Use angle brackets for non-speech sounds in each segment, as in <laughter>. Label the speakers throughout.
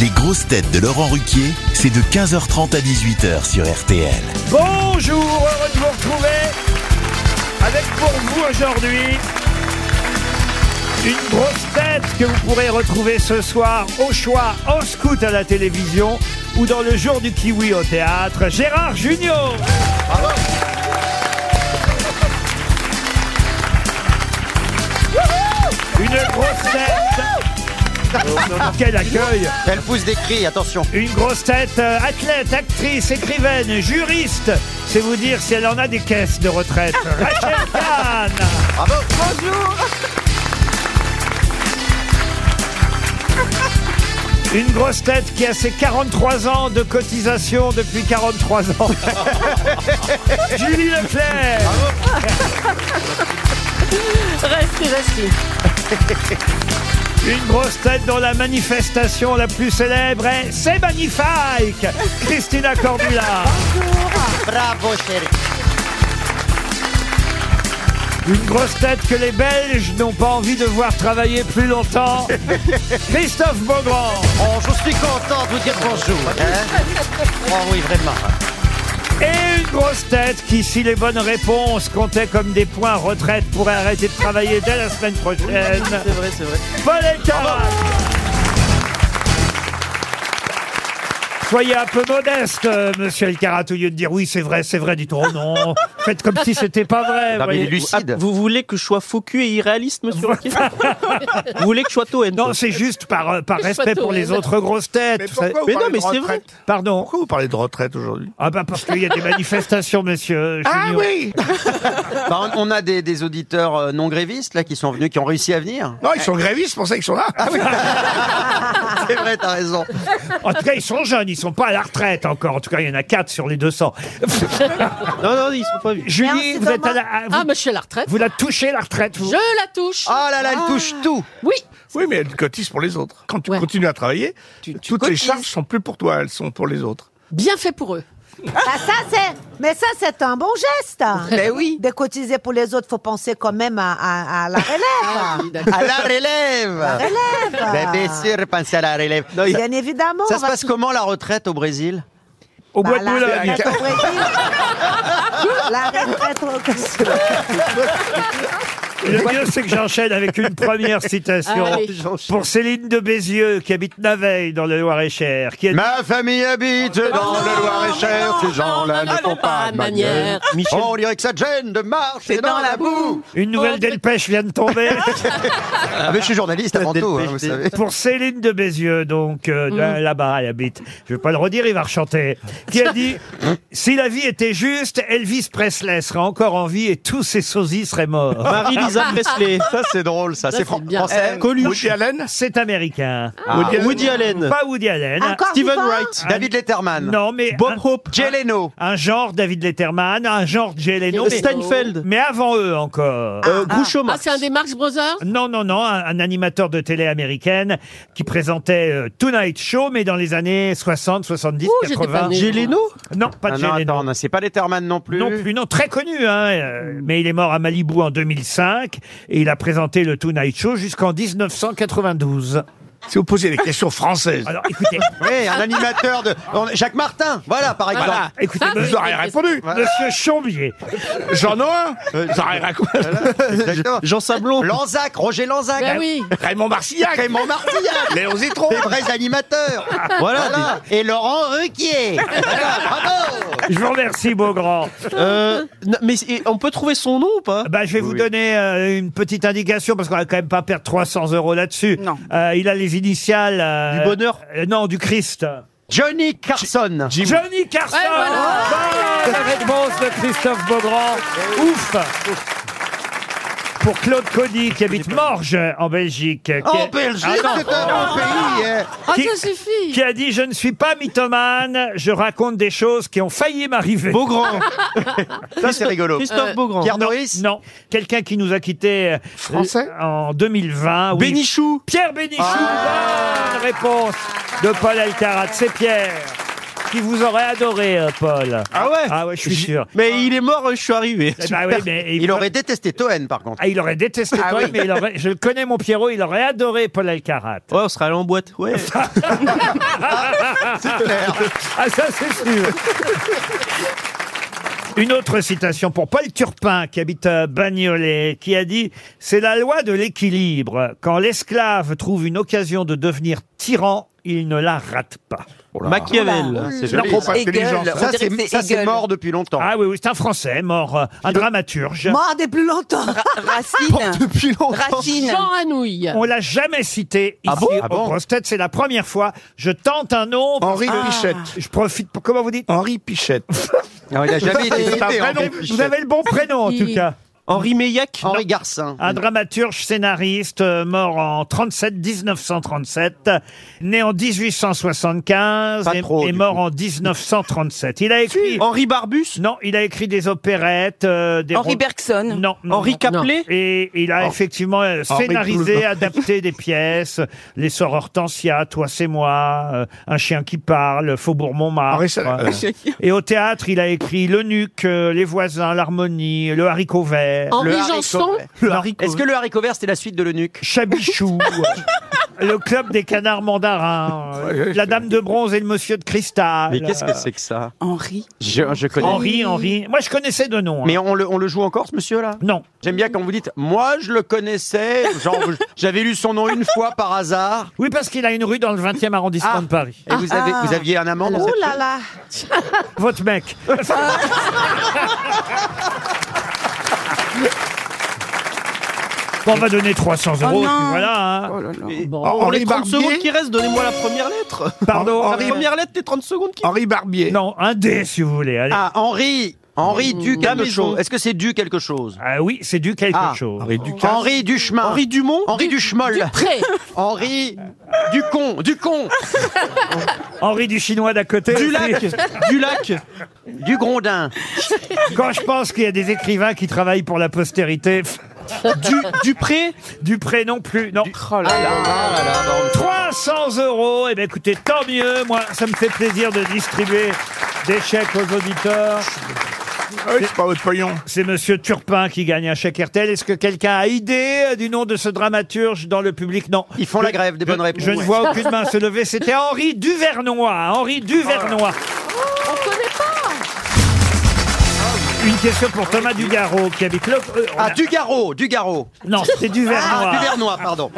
Speaker 1: Les grosses têtes de Laurent Ruquier, c'est de 15h30 à 18h sur RTL.
Speaker 2: Bonjour, heureux de vous retrouver avec pour vous aujourd'hui une grosse tête que vous pourrez retrouver ce soir au choix en scout à la télévision ou dans le jour du kiwi au théâtre, Gérard Junior. Une grosse tête. Quel accueil
Speaker 3: Elle pousse des cris, attention.
Speaker 2: Une grosse tête, euh, athlète, actrice, écrivaine, juriste. C'est vous dire si elle en a des caisses de retraite. Rachel Kahn.
Speaker 3: Bravo.
Speaker 2: Une grosse tête qui a ses 43 ans de cotisation depuis 43 ans. Julie Leclerc.
Speaker 4: Restez, restez.
Speaker 2: Une grosse tête dont la manifestation la plus célèbre est C'est magnifique Christina Cordula.
Speaker 3: Bravo, chérie.
Speaker 2: Une grosse tête que les Belges n'ont pas envie de voir travailler plus longtemps. Christophe Beaugrand.
Speaker 3: Oh, je suis content de vous dire bonjour. hein. oh oui, vraiment.
Speaker 2: Et une grosse tête qui, si les bonnes réponses comptaient comme des points retraite, pourrait arrêter de travailler dès la semaine prochaine. C'est vrai, c'est vrai. Paul Elkarat. Soyez un peu modeste, euh, monsieur Elkarat, au lieu de dire oui, c'est vrai, c'est vrai, dites oh non. Faites comme si c'était pas vrai.
Speaker 3: Non, mais il est
Speaker 2: voyez.
Speaker 3: lucide.
Speaker 5: Ah, Vous voulez que je sois faux cul et irréaliste, monsieur Ruquier Vous voulez que je sois Toen
Speaker 2: Non, c'est juste par, euh, par respect pour les autres grosses têtes. vous savez.
Speaker 5: Mais non, mais c'est vrai.
Speaker 2: Pardon
Speaker 6: Pourquoi vous parlez de retraite aujourd'hui
Speaker 2: Ah bah parce qu'il y a des manifestations, monsieur. Junio.
Speaker 6: Ah oui
Speaker 3: Bah, on on a des, des auditeurs euh, non grévistes là qui sont venus, qui ont réussi à venir.
Speaker 6: Non, ils sont grévistes, c'est pour ça qu'ils sont là.
Speaker 2: Ah
Speaker 3: <laughs> C'est vrai, t'as raison.
Speaker 2: En tout cas, ils sont jeunes, ils sont pas à la retraite encore. En tout cas, il y en a quatre sur les 200.
Speaker 5: <laughs> Non, non, ils sont pas venus.
Speaker 2: Julie, vous êtes à la, à- vous,
Speaker 4: Ah, mais je suis à la retraite.
Speaker 2: vous la touchez la retraite, vous
Speaker 4: Je la touche.
Speaker 6: Ah
Speaker 3: Oh là là, elle
Speaker 7: Ah.
Speaker 3: touche tout.
Speaker 4: Oui.
Speaker 6: Oui, mais elles cotisent pour les autres. Quand tu
Speaker 4: Ouais.
Speaker 6: continues à travailler,
Speaker 4: tu
Speaker 6: toutes les
Speaker 4: cotises.
Speaker 6: charges sont plus pour toi, elles sont pour les autres.
Speaker 4: Bien fait pour eux.
Speaker 8: Ah, ça, c'est... Mais ça, c'est un bon geste.
Speaker 4: Ben oui.
Speaker 8: De cotiser pour les autres, faut penser quand même à, à- à la
Speaker 7: Ah,
Speaker 8: relève.
Speaker 3: À la relève.
Speaker 8: relève.
Speaker 3: Ben, bien sûr, pensez à la relève.
Speaker 8: Bien évidemment.
Speaker 3: ça
Speaker 8: on
Speaker 3: se
Speaker 8: va-
Speaker 3: passe comment la retraite au Brésil
Speaker 2: au
Speaker 8: Bah,
Speaker 2: bois de
Speaker 8: la
Speaker 2: Boulogne.
Speaker 8: retraite au
Speaker 3: <laughs>
Speaker 8: Brésil. La retraite au-
Speaker 2: Le mieux, c'est que j'enchaîne avec une première citation
Speaker 4: Ah, Allez.
Speaker 2: pour Céline de Bézieux, qui habite Naveil, dans le Loir-et-Cher, qui Ah a dit
Speaker 3: Ma famille habite dans le Loir-et-Cher, ces gens-là ne font pas de manière. On dirait que ça te gêne de marcher dans, la boue.
Speaker 2: Une
Speaker 8: Oh,
Speaker 2: nouvelle d'Elpèche vient de tomber.
Speaker 3: Ah, mais je suis journaliste avant tout, hein, vous savez.
Speaker 2: pour Céline de Bézieux, donc, euh,
Speaker 4: Mm.
Speaker 2: là- là-bas, elle habite. Je vais pas le redire, il va rechanter. Qui
Speaker 4: <laughs>
Speaker 2: a dit Si la vie était juste, Elvis Presley serait encore en vie et tous ses sosies seraient morts.
Speaker 4: <laughs>
Speaker 5: Marie-Lisa
Speaker 2: <laughs>
Speaker 5: Presley.
Speaker 3: Ça, c'est drôle, ça. C'est
Speaker 4: c'est
Speaker 3: fran-
Speaker 4: bien. Euh,
Speaker 7: Euh,
Speaker 3: français.
Speaker 6: Woody Allen
Speaker 2: C'est américain.
Speaker 5: Woody, Allen.
Speaker 2: Pas Woody Allen.
Speaker 8: Encore
Speaker 5: Steven
Speaker 8: vivant
Speaker 5: Wright.
Speaker 3: David Letterman.
Speaker 2: Non, mais
Speaker 5: Bob
Speaker 2: un,
Speaker 5: Hope.
Speaker 3: Jay Leno.
Speaker 2: un genre David Letterman, un genre Jay Leno, mais,
Speaker 5: Steinfeld.
Speaker 2: mais avant eux encore.
Speaker 5: Euh, Groucho
Speaker 4: Ah,
Speaker 5: Marx.
Speaker 4: c'est un des Marx Brothers
Speaker 2: Non, non, non, un, un animateur de télé américaine Ah. qui présentait euh, Tonight Show, mais dans les années 60, 70,
Speaker 7: Oh,
Speaker 4: Ouh, j'étais
Speaker 2: 80.
Speaker 4: pas née.
Speaker 5: Jay Leno
Speaker 2: Non, pas de
Speaker 3: Ah non,
Speaker 2: Jay Leno.
Speaker 3: attends, non, c'est pas Letterman non plus.
Speaker 2: Non plus, non, très connu, hein, euh, mais il est mort à Malibu en 2005 et il a présenté le Tonight Show jusqu'en 1992.
Speaker 6: Si vous posez des questions françaises,
Speaker 2: Alors écoutez,
Speaker 3: <laughs> Oui, un animateur de. on- Jacques Martin, voilà, par exemple.
Speaker 2: écoutez,
Speaker 4: Ah,
Speaker 6: vous
Speaker 2: monsieur,
Speaker 4: oui.
Speaker 6: auriez répondu.
Speaker 2: monsieur Chambier,
Speaker 6: Jean Noin, vous auriez raconté.
Speaker 3: Euh, Exactement.
Speaker 5: Jean Sablon.
Speaker 3: Lanzac, Roger Lanzac.
Speaker 4: Ben oui.
Speaker 6: Raymond Marcillac,
Speaker 3: Raymond Martillac.
Speaker 6: Léon Zitron.
Speaker 3: Des vrais animateurs.
Speaker 7: Ah.
Speaker 5: Voilà.
Speaker 3: Voilà. Et Laurent Ruquier. Voilà, bravo.
Speaker 2: je vous remercie, Beaugrand.
Speaker 5: Euh, n- mais c'est- on peut trouver son nom ou pas
Speaker 2: Bah, je vais vous donner euh, une petite indication parce qu'on va quand même pas perdre 300 euros là-dessus.
Speaker 9: Non.
Speaker 2: Euh, il a les initiales. euh,
Speaker 5: Du bonheur
Speaker 2: euh, Non, du Christ.
Speaker 3: Johnny Carson.
Speaker 2: Johnny Carson.
Speaker 4: Ouais, voilà.
Speaker 2: Bonne réponse de Christophe Beaugrand. Ouf. Pour Claude Cody qui habite Morges en Belgique. qui
Speaker 3: En
Speaker 2: est-
Speaker 3: Belgique,
Speaker 2: Ah non.
Speaker 3: c'est un bon pays. hein.
Speaker 4: Ah,
Speaker 2: Qui-
Speaker 4: ça suffit.
Speaker 2: qui a dit je ne suis pas mythomane, je raconte des choses qui ont failli m'arriver. <laughs>
Speaker 5: Beaugrand.
Speaker 3: Ça, c'est rigolo.
Speaker 5: Christophe
Speaker 4: Euh,
Speaker 5: Beaugrand.
Speaker 3: Pierre Doris.
Speaker 2: Non, quelqu'un qui nous a quittés euh,
Speaker 6: Français
Speaker 2: en 2020. oui.
Speaker 5: Bénichou.
Speaker 2: Pierre Bénichou, bonne réponse de Paul Alcarat. C'est Pierre. qu'il vous aurait adoré, euh, Paul.
Speaker 5: Ah ouais
Speaker 2: Ah ouais, je suis sûr.
Speaker 5: Mais il est mort, je suis arrivé.
Speaker 2: Eh ben oui, mais
Speaker 7: <laughs> Il aurait détesté Toen, par contre.
Speaker 2: Ah, il aurait détesté toi, mais il aurait- je le connais, mon Pierrot, il aurait adoré Paul Alcarat.
Speaker 5: Ouais, on sera allé en boîte.
Speaker 2: <laughs>
Speaker 5: Ouais.
Speaker 2: Ah, ça, c'est sûr. Une autre citation pour Paul Turpin, qui habite à Bagnolet, qui a dit « C'est la loi de l'équilibre. Quand l'esclave trouve une occasion de devenir tyran, il ne la rate pas.
Speaker 7: Oh
Speaker 5: Machiavel.
Speaker 6: C'est trop intelligent. ça.
Speaker 7: Ça, c'est- ça, c'est mort depuis longtemps. »
Speaker 2: Ah oui, oui, c'est un Français mort, euh, un dramaturge.
Speaker 8: Mordez plus longtemps.
Speaker 10: Racine.
Speaker 7: Depuis longtemps.
Speaker 10: Racine.
Speaker 4: Jean Anouilh.
Speaker 2: On l'a jamais cité ici
Speaker 7: Ah bon Ah
Speaker 2: aux
Speaker 7: bon
Speaker 2: grosses têtes. C'est la première fois. Je tente un nom.
Speaker 6: Henri Pichette.
Speaker 2: Je profite. pour- Comment vous dites
Speaker 6: Henri Pichette.
Speaker 7: <laughs> Non, il n'a jamais été
Speaker 6: C'est un
Speaker 7: cité,
Speaker 6: vrai
Speaker 7: Henri
Speaker 6: nom.
Speaker 2: Vous
Speaker 7: Pichette.
Speaker 2: avez le bon prénom en tout
Speaker 4: Si.
Speaker 2: cas.
Speaker 5: Henri Meillac.
Speaker 7: Henri Garcin.
Speaker 2: Un dramaturge scénariste euh, mort en 37, 1937, né en 1875
Speaker 7: Pas
Speaker 2: et,
Speaker 7: trop,
Speaker 2: et
Speaker 7: du
Speaker 2: mort en 1937. Il a écrit.
Speaker 5: Henri Barbus.
Speaker 2: Non, il a écrit des opérettes, euh, des.
Speaker 10: Henri
Speaker 2: ro-
Speaker 10: Bergson.
Speaker 2: Non, non,
Speaker 5: Henri
Speaker 2: non.
Speaker 5: Caplé.
Speaker 2: Et il a effectivement euh, scénarisé, adapté
Speaker 7: <laughs>
Speaker 2: des pièces, Les Sœurs Hortensia, Toi c'est moi, euh, Un chien qui parle, Faubourg
Speaker 7: Ah
Speaker 2: Montmartre.
Speaker 6: Henri Sal-
Speaker 2: Euh, Et au théâtre, il a écrit Le Nuc, euh, Les Voisins, L'Harmonie, Le Haricot Vert,
Speaker 4: Henri
Speaker 7: Le haricot
Speaker 4: Janson.
Speaker 7: vert.
Speaker 2: Le Haricot
Speaker 7: Est-ce que le haricot vert, c'était la suite de l'eunuque
Speaker 2: Chabichou, euh, <laughs> Le Club des Canards Mandarins, euh, La Dame de Bronze et le Monsieur de Cristal.
Speaker 7: que ça
Speaker 10: Henri.
Speaker 7: je, je connais.
Speaker 2: Henri, Henri. Moi, je connaissais de nom. hein.
Speaker 7: Mais on le, on le joue encore, ce monsieur-là
Speaker 2: Non.
Speaker 7: J'aime bien quand vous dites, moi je le connaissais, genre j'avais lu son nom une fois par hasard.
Speaker 2: Oui, parce qu'il a une rue dans le 20e arrondissement
Speaker 7: Ah.
Speaker 2: de
Speaker 4: hein.
Speaker 2: Paris.
Speaker 7: Et vous, avez, vous Euh, aviez un amant dans
Speaker 8: Ah. Ouh
Speaker 7: cette
Speaker 8: là là.
Speaker 2: Votre mec. Bon, on va donner 300 euros,
Speaker 10: Oh
Speaker 2: puis
Speaker 10: non.
Speaker 2: voilà. hein.
Speaker 5: Pour les
Speaker 6: Henri
Speaker 5: 30 secondes
Speaker 6: Barbier.
Speaker 5: qui restent, donnez-moi la première lettre.
Speaker 2: Pardon.
Speaker 5: La
Speaker 6: Henri-
Speaker 5: première lettre des 30 secondes qui
Speaker 6: Henri Barbier. Mmh,
Speaker 2: Non, un dé, si vous voulez. Allez. Ah.
Speaker 7: Ah, Henri Henri du quelque
Speaker 5: Damaison.
Speaker 7: chose. Est-ce que c'est du quelque chose
Speaker 2: oui, c'est du quelque
Speaker 7: Ah.
Speaker 2: chose.
Speaker 6: Henri Ducas.
Speaker 7: Henri du chemin.
Speaker 5: Henri Dumont.
Speaker 7: Henri du schmoll.
Speaker 4: Prêt.
Speaker 7: Henri du con. Du con.
Speaker 2: Henri du Chinois d'à côté.
Speaker 5: Du
Speaker 2: aussi.
Speaker 5: lac. Du lac.
Speaker 7: Du grondin.
Speaker 2: Quand je pense qu'il y a des écrivains qui travaillent pour la postérité,
Speaker 5: <laughs> Du, du pré. oh
Speaker 2: du prénom plus. Non.
Speaker 7: Ah là là là là, bon.
Speaker 2: 300 euros. Eh bien, écoutez, tant mieux. Moi, ça me fait plaisir de distribuer des chèques aux auditeurs.
Speaker 6: Ah oui, c'est pas votre pognon.
Speaker 2: C'est Monsieur Turpin qui gagne un chèque RTL. Est-ce que quelqu'un a idée euh, du nom de ce dramaturge dans le public Non.
Speaker 7: Ils font la grève des bonnes réponses.
Speaker 2: Je ne vois aucune main se lever. C'était Henri Duvernois. hein, Henri Duvernois.
Speaker 4: Oh, On connaît pas.
Speaker 2: Une question pour Thomas Dugarro qui habite le. euh, on
Speaker 7: Ah,
Speaker 2: a-
Speaker 7: Dugaro, Dugaro.
Speaker 2: Non, c'était
Speaker 7: Ah,
Speaker 2: Duvernois.
Speaker 7: Duvernois, pardon.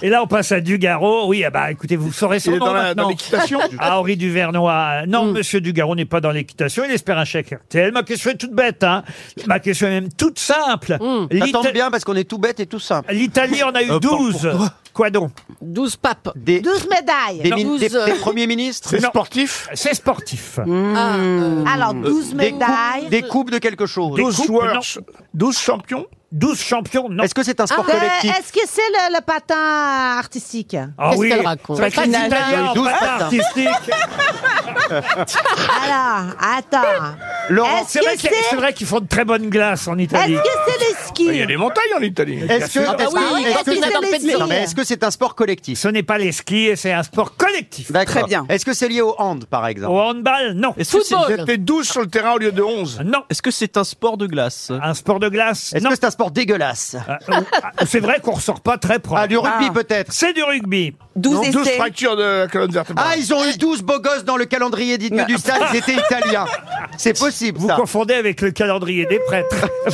Speaker 2: Et là, on passe à Dugarro. Oui, ah bah, écoutez, vous saurez son
Speaker 6: Il est
Speaker 2: nom
Speaker 6: dans la- dans
Speaker 2: maintenant.
Speaker 6: l'équitation. Mm.
Speaker 2: Ah, Henri Duvernois. Non, monsieur Dugarro n'est pas dans l'équitation. Il espère un chèque RTL. Ma question est toute bête, hein. Ma question est même toute simple.
Speaker 7: Mm. Ça
Speaker 2: L'Ita-
Speaker 7: tombe bien parce qu'on est tout bête et tout simple.
Speaker 2: L'Italie en a
Speaker 7: Euh,
Speaker 2: eu 12. Quoi donc
Speaker 4: 12 papes.
Speaker 7: Des,
Speaker 8: 12 médailles.
Speaker 7: des, min-
Speaker 4: douze,
Speaker 7: des-
Speaker 4: euh,
Speaker 7: des premiers ministres
Speaker 6: C'est
Speaker 2: Non.
Speaker 6: sportif.
Speaker 2: C'est sportif.
Speaker 4: Ah, euh,
Speaker 8: Alors, 12
Speaker 7: des
Speaker 8: médailles.
Speaker 7: Des coupes de quelque chose.
Speaker 2: Des
Speaker 6: 12
Speaker 2: coupes,
Speaker 6: joueurs.
Speaker 2: non.
Speaker 6: 12 champions.
Speaker 2: 12 champions, non.
Speaker 7: Est-ce que c'est un sport
Speaker 8: Euh,
Speaker 7: collectif
Speaker 8: Est-ce que c'est le, le patin artistique
Speaker 2: Ah
Speaker 4: Qu'est-ce qu'elle raconte
Speaker 2: Parce que les Italiens en
Speaker 7: douze
Speaker 2: patin
Speaker 7: patins.
Speaker 2: artistique.
Speaker 7: Euh.
Speaker 8: Alors, attends.
Speaker 7: Laurent,
Speaker 8: Est-ce
Speaker 2: C'est vrai
Speaker 8: que
Speaker 2: qu'il- c'est
Speaker 8: c'est
Speaker 2: vrai qu'ils font de très bonnes glaces en Italie.
Speaker 8: est-ce que c'est les skis
Speaker 6: Il y a des montagnes en Italie.
Speaker 7: est-ce que
Speaker 4: Ah bah oui,
Speaker 8: Ah ouais,
Speaker 4: quand
Speaker 8: est-ce que
Speaker 4: il a
Speaker 8: c'est
Speaker 4: dans
Speaker 8: les
Speaker 4: le
Speaker 8: îles
Speaker 7: Non, mais est-ce que c'est un sport collectif
Speaker 2: Ce n'est pas les skis, et c'est un sport collectif.
Speaker 7: D'accord.
Speaker 10: Très bien.
Speaker 7: Est-ce que c'est lié au hand, par exemple
Speaker 2: Au handball, non. Euh,
Speaker 5: Est-ce que c'est
Speaker 6: Vous
Speaker 4: Football.
Speaker 6: étiez 12 sur le terrain au lieu de 11.
Speaker 2: Non.
Speaker 5: est-ce que c'est un sport de glace
Speaker 2: Un sport de glace,
Speaker 7: Est-ce
Speaker 2: non.
Speaker 7: que c'est un sport dégueulasse
Speaker 2: Ah, ah, C'est vrai qu'on ressort pas très
Speaker 7: Ah,
Speaker 2: propre.
Speaker 7: du rugby
Speaker 10: Ah.
Speaker 7: peut-être.
Speaker 2: C'est du rugby.
Speaker 10: 12
Speaker 6: Donc 12
Speaker 10: essais.
Speaker 6: fractures de la colonne vertébrale.
Speaker 7: Ah, ils ont eu 12 beaux gosses dans le calendrier dites du stade, ils étaient italiens. C'est possible,
Speaker 2: Vous
Speaker 7: ça.
Speaker 2: confondez avec le calendrier des prêtres.
Speaker 7: Ils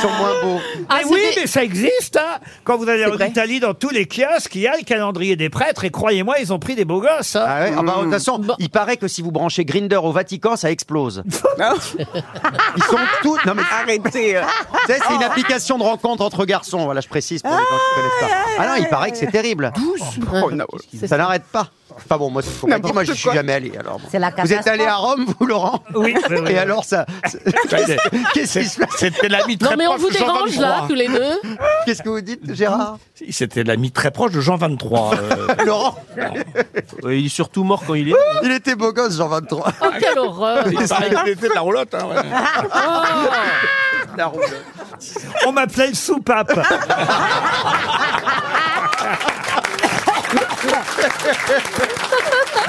Speaker 7: sont moins beaux.
Speaker 4: Ah,
Speaker 2: Mais oui,
Speaker 4: c'était-
Speaker 2: mais ça existe. hein. Quand vous allez en
Speaker 10: vrai.
Speaker 2: Italie, dans tous les kiosques, il y a le calendrier des prêtres. Et croyez-moi, ils ont pris des <laughs> beaux gosses. hein.
Speaker 7: Ah ouais Ah bah, de toute façon, il paraît que si vous branchez Grinder au Vatican, ça explose. Ils sont tous. Non, mais
Speaker 10: Arrêtez. euh.
Speaker 7: tu sais, c'est une application de rencontre entre garçons. Voilà, je précise pour les gens qui connaissent pas. Ah non, il paraît que c'est terrible.
Speaker 6: Oh, non.
Speaker 7: Ça n'arrête pas. Enfin bon, moi, c'est ce qu'on m'a dit. Moi, je suis jamais allé. Alors, bon.
Speaker 8: C'est la
Speaker 7: vous êtes allé à Rome, vous, Laurent
Speaker 2: Oui, oui, oui.
Speaker 7: Et alors,
Speaker 6: <laughs>
Speaker 7: ça. Qu'est-ce qui se passe
Speaker 6: C'était l'ami très
Speaker 4: Non, mais on
Speaker 6: proche
Speaker 4: vous
Speaker 6: de Jean
Speaker 4: dérange là,
Speaker 6: 23.
Speaker 4: tous les deux.
Speaker 7: Qu'est-ce que vous dites, Gérard
Speaker 5: Ah,
Speaker 6: Si, C'était l'ami très proche de Jean 23. euh.
Speaker 7: <laughs> Laurent,
Speaker 5: Ouais, Euh, Il est surtout mort quand il est.
Speaker 7: il était beau gosse, Jean 23.
Speaker 4: Oh, quelle horreur.
Speaker 6: Il paraît qu'il était de la roulotte. hein, ouais.
Speaker 2: On m'appelait le soupape.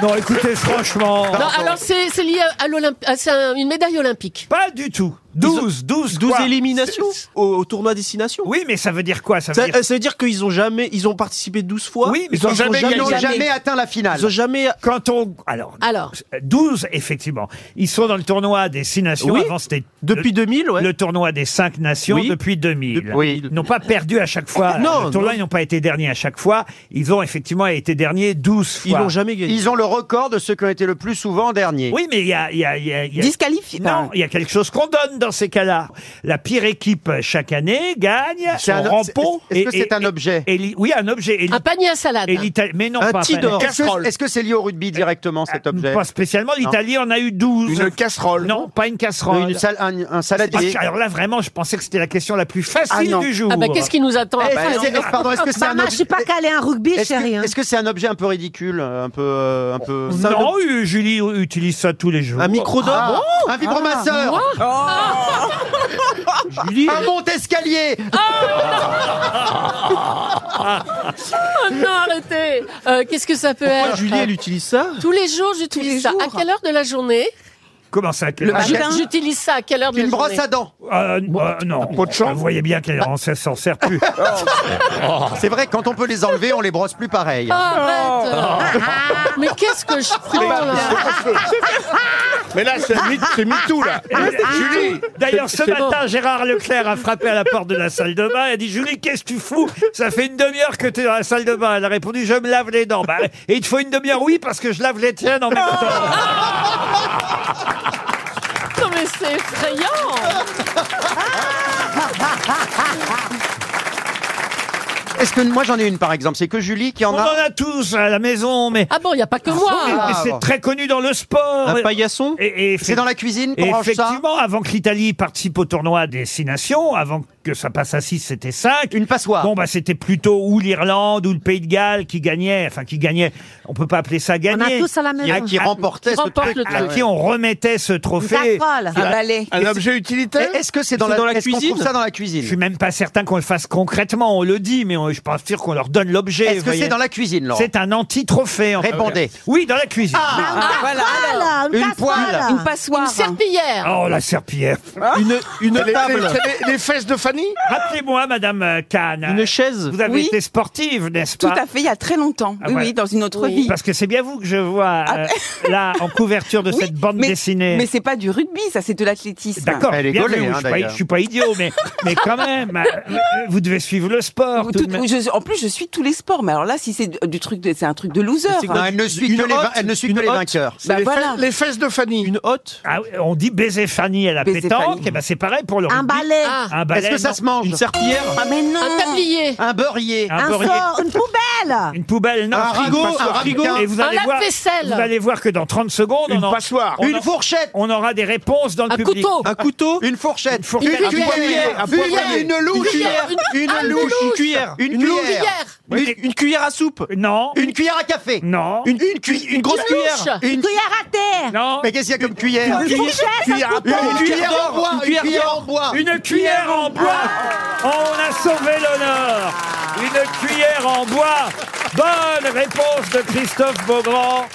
Speaker 2: Non, écoutez, franchement.
Speaker 4: Non, alors c'est c'est lié à, à l'Olymp- à- c'est un- une médaille olympique.
Speaker 2: Pas du tout. 12, 12,
Speaker 5: 12
Speaker 2: quoi
Speaker 5: éliminations au, au tournoi destination.
Speaker 2: Oui, mais ça veut dire quoi Ça
Speaker 5: Ça,
Speaker 2: veut dire.
Speaker 5: euh, ça veut dire qu'ils ont jamais, ils ont participé 12 fois.
Speaker 2: Oui, mais
Speaker 5: ils ont jamais,
Speaker 7: Ils n'ont
Speaker 5: gagné.
Speaker 7: jamais atteint la finale.
Speaker 5: Ils ont jamais.
Speaker 2: Quand on. Alors.
Speaker 4: Alors,
Speaker 2: 12, effectivement. Ils sont dans le tournoi des six nations.
Speaker 5: Oui.
Speaker 2: Avant, c'était
Speaker 5: Depuis
Speaker 2: le,
Speaker 5: 2000, ouais.
Speaker 2: le tournoi des cinq nations
Speaker 5: Oui.
Speaker 2: depuis 2000.
Speaker 7: Oui.
Speaker 2: Ils n'ont pas perdu à chaque fois.
Speaker 5: Non,
Speaker 2: le tournoi,
Speaker 5: non.
Speaker 2: ils n'ont pas été derniers à chaque fois. Ils ont effectivement été derniers 12 fois.
Speaker 5: Ils l'ont jamais gagné.
Speaker 7: Ils ont le record de ceux qui ont été le plus souvent derniers.
Speaker 2: Oui, mais il y a, il y a- il y a- il y a-
Speaker 9: Disqualifié.
Speaker 2: Non, il y a quelque chose qu'on donne dans ces cas-là. La pire équipe chaque année gagne
Speaker 7: C'est
Speaker 2: son
Speaker 7: un-
Speaker 2: rampon.
Speaker 7: c'est- est-ce que
Speaker 2: et- et-
Speaker 7: c'est un objet
Speaker 2: et li- oui, un objet. Et li-
Speaker 4: un panier à salade.
Speaker 2: et l'Italie- mais non,
Speaker 5: Un
Speaker 2: pas un
Speaker 5: Tidor.
Speaker 2: panier.
Speaker 7: Est-ce que- est-ce que c'est lié au rugby directement cet objet
Speaker 2: euh, Pas spécialement. L'Italie en a eu 12.
Speaker 10: Une casserole.
Speaker 2: Non, pas une casserole.
Speaker 7: Une sal- un, un
Speaker 2: Ah,
Speaker 7: saladier.
Speaker 2: alors là, vraiment, je pensais que c'était la question la plus
Speaker 7: Ah,
Speaker 2: facile
Speaker 7: non.
Speaker 2: du jour.
Speaker 4: Ah ben, bah qu'est-ce qui nous attend
Speaker 7: Eh,
Speaker 4: après
Speaker 7: est-ce que c'est- est-ce- pardon, est-ce que c'est un
Speaker 8: Maman, je
Speaker 7: objet
Speaker 8: suis pas calée un rugby,
Speaker 7: Est-ce
Speaker 8: chérie. hein.
Speaker 7: que est-ce que c'est un objet un peu ridicule, un peu, euh, un peu
Speaker 2: Non, euh, Julie utilise ça tous les jours.
Speaker 5: Un micro d'or.
Speaker 7: Ah,
Speaker 10: Oh
Speaker 7: un vibromasseur,
Speaker 2: Ah,
Speaker 7: Oh.
Speaker 5: Julie,
Speaker 7: Ah, un monte-escalier.
Speaker 4: Ah,
Speaker 2: Ah.
Speaker 4: Oh Non, arrêtez Euh, Qu'est-ce que ça peut
Speaker 5: pourquoi
Speaker 4: être
Speaker 5: Julie, elle utilise ça
Speaker 4: Tous les jours,
Speaker 9: Tous les
Speaker 4: j'utilise ça.
Speaker 9: jours.
Speaker 4: À quelle heure de la journée
Speaker 2: Comment ça quel-
Speaker 7: Le
Speaker 2: Ah,
Speaker 7: matin.
Speaker 4: J'ut- J'utilise ça à quelle heure de la
Speaker 7: Une brosse
Speaker 4: journée
Speaker 7: à dents.
Speaker 2: euh, euh, Non.
Speaker 10: pot de chambre.
Speaker 2: Vous voyez bien qu'elle en- ça s'en sert plus.
Speaker 7: Bah. <laughs> C'est vrai, quand on peut les enlever, on les brosse plus pareil. hein.
Speaker 4: Ah, arrête <laughs> Mais qu'est-ce que je prends là
Speaker 10: Mais là, c'est mi- c'est MeToo, là. Julie,
Speaker 2: D'ailleurs, ce matin, Gérard Leclerc a frappé à la porte de la salle de bain et a dit Julie, qu'est-ce que tu fous Ça fait une demi-heure que t'es dans la salle de bain. Elle a répondu Je me lave les dents. Bah, et il te faut une demi-heure Oui, parce que je lave les tiennes en même temps.
Speaker 4: Non mais c'est effrayant
Speaker 7: Est-ce que moi j'en ai une par exemple C'est que Julie qui en
Speaker 2: On en
Speaker 7: a.
Speaker 2: a tous à la maison, mais,
Speaker 4: Ah bon, il n'y a pas que
Speaker 2: mais-
Speaker 4: moi
Speaker 2: mais c'est très connu dans le sport.
Speaker 5: Un paillasson
Speaker 2: Et- et-
Speaker 7: C'est dans la cuisine
Speaker 2: Et
Speaker 7: qu'on range ça.
Speaker 2: effectivement, avant que l'Italie participe au tournoi des six nations, avant que ça passe à 6, c'était 5.
Speaker 7: Une passoire.
Speaker 2: Bon, bah, c'était plutôt ou l'Irlande ou le Pays de Galles qui gagnait, enfin, qui gagnait. On peut pas appeler ça
Speaker 8: On a
Speaker 2: gagner.
Speaker 8: tous à la
Speaker 7: Il y en a
Speaker 8: maison.
Speaker 7: qui remportaient
Speaker 4: Qui
Speaker 7: ce
Speaker 4: remporte
Speaker 7: truc.
Speaker 4: le
Speaker 2: À
Speaker 4: truc.
Speaker 2: qui on remettait ce
Speaker 8: Une
Speaker 2: trophée.
Speaker 8: casserole.
Speaker 9: Un balai.
Speaker 10: un objet utilitaire
Speaker 7: Et Est-ce que c'est dans,
Speaker 5: C'est dans la
Speaker 7: la est-ce qu'on
Speaker 5: cuisine
Speaker 7: trouve ça dans la
Speaker 2: Je suis
Speaker 7: cuisine
Speaker 2: même pas certain qu'on le fasse concrètement. On le dit, mais on- je suis pas sûr qu'on leur donne l'objet.
Speaker 7: Est-ce
Speaker 2: vous
Speaker 7: que
Speaker 2: voyez.
Speaker 7: c'est dans la cuisine, Laurent
Speaker 2: C'est un anti-trophée. en fait.
Speaker 7: Répondez. Ah,
Speaker 2: Oui, dans la cuisine.
Speaker 9: Ah, Voilà.
Speaker 8: Voilà, une,
Speaker 7: Une
Speaker 8: casserole.
Speaker 7: poêle.
Speaker 9: Une passoire.
Speaker 4: Une serpillière
Speaker 2: Oh, la serpillière.
Speaker 10: Hein
Speaker 5: Une, une
Speaker 10: Les- les-
Speaker 5: table
Speaker 10: les- les fesses de Fanny
Speaker 2: Rappelez-moi, Madame euh, Kahn.
Speaker 5: Une chaise
Speaker 2: Vous avez
Speaker 9: Oui.
Speaker 2: été sportive, n'est-ce
Speaker 9: Tout
Speaker 2: pas
Speaker 9: à fait, il y a très longtemps.
Speaker 2: Ah,
Speaker 9: oui,
Speaker 2: voilà.
Speaker 9: oui, dans une autre
Speaker 4: Oui.
Speaker 9: vie. Ah.
Speaker 2: Parce que c'est bien vous que je vois euh, là en couverture de
Speaker 9: <laughs> Oui,
Speaker 2: cette bande
Speaker 9: mais-
Speaker 2: dessinée.
Speaker 9: Mais c'est pas du rugby, ça, c'est de l'athlétisme.
Speaker 2: D'accord,
Speaker 7: Elle est
Speaker 2: bien
Speaker 7: gaulée,
Speaker 2: vu,
Speaker 7: hein,
Speaker 2: je suis pas- je
Speaker 7: d'ailleurs.
Speaker 2: suis pas idiot, mais, mais quand
Speaker 9: <laughs>
Speaker 2: même, euh, vous devez suivre le sport.
Speaker 9: Tout-
Speaker 2: tout de même.
Speaker 9: je- en plus, je suis tous les sports, mais alors là, si c'est du- du truc, de- c'est un truc de loser.
Speaker 5: C'est quoi
Speaker 7: Non, elle ne suit
Speaker 5: Une
Speaker 7: que les,
Speaker 5: hotte,
Speaker 7: vain- elle ne suit
Speaker 5: une
Speaker 7: que les
Speaker 5: hotte.
Speaker 7: vainqueurs.
Speaker 9: Bah
Speaker 10: les,
Speaker 9: voilà.
Speaker 10: fesses, les fesses de Fanny.
Speaker 5: Une hotte
Speaker 2: Ah oui, on dit baiser Fanny à la
Speaker 9: Baiser
Speaker 2: pétanque,
Speaker 9: Fanny.
Speaker 2: et ben c'est pareil pour le
Speaker 8: Un
Speaker 2: rugby.
Speaker 8: balai.
Speaker 4: Ah,
Speaker 2: Un balai,
Speaker 7: Est-ce que ça
Speaker 2: non.
Speaker 7: se mange
Speaker 5: Une serpillière
Speaker 8: Ah, mais non.
Speaker 4: Un tablier
Speaker 7: Un beurrier
Speaker 2: Un
Speaker 8: Un
Speaker 2: beurrier.
Speaker 8: sort, une poubelle.
Speaker 2: Une poubelle, non.
Speaker 7: Un frigo,
Speaker 10: un
Speaker 7: un
Speaker 10: frigo.
Speaker 7: ramequin,
Speaker 2: Et vous
Speaker 4: Un
Speaker 2: allez voir,
Speaker 4: lave-vaisselle.
Speaker 2: vous allez voir que dans 30 secondes,
Speaker 10: Une
Speaker 2: on, en-
Speaker 10: passoire.
Speaker 2: on en-
Speaker 7: une fourchette,
Speaker 2: on aura des réponses dans le
Speaker 4: Un
Speaker 2: public.
Speaker 4: couteau
Speaker 5: Un couteau
Speaker 7: une fourchette,
Speaker 2: fourchette.
Speaker 7: une
Speaker 4: Une
Speaker 7: cuillère,
Speaker 10: cuillère,
Speaker 7: une-
Speaker 10: un poivrier.
Speaker 7: une louche,
Speaker 4: cuillère,
Speaker 7: une
Speaker 4: ah,
Speaker 7: louche,
Speaker 5: Une cuillère
Speaker 7: une
Speaker 5: louche.
Speaker 4: Une
Speaker 7: cuillère,
Speaker 4: cuillère
Speaker 5: Une, une cuillère à soupe
Speaker 2: Non,
Speaker 7: une cuillère à café,
Speaker 2: non,
Speaker 5: Une, une, cui- une grosse cuillère
Speaker 4: louche.
Speaker 8: Une
Speaker 7: une.
Speaker 8: cuillère à terre.
Speaker 2: non.
Speaker 7: Mais qu'est-ce qu'il y a comme cuillère
Speaker 8: Une fourchette, un
Speaker 10: cuillère à
Speaker 8: couteau.
Speaker 7: Une cuillère en bois, une cuillère en bois. Ah.
Speaker 2: Une cuillère en bois Oh, On a sauvé l'honneur Une cuillère en bois Bonne réponse de Christophe Beaugrand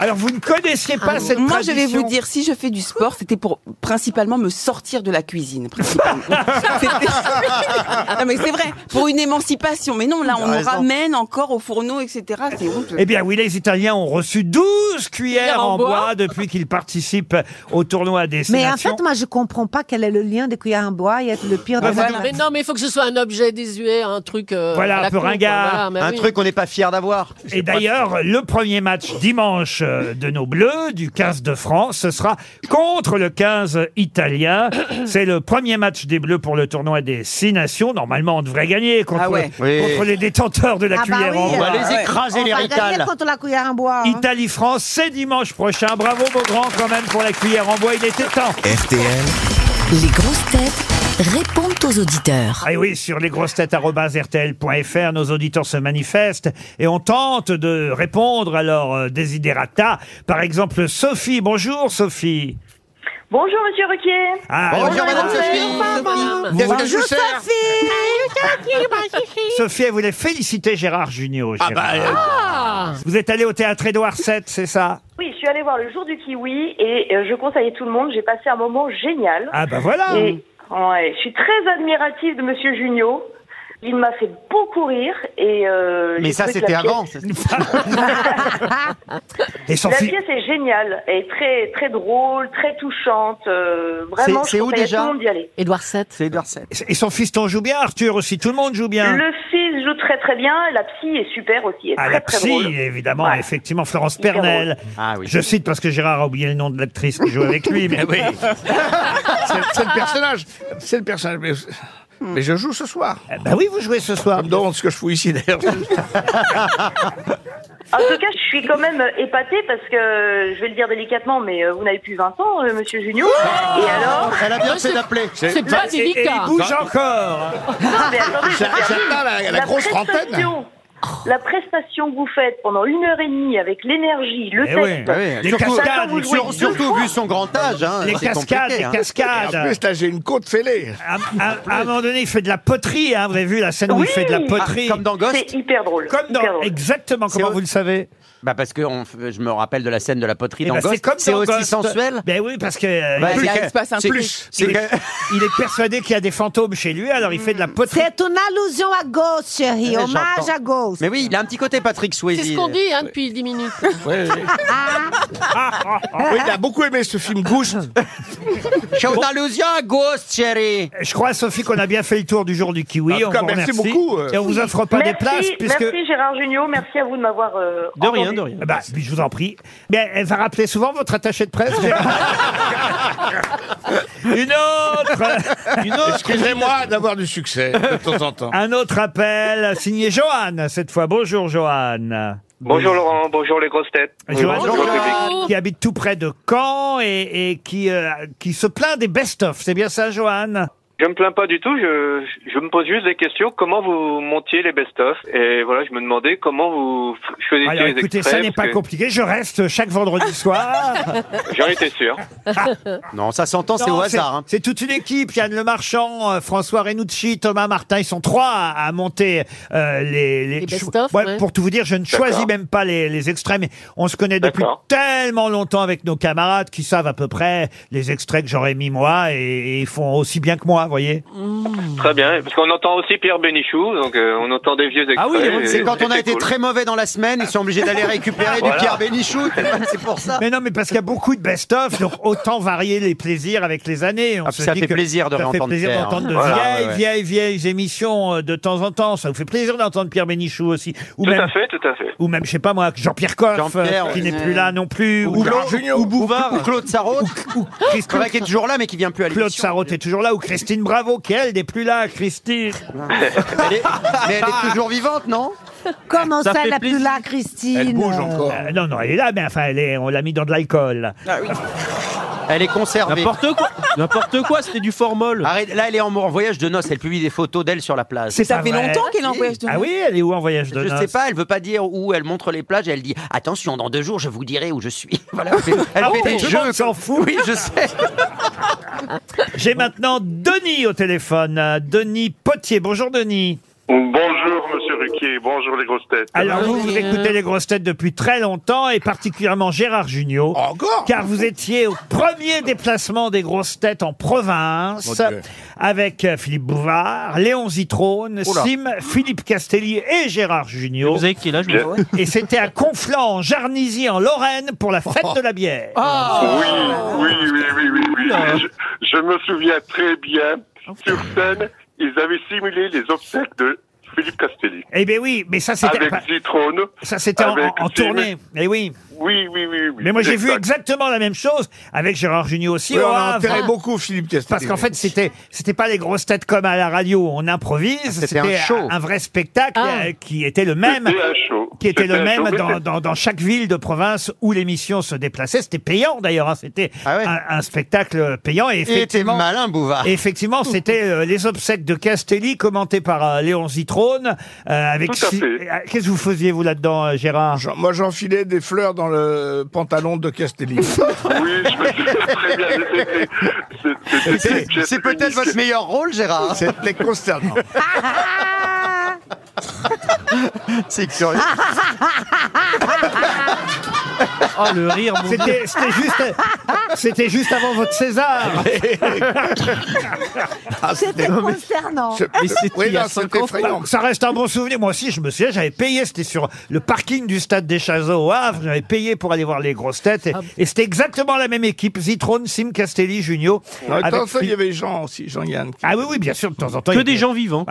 Speaker 2: Alors, vous ne connaissiez
Speaker 7: Ah.
Speaker 2: pas cette
Speaker 9: Moi, je vais
Speaker 2: tradition.
Speaker 9: vous dire, si je fais du sport, c'était pour principalement me sortir de la cuisine.
Speaker 2: <laughs>
Speaker 9: principalement. C'était- <laughs> non, mais c'est vrai, pour une émancipation. Mais non, là, on
Speaker 7: T'as
Speaker 9: nous
Speaker 7: raison.
Speaker 9: ramène encore au fourneau, etc. C'est honteux.
Speaker 2: Eh bien oui, les Italiens ont reçu 12 cuillères
Speaker 4: Cuillères en
Speaker 2: en bois,
Speaker 4: bois.
Speaker 2: depuis qu'ils participent au tournoi des Six
Speaker 8: Mais en
Speaker 2: Nations.
Speaker 8: fait, moi, je comprends pas quel est le lien des cuillères en bois et être le pire
Speaker 2: Bah,
Speaker 8: dans
Speaker 9: voilà.
Speaker 8: un
Speaker 4: Mais non, mais il faut que ce soit un objet désuet, un truc. euh,
Speaker 2: Voilà,
Speaker 4: à la
Speaker 2: un peu
Speaker 4: con, quoi.
Speaker 2: ringard.
Speaker 4: Voilà, mais
Speaker 7: Un
Speaker 4: oui.
Speaker 7: truc qu'on n'est pas fier d'avoir.
Speaker 2: Et d'ailleurs, le premier match dimanche euh, de nos Bleus, du 15 de France, ce sera contre le 15
Speaker 7: <clears throat>
Speaker 2: italien. C'est le premier match des Bleus pour le tournoi des Six Nations. Normalement, on devrait gagner contre,
Speaker 9: Ah ouais.
Speaker 7: Oui.
Speaker 2: contre les détenteurs de la
Speaker 8: Ah bah
Speaker 2: cuillère en
Speaker 8: oui,
Speaker 2: bois.
Speaker 8: euh,
Speaker 7: les écraser,
Speaker 8: On va gagner contre la cuillère en bois. hein.
Speaker 2: Italie-France, c'est dimanche prochain. Bravo Beaugrand quand même pour la cuillère en bois. Il était temps.
Speaker 11: RTL,
Speaker 12: Les grosses têtes répondent aux auditeurs.
Speaker 2: Ah et oui, sur lesgrossetêtes.rtl.fr, nos auditeurs se manifestent et on tente de répondre à leurs euh, désiderata. Par exemple, Sophie. Bonjour Sophie.
Speaker 13: Bonjour Monsieur Ruquier.
Speaker 2: Ah,
Speaker 7: Bonjour
Speaker 2: alors,
Speaker 7: Madame Sophie.
Speaker 4: Madame.
Speaker 10: Qu'est-ce que je vous
Speaker 8: Bonjour
Speaker 10: sers
Speaker 8: Sophie.
Speaker 2: Sophie, elle voulait féliciter Gérard Junior.
Speaker 10: Ah bah, euh,
Speaker 2: Ah. Vous êtes allé au théâtre Édouard VII, c'est ça
Speaker 13: <laughs> Oui, je suis allée voir le jour du kiwi et euh, je conseille tout le monde. J'ai passé un moment génial.
Speaker 2: Ah bah voilà.
Speaker 13: Et, ouais, je suis très admirative de Monsieur Junio. Il m'a fait beaucoup rire et. euh,
Speaker 7: Mais
Speaker 13: j'ai
Speaker 7: ça,
Speaker 13: trouvé que
Speaker 7: c'était
Speaker 13: la pièce-
Speaker 7: avant.
Speaker 2: Et son
Speaker 13: La
Speaker 2: fils.
Speaker 13: pièce est géniale, elle est très très drôle, très touchante. euh, vraiment,
Speaker 7: C'est- c'est
Speaker 13: je
Speaker 7: où
Speaker 13: conseille à
Speaker 7: déjà
Speaker 13: tout le monde d'y aller.
Speaker 4: Édouard VII.
Speaker 5: C'est Edouard VII.
Speaker 2: Et son fiston joue bien, Arthur aussi. Tout le monde joue bien.
Speaker 13: Le fils joue très très bien, la psy est super aussi, elle est
Speaker 2: Ah,
Speaker 13: très
Speaker 2: la
Speaker 13: très
Speaker 2: psy,
Speaker 13: drôle.
Speaker 2: évidemment,
Speaker 13: Ouais.
Speaker 2: effectivement, Florence
Speaker 13: Hyper
Speaker 2: Pernel.
Speaker 7: Ah oui.
Speaker 2: Je cite parce que Gérard a oublié le nom de l'actrice qui joue avec lui. Mais oui.
Speaker 6: C'est c'est le personnage. C'est le personnage. Mais, mais je joue ce soir.
Speaker 2: Bah oui, vous jouez ce soir.
Speaker 6: Ça me demande ce que je fous ici d'ailleurs.
Speaker 13: En tout cas, je suis quand même euh, épatée parce que, je vais le dire délicatement, mais euh, vous n'avez plus 20 ans, euh, monsieur Junio.
Speaker 6: Oh
Speaker 13: et alors
Speaker 7: Oh Ah, Elle a bien fait d'appeler. hein.
Speaker 4: C'est pas
Speaker 2: Et, et il
Speaker 4: délicat.
Speaker 2: bouge encore.
Speaker 13: Non, mais attendez,
Speaker 6: J'a-
Speaker 13: c'est
Speaker 6: j'attends
Speaker 13: terrible.
Speaker 6: la- la grosse trentaine.
Speaker 13: prestation- La prestation que vous faites pendant une heure et demie avec l'énergie, le
Speaker 2: Eh oui.
Speaker 13: texte.
Speaker 7: Ouais,
Speaker 2: Les
Speaker 7: surtout-
Speaker 2: cascades,
Speaker 13: Vous jouez
Speaker 7: Sur-
Speaker 13: deux
Speaker 7: surtout
Speaker 13: fois.
Speaker 7: vu son grand âge, hein,
Speaker 2: les
Speaker 7: c'est
Speaker 2: cascades,
Speaker 7: compliqué,
Speaker 2: les
Speaker 7: hein.
Speaker 6: Et en
Speaker 2: cascades.
Speaker 6: plus, là, j'ai une côte fêlée.
Speaker 2: À, à- à un moment donné, il fait de la poterie. Hein. Vous avez vu la scène où il
Speaker 13: Oui.
Speaker 2: fait de la
Speaker 13: Ah,
Speaker 7: Ah,
Speaker 2: poterie.
Speaker 7: comme dans Ghost
Speaker 13: C'est hyper drôle.
Speaker 2: Comme dans-
Speaker 13: hyper drôle.
Speaker 2: Exactement, comment
Speaker 7: au-
Speaker 2: vous le savez
Speaker 7: Bah parce que on f- je me rappelle de la scène de la poterie
Speaker 2: Eh
Speaker 7: dans
Speaker 2: ben, C'est
Speaker 7: Ghost.
Speaker 2: comme
Speaker 7: bah, C'est
Speaker 2: dans
Speaker 7: aussi
Speaker 2: Ghost.
Speaker 7: sensuel.
Speaker 2: Ben oui, parce que euh,
Speaker 7: Bah,
Speaker 2: il-
Speaker 7: c'est
Speaker 14: Là,
Speaker 7: que-
Speaker 14: il se passe un
Speaker 7: c'est-
Speaker 14: truc.
Speaker 7: c'est
Speaker 2: il,
Speaker 7: que-
Speaker 2: est, il est persuadé qu'il y a des fantômes chez lui, alors il fait de la poterie.
Speaker 8: C'est une allusion à Ghost, chérie.
Speaker 7: Eh,
Speaker 8: Hommage
Speaker 7: j'entends.
Speaker 8: à Ghost.
Speaker 7: Mais oui, il a un petit côté Patrick Swayze.
Speaker 4: C'est ce qu'on dit hein, depuis 10 minutes.
Speaker 7: <laughs>
Speaker 6: Oui, il a beaucoup aimé ce
Speaker 7: <laughs>
Speaker 6: film Ghost.
Speaker 7: <laughs> Shout allusion à Ghost, chérie.
Speaker 2: Je crois, Sophie, qu'on a bien fait le tour du jour du kiwi.
Speaker 6: En tout
Speaker 2: on
Speaker 6: cas,
Speaker 2: vous
Speaker 6: merci
Speaker 2: remercie.
Speaker 6: beaucoup, euh.
Speaker 2: Et on vous offre pas des places,
Speaker 13: merci,
Speaker 2: puisque.
Speaker 13: merci Gérard Junio, merci à vous de m'avoir. euh,
Speaker 5: De rien,
Speaker 13: entendu.
Speaker 5: de rien.
Speaker 2: Ah bah, je vous en prie. Mais elle va rappeler souvent votre attaché de presse. Gérard. <laughs> Une autre,
Speaker 6: Excusez-moi d'avoir du succès de temps en temps.
Speaker 2: un autre appel signé Johan. Cette fois, bonjour Johan.
Speaker 15: Bonjour Laurent, bonjour les grosses têtes.
Speaker 2: Johan
Speaker 15: Bonjour le public.
Speaker 2: qui habite tout près de Caen et, et qui euh, qui se plaint des best-of. C'est bien ça, Johan
Speaker 15: Je me plains pas du tout, je, je me pose juste des questions. Comment vous montiez les best-of Et voilà, je me demandais comment vous f- choisissiez
Speaker 2: Alors,
Speaker 15: les
Speaker 2: écoutez,
Speaker 15: extraits.
Speaker 2: ça n'est
Speaker 15: parce
Speaker 2: pas compliqué. Je reste chaque vendredi soir.
Speaker 15: <laughs> que J'en étais sûr.
Speaker 4: Ah.
Speaker 5: <laughs>
Speaker 7: Non, ça s'entend, c'est
Speaker 2: Non,
Speaker 7: au hasard. hein.
Speaker 2: C'est toute une équipe. Yann Le Marchand, euh, François Renucci, Thomas Martin, ils sont trois à, à monter euh, les,
Speaker 4: Les best-of,
Speaker 2: Ouais,
Speaker 4: ouais.
Speaker 2: Pour tout vous dire, je ne choisis
Speaker 15: D'accord.
Speaker 2: même pas les, les extraits, mais on se connaît depuis
Speaker 15: D'accord.
Speaker 2: tellement longtemps avec nos camarades qui savent à peu près les extraits que j'aurais mis moi et, et ils font aussi bien que moi, voyez.
Speaker 15: Très bien, parce qu'on entend aussi Pierre Bénichou, donc euh, on entend des vieux extraits.
Speaker 7: Ah oui,
Speaker 15: et-
Speaker 7: c'est quand
Speaker 15: et
Speaker 7: on a
Speaker 15: c'est
Speaker 7: été
Speaker 15: cool.
Speaker 7: très mauvais dans la semaine, ils sont obligés d'aller récupérer du
Speaker 15: Voilà.
Speaker 7: Pierre Bénichou. C'est pour ça.
Speaker 2: Mais non, mais parce qu'il y a beaucoup de best-of, donc autant varier les plaisirs avec les années. On
Speaker 7: Ah,
Speaker 2: se
Speaker 7: ça
Speaker 2: dit
Speaker 7: fait
Speaker 2: que
Speaker 7: plaisir de
Speaker 2: ça fait
Speaker 7: réentendre
Speaker 2: plaisir
Speaker 7: Pierre, hein.
Speaker 2: d'entendre de
Speaker 15: Voilà,
Speaker 2: vieilles,
Speaker 7: ouais, ouais.
Speaker 2: vieilles, vieilles émissions euh, de temps en temps. Ça vous fait plaisir d'entendre Pierre Bénichou aussi, ou
Speaker 15: Tout
Speaker 2: même
Speaker 15: à fait, tout à fait.
Speaker 2: ou même, je sais pas moi, Jean-Pierre Coff,
Speaker 7: Jean-Pierre,
Speaker 2: euh, qui
Speaker 7: ouais.
Speaker 2: n'est plus là non plus, ou,
Speaker 7: Ou, Claude-
Speaker 6: Junior.
Speaker 7: ou Bouvard. Ou Claude Sarraute. C'est vrai qu'il est toujours là, mais qui vient plus à
Speaker 2: Claude
Speaker 7: l'émission.
Speaker 2: Sarraute est toujours là, ou Christine Bravo, qui elle n'est plus
Speaker 7: <laughs>
Speaker 2: là, Christine.
Speaker 7: Elle est- Mais elle est toujours vivante, non
Speaker 8: Comment ça,
Speaker 5: Ça fait
Speaker 8: elle n'a plus
Speaker 5: plaisir.
Speaker 8: là, Christine
Speaker 6: Elle bouge encore.
Speaker 2: Euh, non, non, elle est là, mais enfin, elle est, on l'a mis dans de l'alcool.
Speaker 14: Ah
Speaker 7: Elle est conservée.
Speaker 5: N'importe quoi. N'importe quoi, c'était du formol.
Speaker 7: Arrête, là, elle est en en voyage de noces. Elle publie des photos d'elle sur la plage.
Speaker 2: C'est
Speaker 14: Ça
Speaker 2: pas
Speaker 14: fait
Speaker 2: vrai.
Speaker 14: longtemps qu'elle est en voyage de
Speaker 2: Ah oui, elle est où en voyage de
Speaker 7: Je
Speaker 2: noces
Speaker 7: sais pas, elle veut pas dire où elle montre les plages, elle dit attention, dans deux jours je vous dirai où je suis. <laughs> Voilà, elle fait, elle
Speaker 2: Ah
Speaker 7: fait
Speaker 2: bon,
Speaker 7: des
Speaker 2: tout le
Speaker 7: jeux.
Speaker 2: monde s'en fout.
Speaker 7: Oui, je
Speaker 2: <laughs>
Speaker 7: sais.
Speaker 2: J'ai maintenant Denis au téléphone. euh, Denis Potier. Bonjour, Denis.
Speaker 15: Bonjour Monsieur Ruquier, bonjour les grosses têtes.
Speaker 2: Alors,
Speaker 5: Ah,
Speaker 2: vous, vous
Speaker 4: Bonjour.
Speaker 2: écoutez les grosses têtes depuis très longtemps, et particulièrement Gérard Junior.
Speaker 6: Encore
Speaker 2: car vous étiez au premier déplacement des grosses têtes en province
Speaker 6: Mon Dieu.
Speaker 2: avec euh, Philippe Bouvard, Léon Zitrone,
Speaker 7: Oula.
Speaker 2: Sim, Philippe Castelli et Gérard Junior.
Speaker 5: Vous savez qui est là je
Speaker 15: Bien.
Speaker 5: vous-
Speaker 2: Et c'était à Conflans, en Jarnisy, en Lorraine, pour la fête de la bière. Ah.
Speaker 5: Ah.
Speaker 15: Oui, oui, oui, oui, oui, oui. Je, je me souviens très bien. Sur scène, ils avaient simulé les obsèques de Philippe Castelli.
Speaker 2: Eh ben oui, mais ça c'était
Speaker 15: Avec Zitrone.
Speaker 2: ça c'était
Speaker 6: Ah,
Speaker 2: en,
Speaker 15: avec
Speaker 2: en
Speaker 15: Sim.
Speaker 2: tournée. Eh oui.
Speaker 15: Oui, oui, oui, oui.
Speaker 2: Mais moi j'ai vu
Speaker 15: Exact.
Speaker 2: exactement la même chose avec Gérard Junior aussi.
Speaker 6: Oui,
Speaker 2: au
Speaker 6: on a
Speaker 2: Havre.
Speaker 6: enterré beaucoup Philippe Castelli.
Speaker 2: Parce qu'en fait, c'était c'était pas les grosses têtes comme à la radio, on improvise.
Speaker 7: c'était un show.
Speaker 2: un vrai spectacle
Speaker 4: Ah.
Speaker 2: euh, qui était le même,
Speaker 15: C'était un show.
Speaker 2: qui était le
Speaker 15: C'était un
Speaker 2: même
Speaker 15: show, mais
Speaker 2: dans,
Speaker 15: c'est-
Speaker 2: dans, dans chaque ville de province où l'émission se déplaçait. C'était payant d'ailleurs, hein. c'était
Speaker 7: Ah ouais.
Speaker 2: un, un spectacle payant et
Speaker 7: Il était
Speaker 2: effectivement.
Speaker 7: malin, Bouvard.
Speaker 2: et Effectivement, c'était euh, les obsèques de Castelli commentées par euh, Léon Zitrone. euh, avec
Speaker 15: Tout à
Speaker 2: si-
Speaker 15: fait.
Speaker 2: Euh, Qu'est-ce que vous faisiez vous là-dedans, euh, Gérard
Speaker 6: Jean- moi, j'enfilais des fleurs dans le pantalon de
Speaker 2: <laughs>
Speaker 6: Castelli.
Speaker 15: Oui, je me souviens très bien. mais c'était- c'était- c'était
Speaker 7: C'est
Speaker 15: une pièce
Speaker 7: c'est peut-être <laughs>
Speaker 15: unique.
Speaker 7: votre meilleur rôle, Gérard.
Speaker 6: C'était consternant.
Speaker 3: C'est
Speaker 2: <laughs>
Speaker 3: curieux.
Speaker 2: Oh, le rire,
Speaker 3: mon
Speaker 2: C'était
Speaker 3: Dieu.
Speaker 2: c'était juste, c'était juste avant
Speaker 7: <laughs>
Speaker 2: votre César.
Speaker 7: Ah,
Speaker 8: C'était concernant. <laughs>
Speaker 6: Ah,
Speaker 2: Donc, Ça reste un bon souvenir. Moi aussi, je me souviens, j'avais payé, c'était sur le parking du stade des Chazeaux au Havre, j'avais payé pour aller voir les grosses têtes. Et, et c'était exactement la même équipe, Zitrone, Sim Castelli, Junio.
Speaker 6: En même temps,
Speaker 2: avec
Speaker 6: ça, il y
Speaker 2: Phil-
Speaker 6: avait Jean aussi, Jean-Yann.
Speaker 2: Ah oui, oui, bien sûr, de temps en temps.
Speaker 6: Que
Speaker 2: il y a
Speaker 6: des gens
Speaker 2: vivants.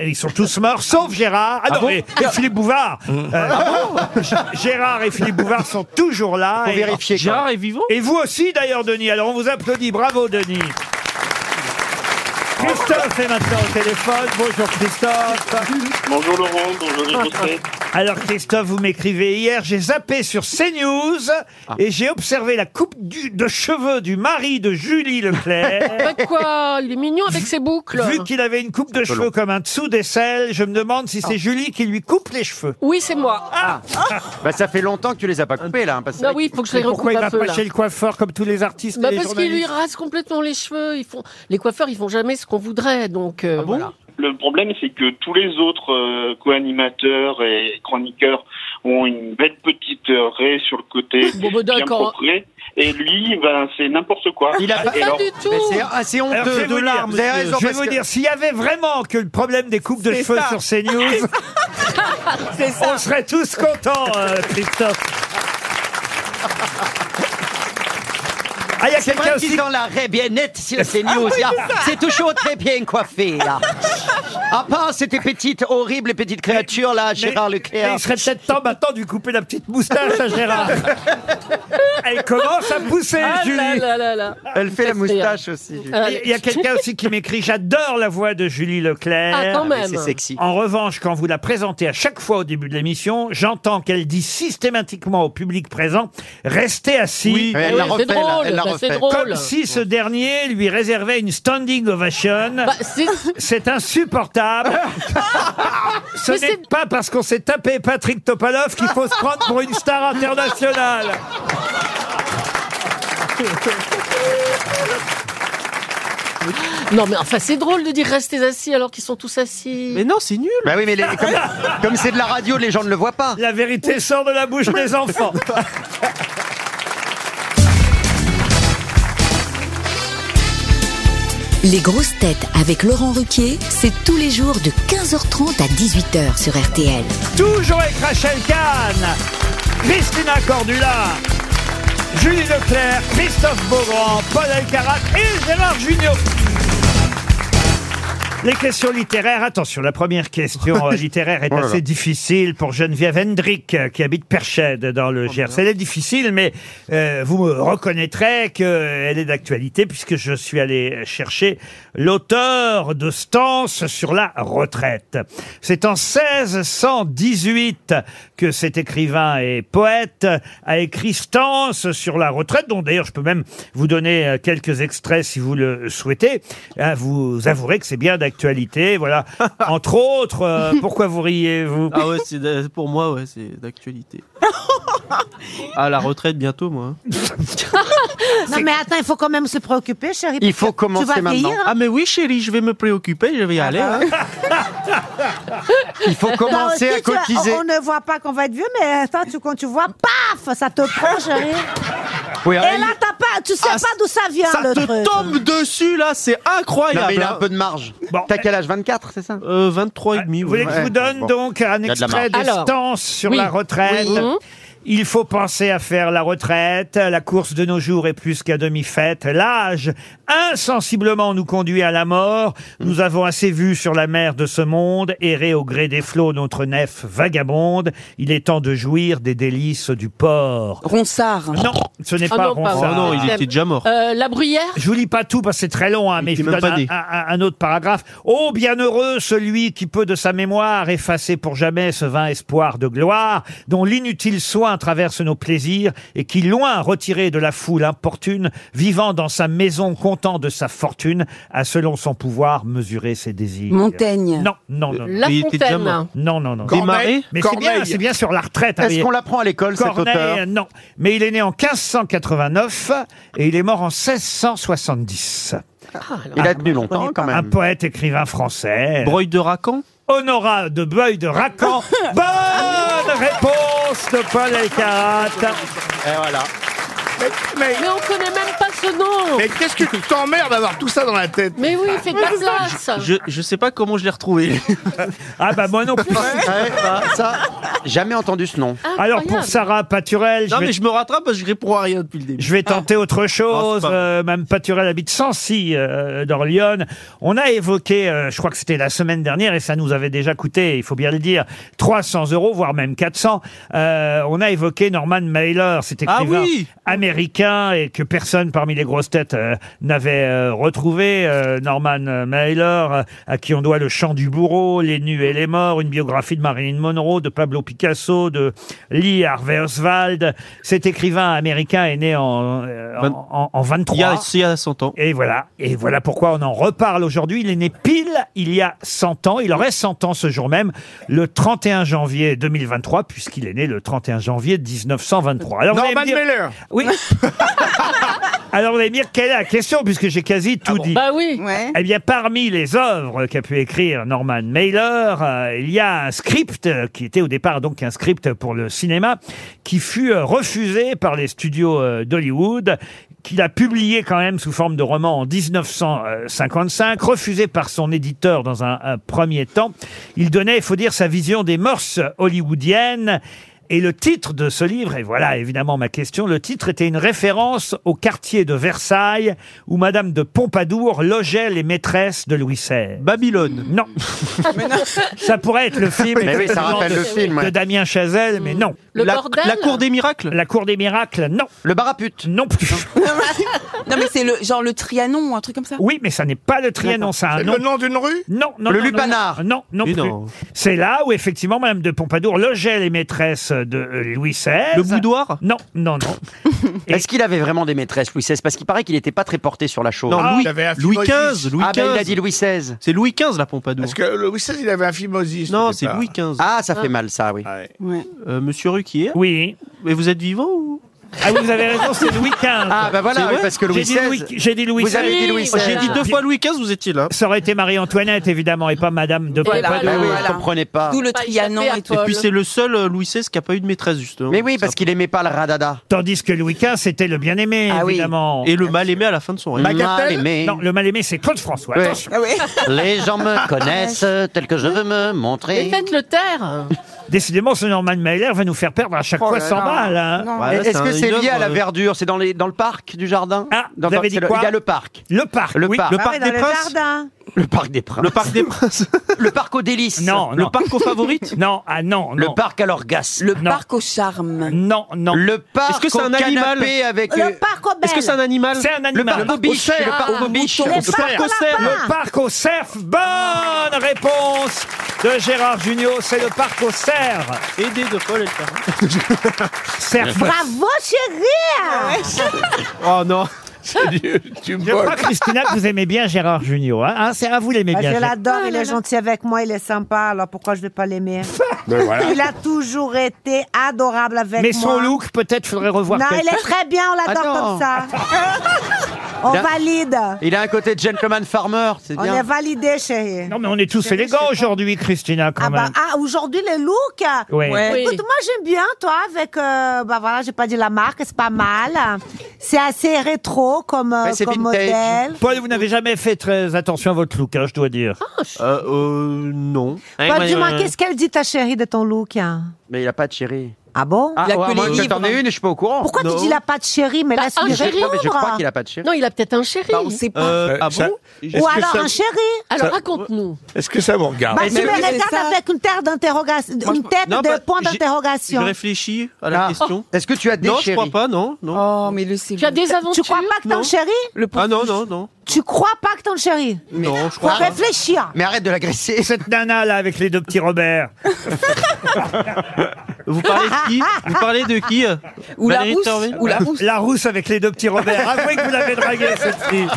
Speaker 2: ils sont tous morts, sauf Gérard. Ah,
Speaker 6: Ah
Speaker 2: non,
Speaker 6: bon
Speaker 2: et, et Philippe Bouvard. Euh,
Speaker 6: Ah
Speaker 2: G- Gérard et Philippe Bouvard sont toujours là.
Speaker 5: Faut
Speaker 2: Et-
Speaker 5: vérifier, quoi. Gérard
Speaker 2: est vivant Et vous aussi, d'ailleurs, Denis. Alors, on vous applaudit. Bravo, Denis. Christophe est maintenant au téléphone. Bonjour, Christophe.
Speaker 16: Bonjour Laurent, bonjour les grosses têtes.
Speaker 2: Alors Christophe, vous m'écrivez hier, j'ai zappé sur CNews
Speaker 6: Ah.
Speaker 2: et j'ai observé la coupe du- de cheveux du mari de Julie
Speaker 6: <laughs>
Speaker 2: Leclerc.
Speaker 4: Bah quoi, il est mignon avec ses boucles.
Speaker 2: Vu qu'il avait une coupe de cheveux comme un dessous d'aisselle, je me demande si c'est Julie qui lui coupe les cheveux.
Speaker 4: Oui, c'est moi.
Speaker 2: Ah.
Speaker 7: Ah.
Speaker 3: Bah, ça fait longtemps que tu les as pas coupés, là. hein, parce que-
Speaker 4: Bah oui, faut que je les
Speaker 2: Mais
Speaker 4: recoupe
Speaker 2: pourquoi il
Speaker 4: un
Speaker 2: va
Speaker 4: peu,
Speaker 2: pas
Speaker 4: là.
Speaker 2: chez le coiffeur comme tous les artistes et
Speaker 4: Bah
Speaker 2: les
Speaker 4: parce qu'il lui
Speaker 2: journalistes
Speaker 4: rase complètement les cheveux. Ils font... Les coiffeurs, ils font jamais ce qu'on voudrait. Donc,
Speaker 8: Ah
Speaker 4: euh, voilà.
Speaker 16: Le problème, c'est que tous les autres euh, co-animateurs et chroniqueurs ont une belle petite euh, raie sur le côté
Speaker 4: Bon, bah,
Speaker 16: bien
Speaker 4: d'accord.
Speaker 16: propre. Et lui, ben, c'est n'importe quoi.
Speaker 2: Il a
Speaker 16: Et
Speaker 2: pas- Pas
Speaker 16: alors-
Speaker 2: du tout. Ah, Mais c'est- ah, c'est honteux Alors, je vais de vous dire, l'art, vous avez monsieur. raison, Je vais parce vous que- dire, s'il y avait vraiment que le problème des coupes de
Speaker 7: C'est
Speaker 2: cheveux
Speaker 7: ça.
Speaker 2: sur <laughs> CNews, on serait tous contents, euh, Christophe. Ah, il y a
Speaker 7: C'est
Speaker 2: quelqu'un
Speaker 7: vrai
Speaker 2: aussi-
Speaker 7: qu'ils ont la raie bien nette sur ces news.
Speaker 2: <laughs> Ah oui,
Speaker 7: là.
Speaker 2: c'est ça.
Speaker 7: c'est toujours très bien coiffé,
Speaker 2: <laughs>
Speaker 7: là. À part ces petites, horribles petites créatures, là, Gérard Leclerc.
Speaker 2: mais il serait peut-être temps maintenant de lui couper la petite moustache à Gérard. Elle commence à pousser,
Speaker 4: Ah là
Speaker 2: Julie.
Speaker 4: là là là.
Speaker 3: <laughs> Elle fait la moustache aussi.
Speaker 2: Il y a- Il y a quelqu'un aussi qui m'écrit J'adore la voix de Julie Leclerc.
Speaker 4: Ah, quand même. Ah, mais c'est sexy.
Speaker 2: En revanche, quand vous la présentez à chaque fois au début de l'émission, j'entends qu'elle dit systématiquement au public présent Restez assis.
Speaker 3: Oui, elle Oui, la c'est refait, là, drôle, elle la bah, c'est refait. drôle.
Speaker 2: Comme si ce dernier lui réservait une standing ovation.
Speaker 3: Bah,
Speaker 4: c'est-
Speaker 2: c'est insupportable.
Speaker 3: <laughs>
Speaker 2: ce
Speaker 4: Mais
Speaker 2: n'est pas parce qu'on s'est tapé Patrick Topalov qu'il faut se prendre pour une star
Speaker 3: <laughs>
Speaker 2: internationale.
Speaker 4: Non, mais enfin, c'est drôle de dire restez assis alors qu'ils sont tous assis.
Speaker 5: <laughs> Mais non, c'est nul.
Speaker 7: Bah oui, mais les- comme comme c'est de la radio, les gens ne le voient pas.
Speaker 2: La vérité sort de la bouche
Speaker 7: <laughs>
Speaker 2: des enfants.
Speaker 17: Les grosses têtes avec Laurent Ruquier, c'est tous les jours de 15h30 à 18h sur RTL.
Speaker 2: Toujours avec Rachel Kahn, Christina Cordula, Julie Leclerc, Christophe Beaugrand, Paul Elkarat et Gérard Junior. Les questions littéraires, attention, la première question euh, littéraire est
Speaker 3: Oh là là.
Speaker 2: assez difficile pour Geneviève Hendrick, euh, qui habite Perchède, dans
Speaker 3: Oh
Speaker 2: le Gers. Elle est difficile, mais euh, vous me reconnaîtrez qu'elle est d'actualité, puisque je suis allé chercher l'auteur de Stance sur la retraite. C'est en 1618 que cet écrivain et poète a écrit Stance sur la retraite, dont d'ailleurs je peux même vous donner euh, quelques extraits si vous le souhaitez. Ah, Vous avouerez que c'est bien d'actualité. Voilà, entre autres, euh, pourquoi vous riez, vous
Speaker 5: Ah ouais, c'est d'a- pour moi, ouais, c'est d'actualité. À la retraite bientôt, moi.
Speaker 8: Non, mais attends, il faut quand même se préoccuper, chérie. parce que Tu vas
Speaker 2: hein.
Speaker 8: vieillir. hein.
Speaker 5: Ah mais oui, chérie, je vais me préoccuper, je vais y
Speaker 2: Ah
Speaker 5: aller.
Speaker 8: bah
Speaker 5: hein. Il faut
Speaker 8: Toi
Speaker 5: commencer
Speaker 8: aussi,
Speaker 5: à
Speaker 8: tu as-
Speaker 5: cotiser.
Speaker 8: on, on ne voit pas qu'on va être vieux, mais toi, tu, quand tu vois, paf, ça te prend, chérie.
Speaker 5: Oui,
Speaker 8: Et
Speaker 5: arrête.
Speaker 8: là, t'as pas, tu sais pas d'où ça vient,
Speaker 5: Ça
Speaker 8: le
Speaker 5: te
Speaker 8: truc.
Speaker 5: tombe dessus là, c'est incroyable.
Speaker 7: Non, mais il a
Speaker 5: hein.
Speaker 7: un peu de marge. T'as quel âge 24, c'est ça
Speaker 5: Euh, 23 et demi.
Speaker 2: Vous voulez que je vous donne donc un extrait des
Speaker 5: Alors,
Speaker 2: stances sur
Speaker 5: oui.
Speaker 2: la retraite
Speaker 5: Oui.
Speaker 2: Il faut penser à faire la retraite. La course de nos jours est plus qu'à demi-faite. L'âge, insensiblement, nous conduit à la mort. Nous avons assez vu sur la mer de ce monde, errer au gré des flots notre nef vagabonde. Il est temps de jouir des délices du port.
Speaker 9: Ronsard.
Speaker 2: Non, ce n'est
Speaker 4: Ah
Speaker 2: pas
Speaker 4: non, pas
Speaker 2: Ronsard.
Speaker 4: vrai. Oh non, il était
Speaker 5: déjà mort.
Speaker 4: Euh, la bruyère
Speaker 2: Je vous lis pas tout parce que c'est très long, hein, mais je vous
Speaker 5: même
Speaker 2: donne
Speaker 5: pas
Speaker 2: un,
Speaker 5: né.
Speaker 2: un- un autre paragraphe. Oh, bienheureux celui qui peut de sa mémoire effacer pour jamais ce vain espoir de gloire, dont l'inutile soin traverse nos plaisirs et qui, loin retiré de la foule importune, vivant dans sa maison content de sa fortune, a selon son pouvoir mesuré ses désirs.
Speaker 9: Montaigne.
Speaker 2: Non, non, non.
Speaker 4: La Il était déjà Fontaine. mort.
Speaker 2: Non, non, non.
Speaker 7: Corneille. Des marais
Speaker 2: Mais c'est bien,
Speaker 7: Corneille.
Speaker 2: c'est bien sur la retraite. hein,
Speaker 7: Est-ce
Speaker 2: mais-
Speaker 7: qu'on l'apprend à l'école, cet
Speaker 2: Corneille,
Speaker 7: auteur
Speaker 2: euh, Non. Mais il est né en 1589 et il est mort en 1670.
Speaker 7: Il a tenu longtemps, quand même.
Speaker 2: Un poète écrivain français.
Speaker 5: Breuil de Racan
Speaker 2: Honora de Bueil
Speaker 5: <laughs>
Speaker 2: de Racan. Bonne réponse de Paul Elkarat. Et voilà.
Speaker 6: Mais, on connaît même pas ce nom. Mais qu'est-ce que tu t'emmerdes d'avoir tout ça dans la tête
Speaker 4: Mais
Speaker 7: Ah.
Speaker 4: oui, fais
Speaker 7: <laughs>
Speaker 4: de la place.
Speaker 5: Je, je sais pas comment je l'ai retrouvé.
Speaker 2: <laughs> ah bah moi non plus.
Speaker 7: Jamais entendu ce nom.
Speaker 2: Alors pour Sarah Paturel,
Speaker 5: Non, mais je me rattrape parce que je réponds à rien depuis le début. Ah.
Speaker 2: Je vais tenter autre chose. Euh, Mme Paturel habite Sancy, euh, dans l'Yonne. On a évoqué, euh, je crois que c'était la semaine dernière, et ça nous avait déjà coûté, il faut bien le dire, 300 euros, voire même 400. Euh, on a évoqué Norman Mailer, cet
Speaker 5: Ah
Speaker 2: écrivain
Speaker 5: oui
Speaker 2: américain, et que personne parmi les grosses têtes euh, n'avait euh, retrouvé. Euh, Norman Mailer, euh, à qui on doit Le Chant du Bourreau, Les Nus et les Morts, une biographie de Marilyn Monroe, de Pablo Picasso, de Lee Harvey Oswald. Cet écrivain américain est né en, euh, en, en- en 23.
Speaker 5: Il y a- il y a 100 ans.
Speaker 2: Et voilà, et voilà pourquoi on en reparle aujourd'hui. Il est né pile il y a 100 ans, il aurait 100 ans ce jour même, le 31 janvier 2023, puisqu'il est né le 31 janvier 1923. vous allez me
Speaker 6: Norman
Speaker 2: dire-
Speaker 6: Mailer.
Speaker 2: Oui. <laughs> Alors vous allez me dire quelle est la question, puisque j'ai quasi tout dit.
Speaker 4: Bah oui.
Speaker 2: Eh bien, parmi les œuvres qu'a pu écrire Norman Mailer, euh, il y a un script euh, qui était au départ donc un script pour le cinéma qui fut euh, refusé par les studios euh, d'Hollywood qu'il a publié quand même sous forme de roman en 1955, refusé par son éditeur dans un, un premier temps. Il donnait, il faut dire, sa vision des mœurs hollywoodiennes. Et le titre de ce livre, et voilà évidemment ma question, le titre était une référence au quartier de Versailles où Madame de Pompadour logeait les maîtresses de Louis XVI.
Speaker 5: Babylone. <laughs>
Speaker 2: Non. ça pourrait être le film.
Speaker 5: Mais oui, ça rappelle
Speaker 2: de-
Speaker 5: le film,
Speaker 2: De
Speaker 5: ouais.
Speaker 2: Damien Chazelle, mais non.
Speaker 5: Le La- bordel la cour des
Speaker 2: miracles La cour des miracles, non. Le barapute Non plus.
Speaker 9: Non, mais c'est le genre le Trianon ou un truc comme ça.
Speaker 2: Oui, mais ça n'est pas le Trianon, ça a un
Speaker 9: C'est
Speaker 2: nom.
Speaker 9: le
Speaker 2: nom d'une rue Non, non.
Speaker 9: Le
Speaker 2: non, non,
Speaker 9: Lupanar
Speaker 2: Non, non,
Speaker 5: Mais
Speaker 2: plus.
Speaker 5: non.
Speaker 2: C'est là où effectivement Madame de Pompadour logeait les maîtresses de euh, Louis XVI.
Speaker 7: Le
Speaker 5: boudoir
Speaker 2: Non, non, non.
Speaker 7: <laughs> Est-ce qu'il avait vraiment des maîtresses, Louis XVI Parce qu'il paraît qu'il n'était pas très porté sur la chose.
Speaker 2: Ah,
Speaker 5: Non, Louis, Louis XV. Louis
Speaker 7: ah, ben, il a
Speaker 5: XV.
Speaker 7: dit Louis XVI.
Speaker 5: C'est Louis XV, la Pompadour.
Speaker 6: Parce que Louis XVI, il avait un phimosis.
Speaker 5: Non, c'est Louis XV.
Speaker 7: Ah, ça fait mal, ça, oui.
Speaker 5: Euh, Monsieur Ruquier
Speaker 2: Oui.
Speaker 5: Mais vous êtes vivant ou
Speaker 2: Ah oui, vous avez raison, c'est Louis XV.
Speaker 7: Ah, bah voilà,
Speaker 5: C'est
Speaker 7: oui,
Speaker 5: vrai Oh,
Speaker 7: parce que Louis
Speaker 2: J'ai dit Louis-
Speaker 7: XVI.
Speaker 2: J'ai dit Louis
Speaker 7: Vous avez dit Louis XVI.
Speaker 5: J'ai dit deux fois Louis XV, vous hein étiez là.
Speaker 2: Ça aurait été Marie-Antoinette, évidemment, et pas Madame de
Speaker 5: Voilà,
Speaker 2: Pompadour.
Speaker 5: bah oui, Voilà. je
Speaker 7: Ah comprenais pas.
Speaker 9: D'où le Trianon et tout.
Speaker 5: Et puis c'est le seul euh, Louis XVI qui n'a pas eu de maîtresse, justement. Mais
Speaker 7: oui, parce qu'il aimait pas le radada.
Speaker 2: Tandis que Louis XV, c'était le bien-aimé,
Speaker 7: Ah
Speaker 2: évidemment.
Speaker 5: Et le mal-aimé à la fin de son règne.
Speaker 2: Non, le mal-aimé, c'est Claude François.
Speaker 5: Oui.
Speaker 2: Attention.
Speaker 8: Ah
Speaker 7: Les gens
Speaker 4: Ah,
Speaker 7: me
Speaker 2: <laughs>
Speaker 7: connaissent euh, tel que je veux me montrer.
Speaker 2: le taire. Décidément, ce Norman Mailer va nous faire perdre à chaque
Speaker 7: Oh
Speaker 2: fois
Speaker 7: là
Speaker 2: 100
Speaker 7: là.
Speaker 2: balles. hein.
Speaker 7: Et Est-ce que c'est lié à la verdure C'est dans, les- dans le parc du jardin ah, dans,
Speaker 2: vous avez
Speaker 7: c'est
Speaker 2: dit
Speaker 7: le-
Speaker 2: quoi
Speaker 7: Il y a le parc.
Speaker 2: Le parc,
Speaker 7: Le
Speaker 2: oui.
Speaker 7: parc.
Speaker 2: Le Ah parc ouais, dans des le princes.
Speaker 8: jardin.
Speaker 7: Le parc des princes.
Speaker 5: Le parc des princes.
Speaker 7: <laughs> le parc aux délices.
Speaker 2: Non,
Speaker 7: Le
Speaker 2: non.
Speaker 7: parc aux favorites
Speaker 2: Non, ah non,
Speaker 7: Le
Speaker 2: non.
Speaker 7: parc à l'orgasme.
Speaker 9: Le parc au charme.
Speaker 2: Non, non.
Speaker 7: Le parc
Speaker 5: Est-ce que c'est
Speaker 7: au
Speaker 5: un
Speaker 7: canapé
Speaker 5: animal
Speaker 7: avec...
Speaker 5: Le
Speaker 7: euh,
Speaker 5: parc aux Est-ce que c'est un animal
Speaker 2: C'est un animal.
Speaker 7: Le parc aux biches. Le parc aux biches.
Speaker 2: Le parc au cerf. Le parc au cerf. Bonne réponse de Gérard Junior. C'est le parc au cerf.
Speaker 5: Aidé de Paul et
Speaker 2: <laughs> Cerf.
Speaker 8: Bravo, chérie
Speaker 5: Oh non.
Speaker 6: tu
Speaker 2: Je crois, Christina, que vous aimez bien Gérard Junior. Hein, Hein, c'est à vous l'aimez
Speaker 5: Bah,
Speaker 8: Ah,
Speaker 2: bien.
Speaker 8: Je
Speaker 2: Gérard.
Speaker 8: l'adore, il est gentil avec moi, il est sympa, alors pourquoi je vais pas l'aimer hein.
Speaker 5: <laughs>
Speaker 2: Ben voilà.
Speaker 8: Il a toujours été adorable avec
Speaker 2: Mais
Speaker 8: moi.
Speaker 2: son look, peut-être, faudrait revoir.
Speaker 8: Non, il
Speaker 2: peut-être.
Speaker 8: est très bien, on l'adore
Speaker 7: Ah non.
Speaker 8: comme ça.
Speaker 5: <laughs>
Speaker 8: on
Speaker 7: Il a-
Speaker 8: valide.
Speaker 7: Il a un côté gentleman farmer, c'est
Speaker 8: On
Speaker 7: bien.
Speaker 8: est validé, chérie.
Speaker 2: Non, mais on est tous élégants aujourd'hui, Christina, quand
Speaker 8: Ah, bah,
Speaker 2: même.
Speaker 8: ah, aujourd'hui, les looks. euh,
Speaker 2: Ouais. Ouais.
Speaker 8: Écoute, moi, j'aime bien, toi, avec. euh, bah voilà, j'ai pas dit la marque, c'est pas mal. C'est assez rétro comme, euh,
Speaker 2: Ouais, c'est
Speaker 8: comme
Speaker 2: vintage.
Speaker 8: modèle. Ah,
Speaker 2: Paul, vous n'avez jamais fait très attention à votre look, hein, je dois dire.
Speaker 5: Euh, euh, non.
Speaker 2: Hein,
Speaker 8: Paul, Bah, dis-moi, qu'est-ce qu'elle dit, ta chérie, de ton look hein
Speaker 7: Mais il a pas de chérie.
Speaker 8: Ah bon
Speaker 7: ah,
Speaker 8: Il a que
Speaker 7: ouais, moi,
Speaker 8: les
Speaker 7: je
Speaker 8: livres.
Speaker 7: t'en ai une et je suis pas au courant.
Speaker 8: Pourquoi tu dis la pas de chérie, mais là,
Speaker 7: Ah,
Speaker 8: c'est
Speaker 7: je
Speaker 8: chérie
Speaker 7: crois- mais je crois qu'il a pas de chérie.
Speaker 4: Bah, Non, il a peut-être un chéri.
Speaker 8: Bah, on sait pas.
Speaker 5: Euh, ah bon
Speaker 8: Ou alors un chéri.
Speaker 4: Alors raconte-nous.
Speaker 6: Est-ce que ça vous regarde
Speaker 8: Bah, tu me regardes avec une tête d'interrogation, une tête
Speaker 5: Non,
Speaker 8: de
Speaker 5: bah,
Speaker 8: point
Speaker 5: j'ai- Je
Speaker 8: d'interrogation.
Speaker 5: réfléchis à la question.
Speaker 7: Ah, Est-ce que tu as des
Speaker 5: Non, je
Speaker 7: chéris
Speaker 5: crois pas, non. non.
Speaker 9: Oh, mais le
Speaker 8: Tu as des aventures. Tu crois pas que t'as un chéri
Speaker 5: Ah non, non, non.
Speaker 8: Tu crois pas que t'as un chéri
Speaker 5: euh, Non, je
Speaker 8: Faut
Speaker 5: crois pas.
Speaker 8: réfléchir.
Speaker 7: Mais arrête de l'agresser.
Speaker 2: Cette nana, là, avec les deux petits Robert.
Speaker 5: <laughs> Vous parlez de qui Vous parlez de qui euh,
Speaker 2: Ou
Speaker 5: Valérie Thorvé
Speaker 2: La rousse avec les deux petits Robert. Avouez que vous l'avez draguée, cette
Speaker 5: <laughs>
Speaker 2: fille.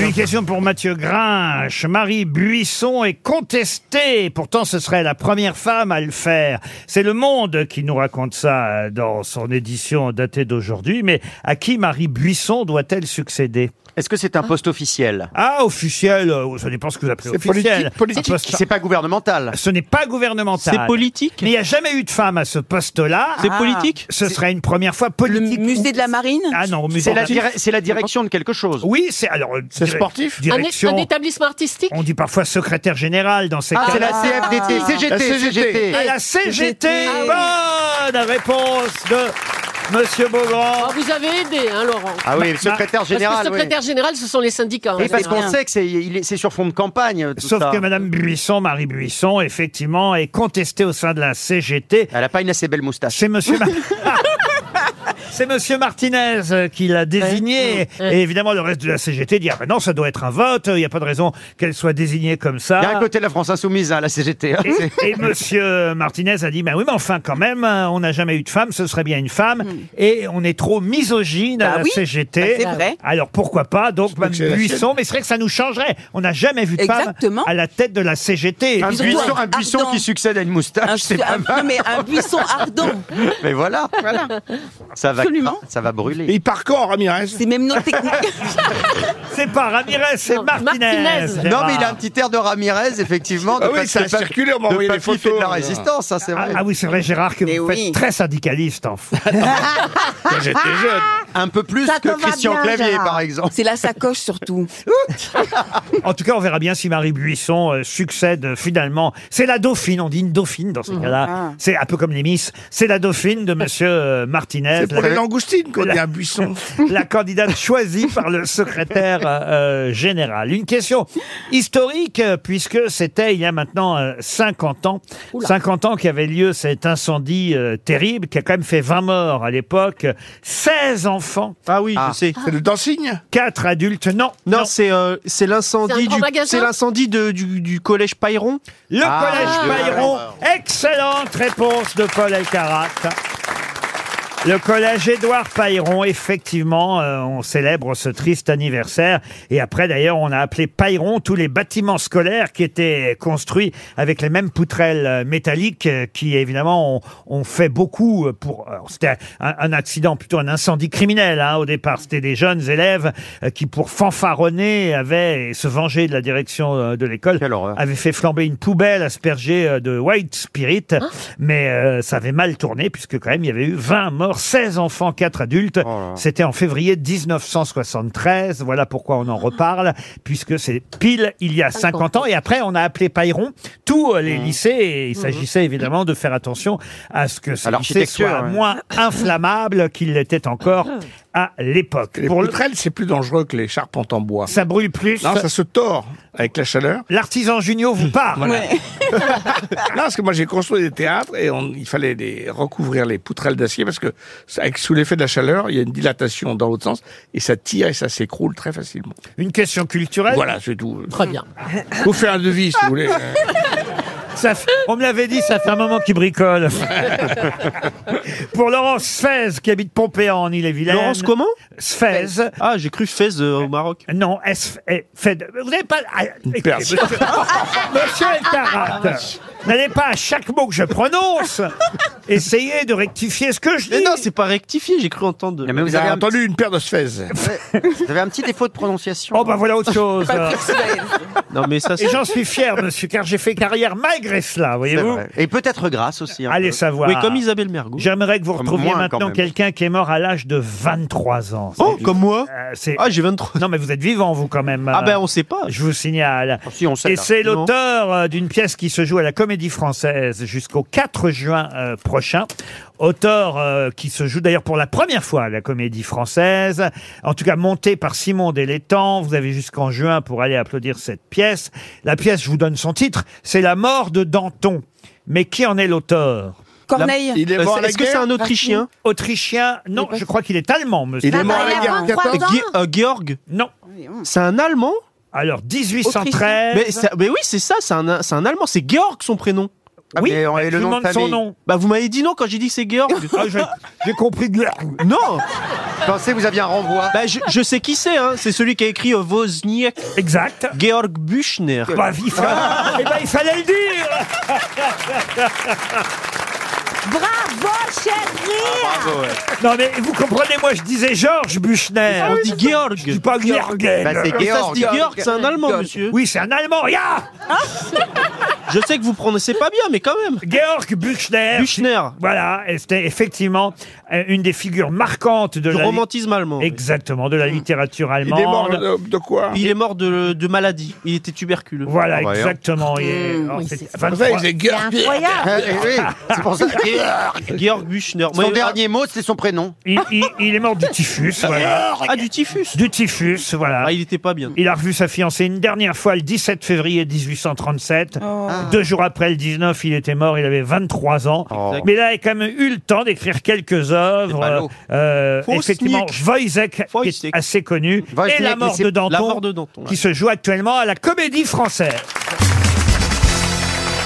Speaker 2: Une question pour Mathieu Grinch. Marie Buisson est contestée. Pourtant, ce serait la première femme à le faire. C'est Le Monde qui nous raconte ça euh, dans son édition datée d'aujourd'hui. Mais à qui Marie Buisson doit-elle succéder
Speaker 7: Est-ce que c'est un poste officiel
Speaker 2: Ah, officiel, euh, ça dépend ce que vous appelez
Speaker 7: C'est politique,
Speaker 2: officiel.
Speaker 7: politique. C'est
Speaker 2: pas gouvernemental. Ce n'est pas gouvernemental.
Speaker 7: C'est politique
Speaker 2: Mais il n'y a jamais eu de femme à ce poste-là.
Speaker 7: C'est Ah. politique
Speaker 2: Ce serait une première fois politique. Le
Speaker 9: musée de la marine
Speaker 2: Ah non, au musée
Speaker 7: C'est
Speaker 2: de
Speaker 7: la, dire- c'est la direction de quelque chose.
Speaker 2: Oui, c'est alors. euh, dire-
Speaker 4: Un, é-
Speaker 2: Direction.
Speaker 4: un établissement artistique
Speaker 2: on dit parfois secrétaire général dans ces
Speaker 4: Ah,
Speaker 2: cas-là.
Speaker 4: c'est la CFDT,
Speaker 2: Ah.
Speaker 4: CGT, CGT.
Speaker 2: Ah, la CGT.
Speaker 4: Ah
Speaker 2: Bonne réponse de Monsieur Beaugrand.
Speaker 4: Ah, vous avez aidé, hein, Laurent
Speaker 7: Ah oui, le secrétaire général,
Speaker 4: Parce que le secrétaire
Speaker 7: oui.
Speaker 4: général, ce sont les syndicats. hein,
Speaker 7: Et parce qu'on sait
Speaker 4: que
Speaker 7: que c'est il est- c'est sur fond de campagne. Tout
Speaker 2: Sauf
Speaker 7: ça.
Speaker 2: que Madame Buisson, Marie Buisson, effectivement, est contestée au sein de la CGT.
Speaker 7: Elle n'a pas une assez belle moustache.
Speaker 2: C'est Monsieur. Ma- <laughs> C'est Monsieur Martinez euh, qui l'a désigné.
Speaker 7: ouais.
Speaker 2: Et évidemment, le reste de la CGT dit ah ben non, ça doit être un vote. Il n'y a pas de raison qu'elle soit désignée comme ça.
Speaker 7: Il y a un côté de la France insoumise, hein, la CGT. hein, c'est-
Speaker 2: Et, et Monsieur Martinez a dit, ben oui, mais enfin quand même, hein, on n'a jamais eu de femme, ce serait bien une femme, et on est trop misogyne à
Speaker 9: Hmm. Bah
Speaker 2: la
Speaker 9: oui,
Speaker 2: CGT.
Speaker 9: bah c'est vrai.
Speaker 2: Alors pourquoi pas donc Mme
Speaker 9: c'est la
Speaker 2: Buisson,
Speaker 9: sienne.
Speaker 2: mais c'est vrai que ça nous changerait. On n'a jamais vu de
Speaker 9: Exactement.
Speaker 2: femme à la tête de la CGT.
Speaker 7: Un buisson, un buisson
Speaker 9: ardent.
Speaker 7: qui succède à une moustache, c'est pas
Speaker 9: un-
Speaker 7: mal.
Speaker 9: non, mais un buisson ardent.
Speaker 7: <laughs> Mais voilà,
Speaker 9: Voilà.
Speaker 7: ça va,
Speaker 9: Absolument.
Speaker 7: ça va brûler.
Speaker 6: Il part quand, Ramirez
Speaker 9: C'est même notre technique.
Speaker 6: <laughs>
Speaker 2: C'est pas Ramirez, c'est Martinez.
Speaker 7: Non, mais il a un petit air de Ramirez, effectivement. de
Speaker 6: Ah oui,
Speaker 7: papy-
Speaker 6: ça a
Speaker 7: de papy-
Speaker 6: circulé, on m'a
Speaker 7: de
Speaker 6: envoyé les
Speaker 7: papy fait
Speaker 6: photos.
Speaker 7: de la résistance, hein, c'est
Speaker 2: Ah,
Speaker 7: vrai.
Speaker 2: ah oui, c'est vrai, Gérard, que vous faites très syndicaliste, en fait.
Speaker 7: j'étais jeune. Un peu plus
Speaker 9: Ça te
Speaker 7: que
Speaker 9: va
Speaker 7: Christian
Speaker 9: bien,
Speaker 7: Clavier,
Speaker 9: Gérard.
Speaker 7: par exemple.
Speaker 9: C'est la sacoche surtout.
Speaker 2: En tout cas, on verra bien si Marie Buisson euh, succède euh, finalement. C'est la dauphine, on dit une dauphine dans ces cas-là.
Speaker 6: Ah.
Speaker 2: C'est un peu comme les Miss. C'est la dauphine de Monsieur euh, Martinez.
Speaker 6: C'est pour
Speaker 2: La-
Speaker 6: les langoustines qu'on
Speaker 2: la-
Speaker 6: dit un buisson.
Speaker 2: La candidate choisie par le secrétaire euh, euh, général. Une question historique, euh, puisque c'était il y a maintenant euh, 50 ans. 50 ans qu'avait lieu cet incendie euh, terrible qui a quand même fait 20 morts à l'époque. 16 enfants.
Speaker 5: Ah oui, je sais.
Speaker 6: C'est le dancing
Speaker 2: 4 adultes, non.
Speaker 5: Non, c'est euh, c'est
Speaker 2: C'est un
Speaker 5: l'incendie
Speaker 2: grand
Speaker 5: du
Speaker 2: magasin
Speaker 5: c'est l'incendie de- du, du collège Payron.
Speaker 2: Le collège Pailleron, excellente réponse de Paul Elkarat. Le collège Édouard Pailleron, effectivement, euh, on célèbre ce triste anniversaire. Et après, d'ailleurs, on a appelé Pailleron tous les bâtiments scolaires qui étaient construits avec les mêmes poutrelles euh, métalliques euh, qui, évidemment, ont, ont fait beaucoup euh, pour... alors, C'était un, un accident, plutôt un incendie criminel hein, au départ. C'était des jeunes élèves euh, qui, pour fanfaronner, avaient et se venger de la direction euh, de l'école, avaient fait flamber une poubelle aspergée euh, de white spirit.
Speaker 7: Hein
Speaker 2: Mais euh, ça avait mal tourné puisque quand même, il y avait eu 20 morts, 16 enfants, 4
Speaker 7: Oh
Speaker 2: adultes. C'était en février 1973. Voilà pourquoi on en
Speaker 7: Ah.
Speaker 2: reparle puisque c'est pile il y a 50 ans. Et après, on a appelé Pailleron tous euh, les
Speaker 7: Mmh.
Speaker 2: lycées et il s'agissait évidemment de faire attention à ce que ces
Speaker 7: À
Speaker 2: lycées
Speaker 7: l'architecture,
Speaker 2: soient
Speaker 7: ouais. Ah.
Speaker 2: moins inflammables qu'ils l'étaient encore Ah, à l'époque.
Speaker 6: Les
Speaker 2: Pour le-
Speaker 6: poutrelles, c'est plus dangereux que les charpentes en bois.
Speaker 2: Ça brûle plus.
Speaker 6: Non, ça se tord avec la chaleur.
Speaker 2: L'artisan Junio vous parle.
Speaker 6: Voilà. <laughs> non, parce que moi j'ai construit des théâtres et on- il fallait les recouvrir les poutrelles d'acier parce que ça- avec, sous l'effet de la chaleur, il y a une dilatation dans l'autre sens et ça tire et ça s'écroule très facilement.
Speaker 2: Une question culturelle.
Speaker 6: Voilà, c'est tout.
Speaker 4: Très bien.
Speaker 6: <laughs> Vous faites un devis si vous voulez.
Speaker 2: Ça fait- on me l'avait dit, ça fait un moment
Speaker 6: <laughs>
Speaker 2: qu'il bricole. Pour Laurence Sfez, qui habite Pompéan en Ille-et-Vilaine.
Speaker 5: Laurence comment
Speaker 2: Sfez.
Speaker 5: Ah, j'ai cru Fez euh, au Maroc.
Speaker 2: Non, S eh, Fez. Vous n'avez pas. ah, écoutez,
Speaker 5: perte.
Speaker 7: <laughs>
Speaker 2: monsieur monsieur
Speaker 7: Ah,
Speaker 2: Elkarat, n'allez pas à chaque mot que
Speaker 6: <laughs>
Speaker 2: je prononce essayer de rectifier ce que je dis.
Speaker 5: Mais non, c'est pas rectifié, j'ai cru entendre.
Speaker 7: mais vous avez un-
Speaker 6: entendu une paire de sphèses.
Speaker 7: Vous avez un petit défaut de prononciation.
Speaker 2: Oh, bah voilà autre chose.
Speaker 5: Non, mais ça,
Speaker 2: Et j'en suis fier, monsieur, car j'ai fait carrière malgré cela, voyez-vous.
Speaker 7: Et peut-être grâce aussi. un
Speaker 2: Allez
Speaker 7: peu.
Speaker 2: savoir.
Speaker 5: Oui, comme Isabelle Mergo.
Speaker 2: J'aimerais que vous
Speaker 7: Comme
Speaker 2: retrouviez
Speaker 7: moi, quand
Speaker 2: maintenant
Speaker 7: même.
Speaker 2: quelqu'un qui est mort à l'âge de 23 ans.
Speaker 5: Oh, comme moi
Speaker 2: Euh, c'est-
Speaker 5: Ah, j'ai 23.
Speaker 2: Non, mais vous êtes vivant, vous, quand même.
Speaker 5: Ah
Speaker 2: Euh,
Speaker 5: ben, on sait pas. Oh,
Speaker 2: Je vous signale. Et c'est
Speaker 5: Non.
Speaker 2: l'auteur euh, d'une pièce qui se joue à la Comédie Française jusqu'au 4 juin euh, prochain. Auteur euh, qui se joue d'ailleurs pour la première fois à la Comédie Française. En tout cas, montée par Simon Délétan. Vous avez jusqu'en juin pour aller applaudir cette pièce. La pièce, je vous donne son titre, c'est La mort de Danton. Mais qui en est l'auteur
Speaker 9: Corneille.
Speaker 6: Il est mort à la
Speaker 5: Est-ce que Euh, c'est
Speaker 6: guerre
Speaker 5: un Autrichien
Speaker 2: Autrichien Non, je crois qu'il est allemand, monsieur.
Speaker 6: Il est mort à la guerre. 14 ans
Speaker 5: Gui- euh, Georg
Speaker 2: Non.
Speaker 5: C'est un Allemand
Speaker 2: Alors, 1813.
Speaker 5: mais, ça- mais oui, c'est ça, c'est un, c'est un Allemand. C'est Georg son prénom.
Speaker 7: Ah,
Speaker 2: oui,
Speaker 7: mais on- et
Speaker 2: je
Speaker 7: le
Speaker 2: vous
Speaker 7: nom de
Speaker 2: demande son
Speaker 7: famille.
Speaker 2: nom.
Speaker 5: Bah, vous m'avez dit non quand j'ai dit que c'est Georg.
Speaker 2: <laughs> Ah, je- J'ai compris de
Speaker 5: non
Speaker 7: Je pensais que vous aviez un renvoi.
Speaker 5: Bah, je, je sais qui c'est, hein. c'est celui qui a écrit euh, Wozniak,
Speaker 2: Exact. hein.
Speaker 5: Georg Büchner.
Speaker 6: Ah.
Speaker 5: <laughs>
Speaker 2: Bah, il, fa- Eh ben, il fallait le dire
Speaker 8: <laughs> Bravo, chérie
Speaker 2: Non mais vous comprenez, moi je disais Georges
Speaker 5: Ah
Speaker 2: Buchner. On dit Georg. Je dis pas Georg.
Speaker 5: Bah, c'est Mais ça se dit Georg. Georg, c'est un Allemand, Georg. monsieur.
Speaker 2: Oui, c'est un Allemand. Ya
Speaker 4: Ah.
Speaker 5: Je sais que vous prononcez pas bien, mais quand même.
Speaker 2: Georg Buchner.
Speaker 5: Buchner.
Speaker 2: Voilà, et c'était effectivement euh, une des figures marquantes de
Speaker 5: Du
Speaker 2: la
Speaker 5: romantisme allemand.
Speaker 2: Exactement, de la littérature
Speaker 5: Il est mort
Speaker 2: allemande.
Speaker 5: de-
Speaker 6: quoi
Speaker 5: Il est mort de, de maladie. Il était tuberculeux.
Speaker 2: Voilà, exactement. Il est- alors, c'est-
Speaker 5: ça, il
Speaker 2: 23.
Speaker 5: faisait Georg.
Speaker 7: Oh, bah, C'est Mmh, incroyable. Eh, eh, oui, c'est pour ça que- Georg.
Speaker 5: <laughs> Georg Büchner.
Speaker 7: Son dernier mot, c'est son prénom.
Speaker 2: Il, il- il est mort du typhus, voilà.
Speaker 5: Ah, du typhus Ah,
Speaker 2: Du typhus, voilà.
Speaker 5: il était pas bien.
Speaker 2: Il a revu sa fiancée une dernière fois le 17 février 1837.
Speaker 5: Oh.
Speaker 2: Deux jours après, le 19, il était mort, il avait 23 ans.
Speaker 5: Oh.
Speaker 2: Mais là, il a quand même eu le temps d'écrire quelques œuvres.
Speaker 5: ballot.
Speaker 2: Euh,
Speaker 5: Faustnik.
Speaker 2: effectivement, Wojciech, qui est assez connu.
Speaker 5: Wojciech,
Speaker 2: et La mort
Speaker 5: mais c'est-
Speaker 2: de Danton,
Speaker 5: La mort de Danton,
Speaker 2: qui se joue actuellement à la Comédie Française.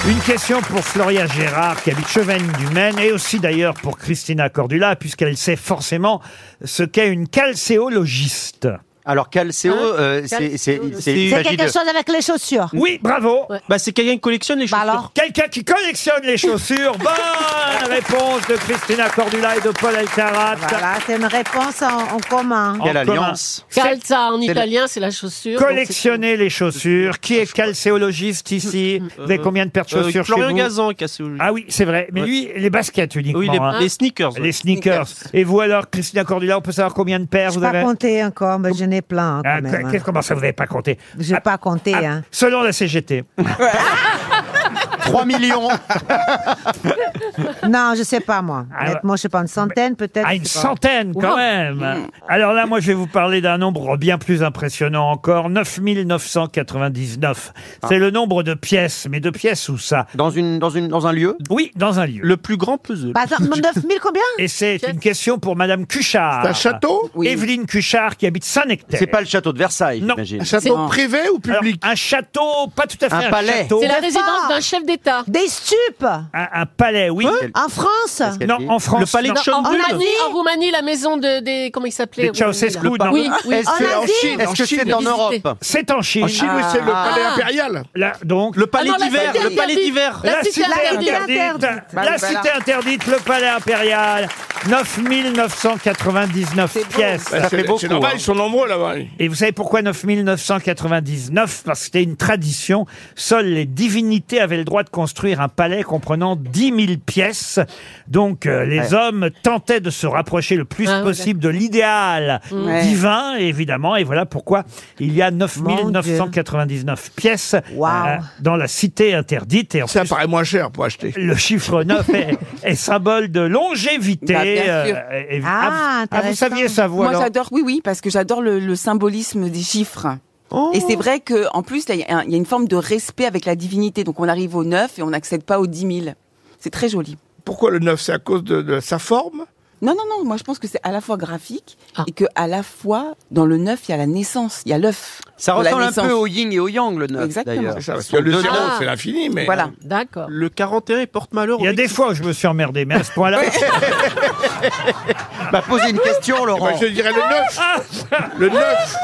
Speaker 2: Une question pour Floria Gérard, qui habite Chevennes du Maine, et aussi d'ailleurs pour Christina Cordula, puisqu'elle sait forcément ce qu'est une calcéologiste.
Speaker 7: Alors, calcéo,
Speaker 8: Hein
Speaker 7: euh, c'est- c'est
Speaker 8: Calcéo-
Speaker 7: il
Speaker 8: C'est
Speaker 7: s'agit
Speaker 8: quelque
Speaker 7: de-
Speaker 8: chose avec les chaussures.
Speaker 2: Oui, bravo.
Speaker 5: Bah, c'est quelqu'un qui collectionne les
Speaker 8: chaussures. alors
Speaker 2: Quelqu'un qui collectionne
Speaker 8: <laughs>
Speaker 2: les chaussures. Bonne réponse de Christina Cordula et de Paul Alcarat.
Speaker 8: Voilà, c'est une réponse en, en commun.
Speaker 2: Quelle En commun. alliance.
Speaker 4: Calza en
Speaker 2: c'est la-
Speaker 4: italien, c'est la chaussure.
Speaker 2: Collectionner les chaussures. Qui est calcéologiste ici Vous avez combien de paires de
Speaker 5: Euh,
Speaker 2: chaussures
Speaker 5: Florian
Speaker 2: chez vous
Speaker 5: Gazan est cassé
Speaker 2: Ah oui, c'est vrai. Mais
Speaker 5: Ouais.
Speaker 2: lui, les baskets uniquement.
Speaker 5: Oui, les-
Speaker 2: hein.
Speaker 5: les sneakers, ouais.
Speaker 2: Les sneakers. Et vous alors, Christina Cordula, on peut savoir combien de paires vous
Speaker 8: Pas
Speaker 2: avez
Speaker 8: compté encore, mais je n'ai plein hein, quand
Speaker 2: Ah,
Speaker 8: même.
Speaker 2: qu'est-ce- Comment ça, vous n'avez pas compté Ah,
Speaker 8: Je n'ai pas compté. hein.
Speaker 2: Selon la CGT.
Speaker 7: 3 millions.
Speaker 8: non, je sais pas moi.
Speaker 2: Ah,
Speaker 8: Honnêtement, je sais pas une centaine peut-être.
Speaker 2: À
Speaker 8: je
Speaker 2: Ah, une
Speaker 8: sais pas.
Speaker 2: centaine quand
Speaker 8: Wow.
Speaker 2: même. Alors là, moi, je vais vous parler d'un nombre bien plus impressionnant encore, 9999. C'est le nombre de pièces, mais de pièces où ça
Speaker 7: Dans, une, dans, une, dans un lieu
Speaker 2: Oui, dans un lieu.
Speaker 5: ah, Le plus grand puzzle.
Speaker 8: Bah,
Speaker 2: <laughs>
Speaker 8: attends, 9000 combien
Speaker 2: Et c'est une question pour Madame Cuchard.
Speaker 8: C'est un château Oui.
Speaker 2: Evelyne Cuchard qui habite Saint-Nectaire.
Speaker 7: C'est pas le château de Versailles,
Speaker 2: Non.
Speaker 7: j'imagine.
Speaker 4: Non.
Speaker 2: ou public Un château, pas tout à fait
Speaker 7: Un
Speaker 2: un,
Speaker 7: palais.
Speaker 2: château.
Speaker 4: C'est la résidence d'un chef d'État.
Speaker 8: Des stupes
Speaker 2: Un, un palais, oui.
Speaker 8: Hein En France
Speaker 2: Non, en France. non.
Speaker 4: en, Roumanie, en Roumanie, la maison de, des. Comment il s'appelait
Speaker 2: Des Ceausescu,
Speaker 4: Roumanie, là.
Speaker 2: non.
Speaker 4: Oui, oui. Ah,
Speaker 7: Est-ce que- en Chine, est-ce que c'est en Europe
Speaker 2: C'est en Chine.
Speaker 7: En Chine, oui, c'est le palais Ah.
Speaker 6: impérial.
Speaker 2: Là, donc,
Speaker 5: Le palais Ah non, la d'hiver, cité le palais interdite. d'hiver.
Speaker 2: La, cité interdite.
Speaker 5: Bah
Speaker 2: La
Speaker 5: oui, voilà.
Speaker 2: cité interdite, le palais impérial. 9999 pièces.
Speaker 6: Bah, c'est- C'est normal, ils sont nombreux là-bas.
Speaker 2: Et vous savez pourquoi 9999 Parce que c'était une tradition. Seules les divinités avaient le droit de construire un palais comprenant 10 000 pièces. Donc euh, les
Speaker 5: Ouais.
Speaker 2: hommes tentaient de se rapprocher le plus
Speaker 5: Ah, ouais, Mm.
Speaker 2: possible de l'idéal
Speaker 5: Ouais.
Speaker 2: divin, évidemment. Et voilà pourquoi il y a 9999 pièces euh, dans la cité interdite. Et en
Speaker 6: Ça paraît moins cher pour acheter.
Speaker 2: le chiffre 9
Speaker 6: <laughs>
Speaker 2: est, est symbole de longévité.
Speaker 9: Bah, bien sûr.
Speaker 2: euh, et- ah, vous- ah, vous saviez ça, vous
Speaker 9: Moi,
Speaker 2: alors
Speaker 9: j'adore, oui, oui, parce que j'adore le, le symbolisme des chiffres. Et c'est vrai que en plus, là, il y, a un- il y a une forme de respect avec la divinité. Donc, on arrive au 9 et on n'accède pas au 10 000. C'est très joli.
Speaker 6: Pourquoi le 9 C'est à cause de, de sa forme
Speaker 9: Non, non, non. Moi, je pense que c'est à la fois graphique et que à la fois, dans le 9, il y a la naissance, il y a l'œuf.
Speaker 7: Ça
Speaker 9: Dans la
Speaker 7: ressemble un
Speaker 9: naissance.
Speaker 7: peu au yin et au yang, le 9.
Speaker 9: Exactement.
Speaker 7: d'ailleurs.
Speaker 9: C'est
Speaker 6: ça, parce que le
Speaker 7: Deux
Speaker 6: zéro,
Speaker 7: neufs.
Speaker 6: c'est l'infini, mais- euh,
Speaker 9: Voilà.
Speaker 4: D'accord.
Speaker 5: Le 41 il porte malheur.
Speaker 2: Il y a des fois où je me suis emmerdé, mais à ce point-là.
Speaker 7: <laughs> bah, posez une question, Laurent. Ah.
Speaker 6: Eh ben, je dirais le 9. Le 9.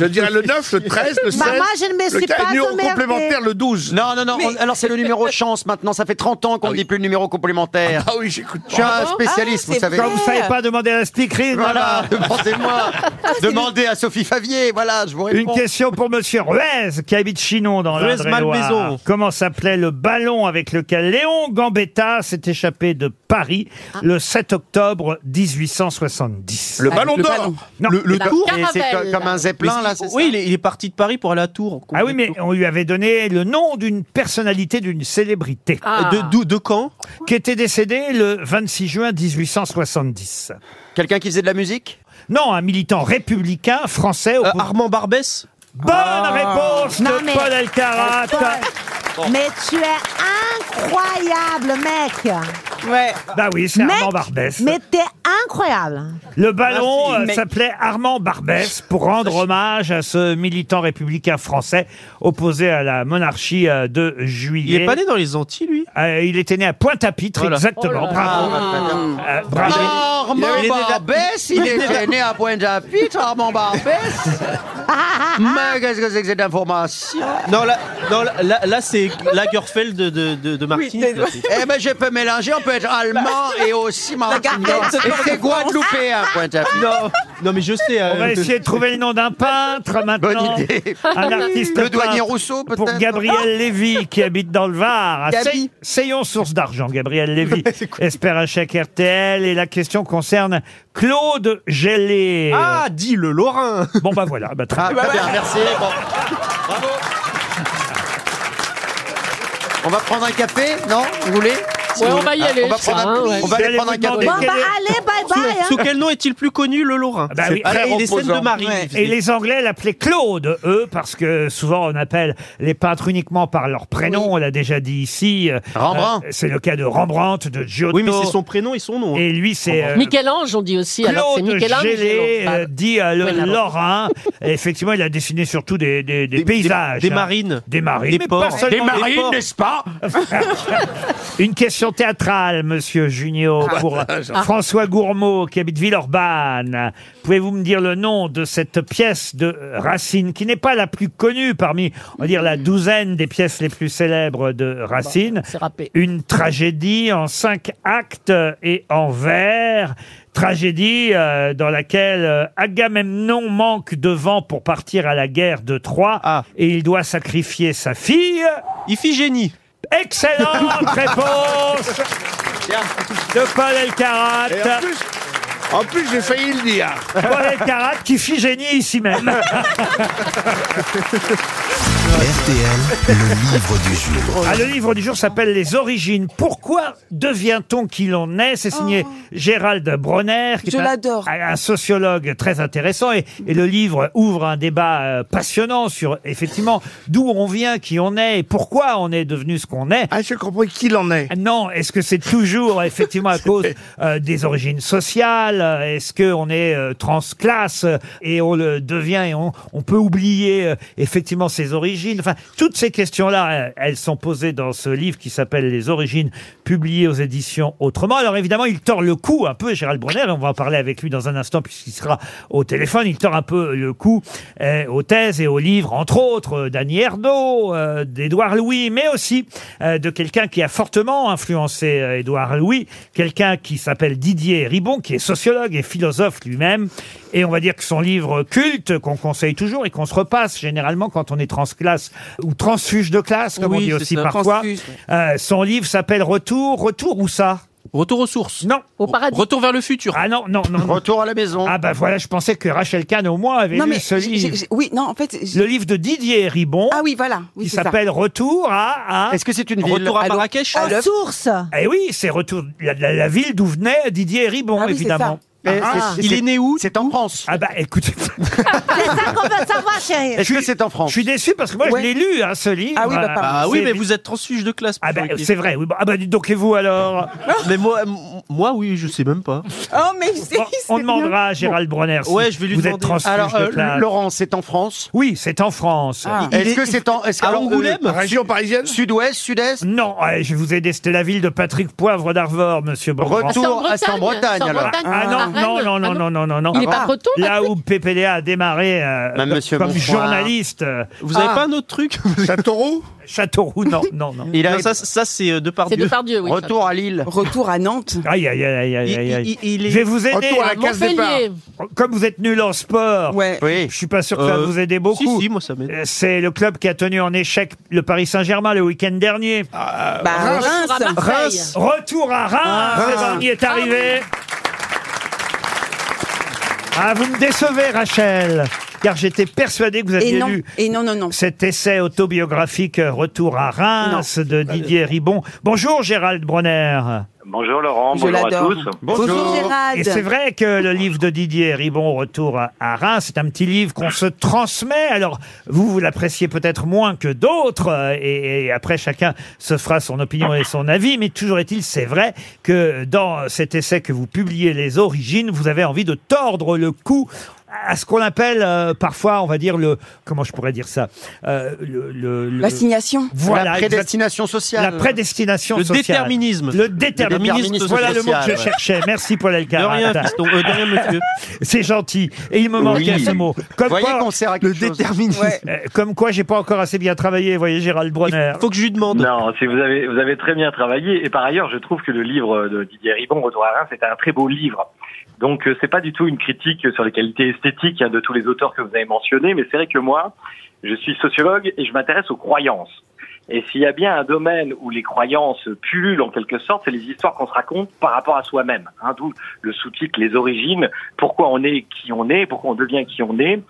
Speaker 6: Je dirais le 9, le 13, le 16.
Speaker 8: Maman, je ne me
Speaker 6: le
Speaker 8: suis pas
Speaker 6: numéro
Speaker 8: emmerdée.
Speaker 6: complémentaire, le 12.
Speaker 7: Non, non, non. on- alors, c'est le numéro chance maintenant. Ça fait 30 ans qu'on ne dit plus le numéro complémentaire.
Speaker 6: Ah oui, j'écoute.
Speaker 7: Je suis un
Speaker 6: Ah,
Speaker 7: spécialiste, vous
Speaker 6: c'est
Speaker 7: savez.
Speaker 6: vrai. Quand vous savez
Speaker 2: pas demander à la speakerine.
Speaker 7: Voilà,
Speaker 2: voilà.
Speaker 7: <laughs>
Speaker 6: Ah,
Speaker 7: demandez-moi.
Speaker 8: Ah,
Speaker 7: demandez à Sophie Favier. Voilà, je vous réponds.
Speaker 2: Une question pour Monsieur Ruez, qui habite Chinon dans
Speaker 7: Ruez
Speaker 2: l'Indre-et-Loire.
Speaker 7: Malmaison.
Speaker 2: Comment s'appelait le ballon avec lequel Léon Gambetta s'est échappé de Paris le 7 octobre 1870
Speaker 6: Le ballon Le d'or. ballon.
Speaker 2: Non.
Speaker 6: Le- le La tour.
Speaker 7: Et c'est caravelle. co- comme un zeppelin, là, c'est ça
Speaker 5: Oui, il est, il est parti de Paris pour aller à Tours.
Speaker 2: Ah oui, mais on lui avait donné le nom d'une personnalité, d'une célébrité.
Speaker 5: Ah. De- d'où-
Speaker 2: quand Qui était décédé le 26 juin 1870.
Speaker 7: Quelqu'un qui faisait de la musique
Speaker 2: Non, un militant républicain français.
Speaker 5: Euh, Armand Barbès
Speaker 2: Bonne réponse
Speaker 8: Non,
Speaker 2: de
Speaker 8: mais-
Speaker 2: Paul Alcarat.
Speaker 8: Paul, Mais tu es incroyable, mec.
Speaker 9: Ouais.
Speaker 2: Bah oui, c'est Armand Barbès.
Speaker 8: Mais t'es incroyable.
Speaker 2: Le ballon
Speaker 8: Merci,
Speaker 2: euh,
Speaker 8: mec.
Speaker 2: s'appelait Armand Barbès pour rendre hommage à ce militant républicain français opposé à la monarchie euh, de juillet.
Speaker 5: Il est pas né dans les Antilles, lui
Speaker 2: Euh, il était né à Pointe-à-Pitre,
Speaker 5: Voilà.
Speaker 2: exactement.
Speaker 5: Oh là
Speaker 2: bravo.
Speaker 6: Ah,
Speaker 2: Euh, bravo.
Speaker 7: Armand
Speaker 2: Il est né-
Speaker 8: <laughs>
Speaker 7: Barbès, il était né à Pointe-à-Pitre, Armand Barbès. Mais qu'est-ce que c'est que cette information
Speaker 5: Non, là, non, là, là- là, c'est Lagerfeld de, de, de, de Martinique, là, c'est-
Speaker 7: Eh ben, je peux mélanger, on peut être allemand
Speaker 9: Bah,
Speaker 7: et aussi martiniquais. Et c'est guadeloupéen, point à fait.
Speaker 5: Non, non, mais je sais.
Speaker 2: On va essayer de trouver le nom d'un peintre maintenant.
Speaker 7: Bonne idée.
Speaker 2: Un artiste
Speaker 7: Le douanier
Speaker 2: peintre
Speaker 7: Rousseau, peut-être Ah.
Speaker 2: Pour Gabriel Lévy, qui habite dans le Var. à
Speaker 7: Gabi.
Speaker 2: Sey- Seyon, source d'argent, Gabriel Lévy.
Speaker 7: <laughs>
Speaker 2: Espère un chèque RTL. Et la question concerne Claude Gelé.
Speaker 5: Ah, dit le Lorrain.
Speaker 2: Bon, bah voilà. Bah, très
Speaker 7: Ah,
Speaker 2: bien.
Speaker 7: très bien, merci. Bon. Bravo. On va prendre un café, non Vous voulez
Speaker 4: Ouais, on va y
Speaker 7: Ah,
Speaker 4: aller,
Speaker 7: On va
Speaker 4: ça,
Speaker 7: prendre
Speaker 4: hein,
Speaker 7: un,
Speaker 4: ouais.
Speaker 7: on va
Speaker 4: Je vais
Speaker 7: aller prendre un
Speaker 4: aller vous
Speaker 7: café.
Speaker 4: demander Bon, bah,
Speaker 8: Allez, bye bye. hein.
Speaker 5: Sous quel nom est-il plus connu, le Lorrain
Speaker 2: Bah oui.
Speaker 5: Ah, et les scènes de Marie.
Speaker 2: Et les Anglais l'appelaient Claude, eux, parce que souvent on appelle les peintres uniquement par leur prénom, on l'a déjà dit ici. Euh,
Speaker 5: Rembrandt.
Speaker 2: euh, c'est le cas de Rembrandt, de Giotto.
Speaker 5: Oui, mais c'est son prénom et son nom. hein.
Speaker 2: Et lui, c'est... euh,
Speaker 4: Michel-Ange, on dit aussi. alors c'est
Speaker 2: Claude
Speaker 4: Michel-Ange.
Speaker 2: Gélé, euh, dit euh, le
Speaker 4: Ouais, là-bas.
Speaker 2: Lorrain. Et Effectivement, il a dessiné surtout des, des- des paysages.
Speaker 5: des
Speaker 2: hein.
Speaker 5: marines.
Speaker 2: Des marines.
Speaker 5: Des
Speaker 2: mais
Speaker 5: ports.
Speaker 2: pas
Speaker 5: Des
Speaker 2: seulement
Speaker 5: marines,
Speaker 2: ports.
Speaker 5: n'est-ce
Speaker 7: <laughs>
Speaker 2: <laughs>
Speaker 6: pas
Speaker 2: Une question théâtrale, monsieur Junio,
Speaker 6: Ah.
Speaker 2: pour
Speaker 6: Ah.
Speaker 2: François Gourmaud, qui habite Villeurbanne. Pouvez-vous me dire le nom de cette pièce de Racine, qui n'est pas la plus connue parmi, on va dire, la douzaine des pièces les plus célèbres de Racine Une tragédie en cinq actes et en vers. Tragédie euh, dans laquelle euh, Agamemnon manque de vent pour partir à la guerre de Troie et il doit sacrifier sa fille.
Speaker 5: Iphigénie.
Speaker 7: <laughs>
Speaker 2: Excellente réponse de Paul Elkarat.
Speaker 6: Et en plus, en plus j'ai failli le dire.
Speaker 2: Paul Elkarat qui fit génie ici même.
Speaker 1: RTL, le livre du jour.
Speaker 2: Ah, le livre du jour s'appelle Les Origines. Pourquoi devient-on qui l'on est C'est signé Gérald Bronner, qui
Speaker 9: Je
Speaker 2: est un,
Speaker 9: l'adore.
Speaker 2: un sociologue très intéressant. Et, et le livre ouvre un débat euh, passionnant sur, effectivement, d'où on vient, qui on est, et pourquoi on est devenu ce qu'on est.
Speaker 6: Ah, je comprends qui l'en est.
Speaker 2: Ah Non, est-ce que c'est toujours
Speaker 6: <laughs>
Speaker 2: effectivement à cause euh, des origines sociales euh, Est-ce qu'on est euh, transclasse euh, et on le devient et on, on peut oublier euh, effectivement ses origines Enfin, toutes ces questions-là, euh, elles sont posées dans ce livre qui s'appelle Les origines, publié aux éditions Autrement. Alors évidemment, il tord le cou un peu, Gérald Brunner, et on va en parler avec lui dans un instant puisqu'il sera au téléphone. Il tord un peu le cou euh, aux thèses et aux livres, entre autres, euh, d'Annie Ernaux, euh, d'Édouard Louis, mais aussi euh, de quelqu'un qui a fortement influencé euh, Édouard Louis, quelqu'un qui s'appelle Didier Ribon, qui est sociologue et philosophe lui-même. Et on va dire que son livre culte, qu'on conseille toujours et qu'on se repasse généralement quand on est transclasse ou transfuge de classe, comme
Speaker 5: Oui,
Speaker 2: on dit
Speaker 5: c'est
Speaker 2: aussi
Speaker 5: ça.
Speaker 2: parfois,
Speaker 5: Transfuge,
Speaker 2: euh, son livre s'appelle Retour. Retour où ça
Speaker 5: Retour aux sources.
Speaker 2: Non.
Speaker 4: Au paradis.
Speaker 5: Retour vers le futur.
Speaker 2: Ah non, non, non.
Speaker 7: Retour à la maison.
Speaker 2: Ah bah voilà, je pensais que Rachel Kahn au moins avait
Speaker 9: Non,
Speaker 2: lu
Speaker 9: mais
Speaker 2: ce
Speaker 9: j'ai-
Speaker 2: livre.
Speaker 9: j'ai- j'ai- oui, non, en fait. j'ai-
Speaker 2: Le livre de Didier Ribon.
Speaker 9: Ah oui, voilà. Oui,
Speaker 2: qui
Speaker 9: c'est ça.
Speaker 2: s'appelle Retour à. à-
Speaker 7: Est-ce que c'est une ville
Speaker 5: Retour à Marrakech.
Speaker 8: Aux sources.
Speaker 2: Eh oui, c'est Retour. La, la- la ville d'où venait Didier Ribon,
Speaker 9: Ah oui, c'est
Speaker 2: évidemment.
Speaker 7: Eh,
Speaker 9: Ah.
Speaker 7: c'est-
Speaker 5: Il
Speaker 7: c'est-
Speaker 5: est né où
Speaker 7: C'est en France.
Speaker 2: Ah bah
Speaker 7: <laughs>
Speaker 2: écoutez,
Speaker 8: C'est ça qu'on veut savoir, chérie.
Speaker 7: Est-ce que c'est en
Speaker 2: je
Speaker 7: France
Speaker 2: suis déçu parce que moi
Speaker 9: Ouais.
Speaker 2: je l'ai lu, hein, ce livre.
Speaker 9: Ah oui, bah, pardon.
Speaker 5: Ah oui,
Speaker 2: C'est-
Speaker 5: mais vous êtes transfuge de classe.
Speaker 2: Ah bah,
Speaker 5: monsieur Ruquier.
Speaker 2: c'est vrai. Oui, bon, ah bah dites donc et vous alors
Speaker 5: <laughs> Mais moi, m- moi, oui, je sais même pas.
Speaker 9: Oh, mais
Speaker 7: <laughs>
Speaker 9: c'est.
Speaker 2: Bon,
Speaker 9: c'est
Speaker 2: On demandera à Gérald Bronner si
Speaker 5: Ouais, je vais lui
Speaker 2: vous êtes
Speaker 5: demander.
Speaker 2: transfuge
Speaker 7: Alors,
Speaker 2: de
Speaker 7: euh,
Speaker 2: classe.
Speaker 7: Laurent, c'est en France
Speaker 2: Oui, c'est en France.
Speaker 9: Ah.
Speaker 5: Il
Speaker 7: Est-ce
Speaker 5: est-
Speaker 7: que c'est en. Est-ce que-
Speaker 5: À
Speaker 7: alors, euh,
Speaker 5: Angoulême
Speaker 6: Région parisienne
Speaker 7: Sud-Ouest, Sud-Est
Speaker 2: Non, allez, je vais vous aider. C'était la ville de Patrick Poivre d'Arvor, monsieur Beaugrand.
Speaker 7: Retour- Tour- ah, c'est en Bretagne, alors.
Speaker 2: Ah non, non, non, non, non, non, non, non.
Speaker 4: Il n'est
Speaker 5: Ah.
Speaker 4: pas breton,
Speaker 2: Là où PPDA a démarré euh,
Speaker 7: Même Monsieur
Speaker 2: comme
Speaker 7: Bonfroid.
Speaker 2: journaliste, euh,
Speaker 5: Vous avez
Speaker 7: Ah.
Speaker 5: pas un autre truc
Speaker 6: Châteauroux
Speaker 2: Châteauroux, non, non, non.
Speaker 7: Il a-
Speaker 5: Non, ça, ça c'est euh,
Speaker 4: C'est
Speaker 5: Depardieu.
Speaker 4: de Pardieu, oui.
Speaker 7: Retour à Lille.
Speaker 9: Retour à Nantes.
Speaker 2: Aïe, aïe, aïe, aïe,
Speaker 5: Il-
Speaker 2: aïe, aïe.
Speaker 5: il- il est-
Speaker 2: Je vais vous aider.
Speaker 6: Retour à la case départ.
Speaker 4: Montpellier.
Speaker 2: Comme vous êtes nul en sport,
Speaker 9: Ouais.
Speaker 7: Oui.
Speaker 2: je suis pas sûr que ça va
Speaker 5: Euh,
Speaker 2: vous aider beaucoup.
Speaker 5: Si, si, moi ça m'aide.
Speaker 2: Euh, C'est le club qui a tenu en échec le Paris Saint-Germain le week-end dernier.
Speaker 5: Ah,
Speaker 9: Bah,
Speaker 4: Retour à
Speaker 9: Reims.
Speaker 4: Marseille.
Speaker 5: Reims.
Speaker 2: Retour à Reims,
Speaker 7: Ah.
Speaker 2: eh ben, on y est arrivé. Ah, vous me décevez, Rachel, car j'étais persuadé que vous
Speaker 9: Et
Speaker 2: aviez
Speaker 9: non,
Speaker 2: lu
Speaker 9: et non, non, non.
Speaker 2: cet essai autobiographique euh, Retour à Reims de Didier Ribon. Bonjour, Gérald Bronner.
Speaker 16: Bonjour Laurent,
Speaker 9: Je
Speaker 16: bonjour à
Speaker 9: l'adore.
Speaker 16: tous.
Speaker 8: Bonjour Gérald.
Speaker 2: Et c'est vrai que le livre de Didier Ribon, Retour à, à Reims, c'est un petit livre qu'on se transmet. Alors, vous, vous l'appréciez peut-être moins que d'autres, euh, et, et après, chacun se fera son opinion et son avis, mais toujours est-il, c'est vrai que dans cet essai que vous publiez, Les Origines, vous avez envie de tordre le cou à ce qu'on appelle euh, parfois, on va dire le, comment je pourrais dire ça, Euh, le, le- le-
Speaker 9: L'assignation.
Speaker 2: Voilà,
Speaker 7: La prédestination
Speaker 2: exact-
Speaker 7: sociale.
Speaker 2: La prédestination
Speaker 7: Le
Speaker 2: sociale.
Speaker 7: déterminisme.
Speaker 2: Le
Speaker 7: Le
Speaker 2: déterminisme.
Speaker 7: déterminisme
Speaker 2: Voilà le mot que
Speaker 7: social,
Speaker 2: je
Speaker 7: ouais.
Speaker 2: cherchais. Merci Paul Alcarat.
Speaker 7: rien, fiston. Euh, de rien, monsieur.
Speaker 2: <laughs> C'est gentil. Et il me manquait
Speaker 7: Oui.
Speaker 2: ce mot. Comme
Speaker 7: Voyez
Speaker 2: quoi,
Speaker 7: qu'on sert à quelque
Speaker 2: le
Speaker 7: chose.
Speaker 2: déterminisme.
Speaker 7: Ouais.
Speaker 2: Euh, Comme quoi, j'ai pas encore assez bien travaillé. Voyez Gérald Bronner. faut que je lui demande.
Speaker 18: Non, si vous avez, vous avez très bien travaillé. Et par ailleurs, je trouve que le livre de Didier Ribon, Retour à Reims, c'est un très beau livre. Donc, euh, c'est pas du tout une critique sur les qualités esthétiques hein, de tous les auteurs que vous avez mentionnés, mais c'est vrai que moi, je suis sociologue et je m'intéresse aux croyances. Et s'il y a bien un domaine où les croyances pullulent en quelque sorte, c'est les histoires qu'on se raconte par rapport à soi-même. hein, D'où le sous-titre Les origines, pourquoi on est qui on est, pourquoi on devient qui on est.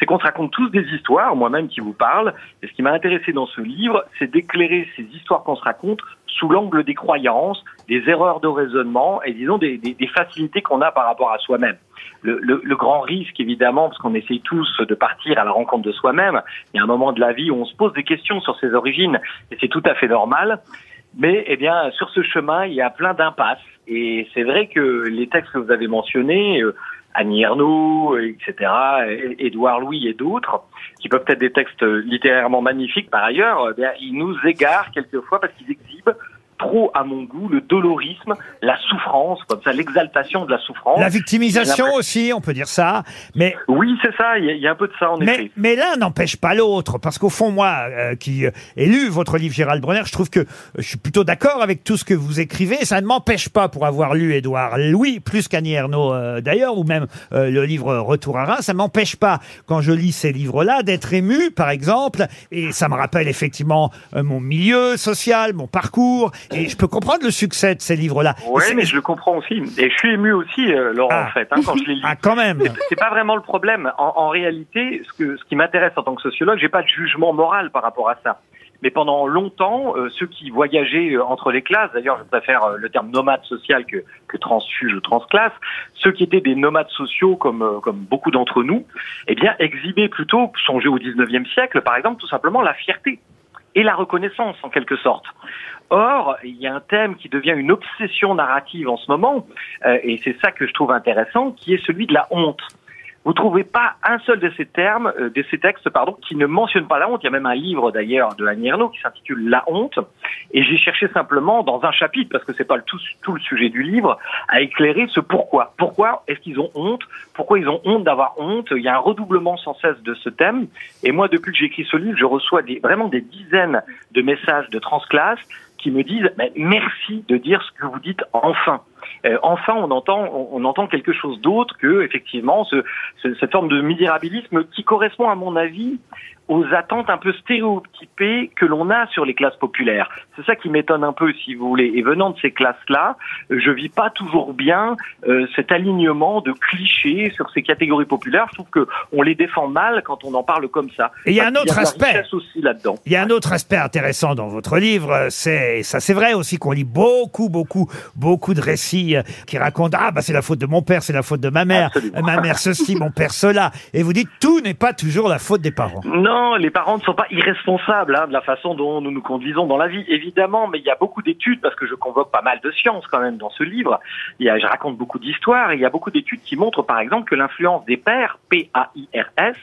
Speaker 18: C'est qu'on se raconte tous des histoires, moi-même qui vous parle. Et ce qui m'a intéressé dans ce livre, c'est d'éclairer ces histoires qu'on se raconte sous l'angle des croyances, des erreurs de raisonnement et disons des, des- des facilités qu'on a par rapport à soi-même. Le, le- le grand risque, évidemment, parce qu'on essaye tous de partir à la rencontre de soi-même, il y a un moment de la vie où on se pose des questions sur ses origines, et c'est tout à fait normal. Mais eh bien, sur ce chemin, il y a plein d'impasses. Et c'est vrai que les textes que vous avez mentionnés, euh, Annie Ernaux, euh, etc., euh, Édouard Louis et d'autres, qui peuvent être des textes littérairement magnifiques par ailleurs, eh bien, ils nous égarent quelquefois parce qu'ils exhibent trop, à mon goût, le dolorisme, la souffrance, comme ça, l'exaltation de la souffrance.
Speaker 2: La victimisation
Speaker 18: J'ai l'impression-
Speaker 2: aussi, on peut dire ça. Mais
Speaker 18: oui, c'est ça. Il y, a- il y a un peu de ça en effet.
Speaker 2: Mais, mais l'un n'empêche pas l'autre, parce qu'au fond, moi, euh, qui euh, ai lu votre livre Gérald Bronner, je trouve que euh, je suis plutôt d'accord avec tout ce que vous écrivez. Ça ne m'empêche pas, pour avoir lu Édouard Louis, plus qu'Annie Ernaux euh, d'ailleurs, ou même euh, le livre Retour à Reims, ça ne m'empêche pas, quand je lis ces livres-là, d'être ému, par exemple, et ça me rappelle effectivement euh, mon milieu social, mon parcours, et je peux comprendre le succès de ces livres-là.
Speaker 18: Oui,
Speaker 2: Et c'est-
Speaker 18: mais je le comprends aussi. Et je suis ému aussi, euh, Laurent, en fait, hein, quand je les lis.
Speaker 2: <laughs> Ah, quand même
Speaker 18: C'est- C'est pas vraiment le problème. En, en réalité, ce, que, ce qui m'intéresse en tant que sociologue, j'ai pas de jugement moral par rapport à ça. Mais pendant longtemps, euh, ceux qui voyageaient euh, entre les classes, d'ailleurs, je préfère euh, le terme nomade social que, que transfuge ou transclasse, ceux qui étaient des nomades sociaux comme, euh, comme beaucoup d'entre nous, eh bien, exhibaient plutôt, songez au 19e siècle, par exemple, tout simplement la fierté et la reconnaissance en quelque sorte. Or, il y a un thème qui devient une obsession narrative en ce moment, euh, et c'est ça que je trouve intéressant, qui est celui de la honte. Vous trouvez pas un seul de ces termes, euh, de ces textes, pardon, qui ne mentionne pas la honte. Il y a même un livre d'ailleurs de Annie Ernaux qui s'intitule La honte, et j'ai cherché simplement dans un chapitre, parce que c'est pas le tout, tout le sujet du livre, à éclairer ce pourquoi. Pourquoi est-ce qu'ils ont honte Pourquoi ils ont honte d'avoir honte Il y a un redoublement sans cesse de ce thème. Et moi, depuis que j'écris ce livre, je reçois des, vraiment des dizaines de messages de transclasse qui me disent Mais merci de dire ce que vous dites enfin. Euh, enfin, on entend, on, on entend quelque chose d'autre que effectivement ce- ce- cette forme de misérabilisme qui correspond, à mon avis, aux attentes un peu stéréotypées que l'on a sur les classes populaires. C'est ça qui m'étonne un peu, si vous voulez. Et venant de ces classes-là, euh, je vis pas toujours bien euh, cet alignement de clichés sur ces catégories populaires. Je trouve que on les défend mal quand on en parle comme ça.
Speaker 2: Et il y a un
Speaker 18: Parce qu'il
Speaker 2: autre
Speaker 18: de la
Speaker 2: aspect.
Speaker 18: richesse aussi là-dedans.
Speaker 2: Il y a un autre aspect intéressant dans votre livre, euh, c'est et ça, c'est vrai aussi qu'on lit beaucoup, beaucoup, beaucoup de récits euh, qui racontent ah bah c'est la faute de mon père, c'est la faute de ma mère, euh, ma mère ceci, mon père cela, et vous dites tout n'est pas toujours la faute des parents.
Speaker 18: Non, les parents ne sont pas irresponsables hein, de la façon dont nous nous conduisons dans la vie, évidemment, mais il y a beaucoup d'études, parce que je convoque pas mal de sciences quand même dans ce livre, il y a, je raconte beaucoup d'histoires, et il y a beaucoup d'études qui montrent par exemple que l'influence des pères, P-A-I-R-S,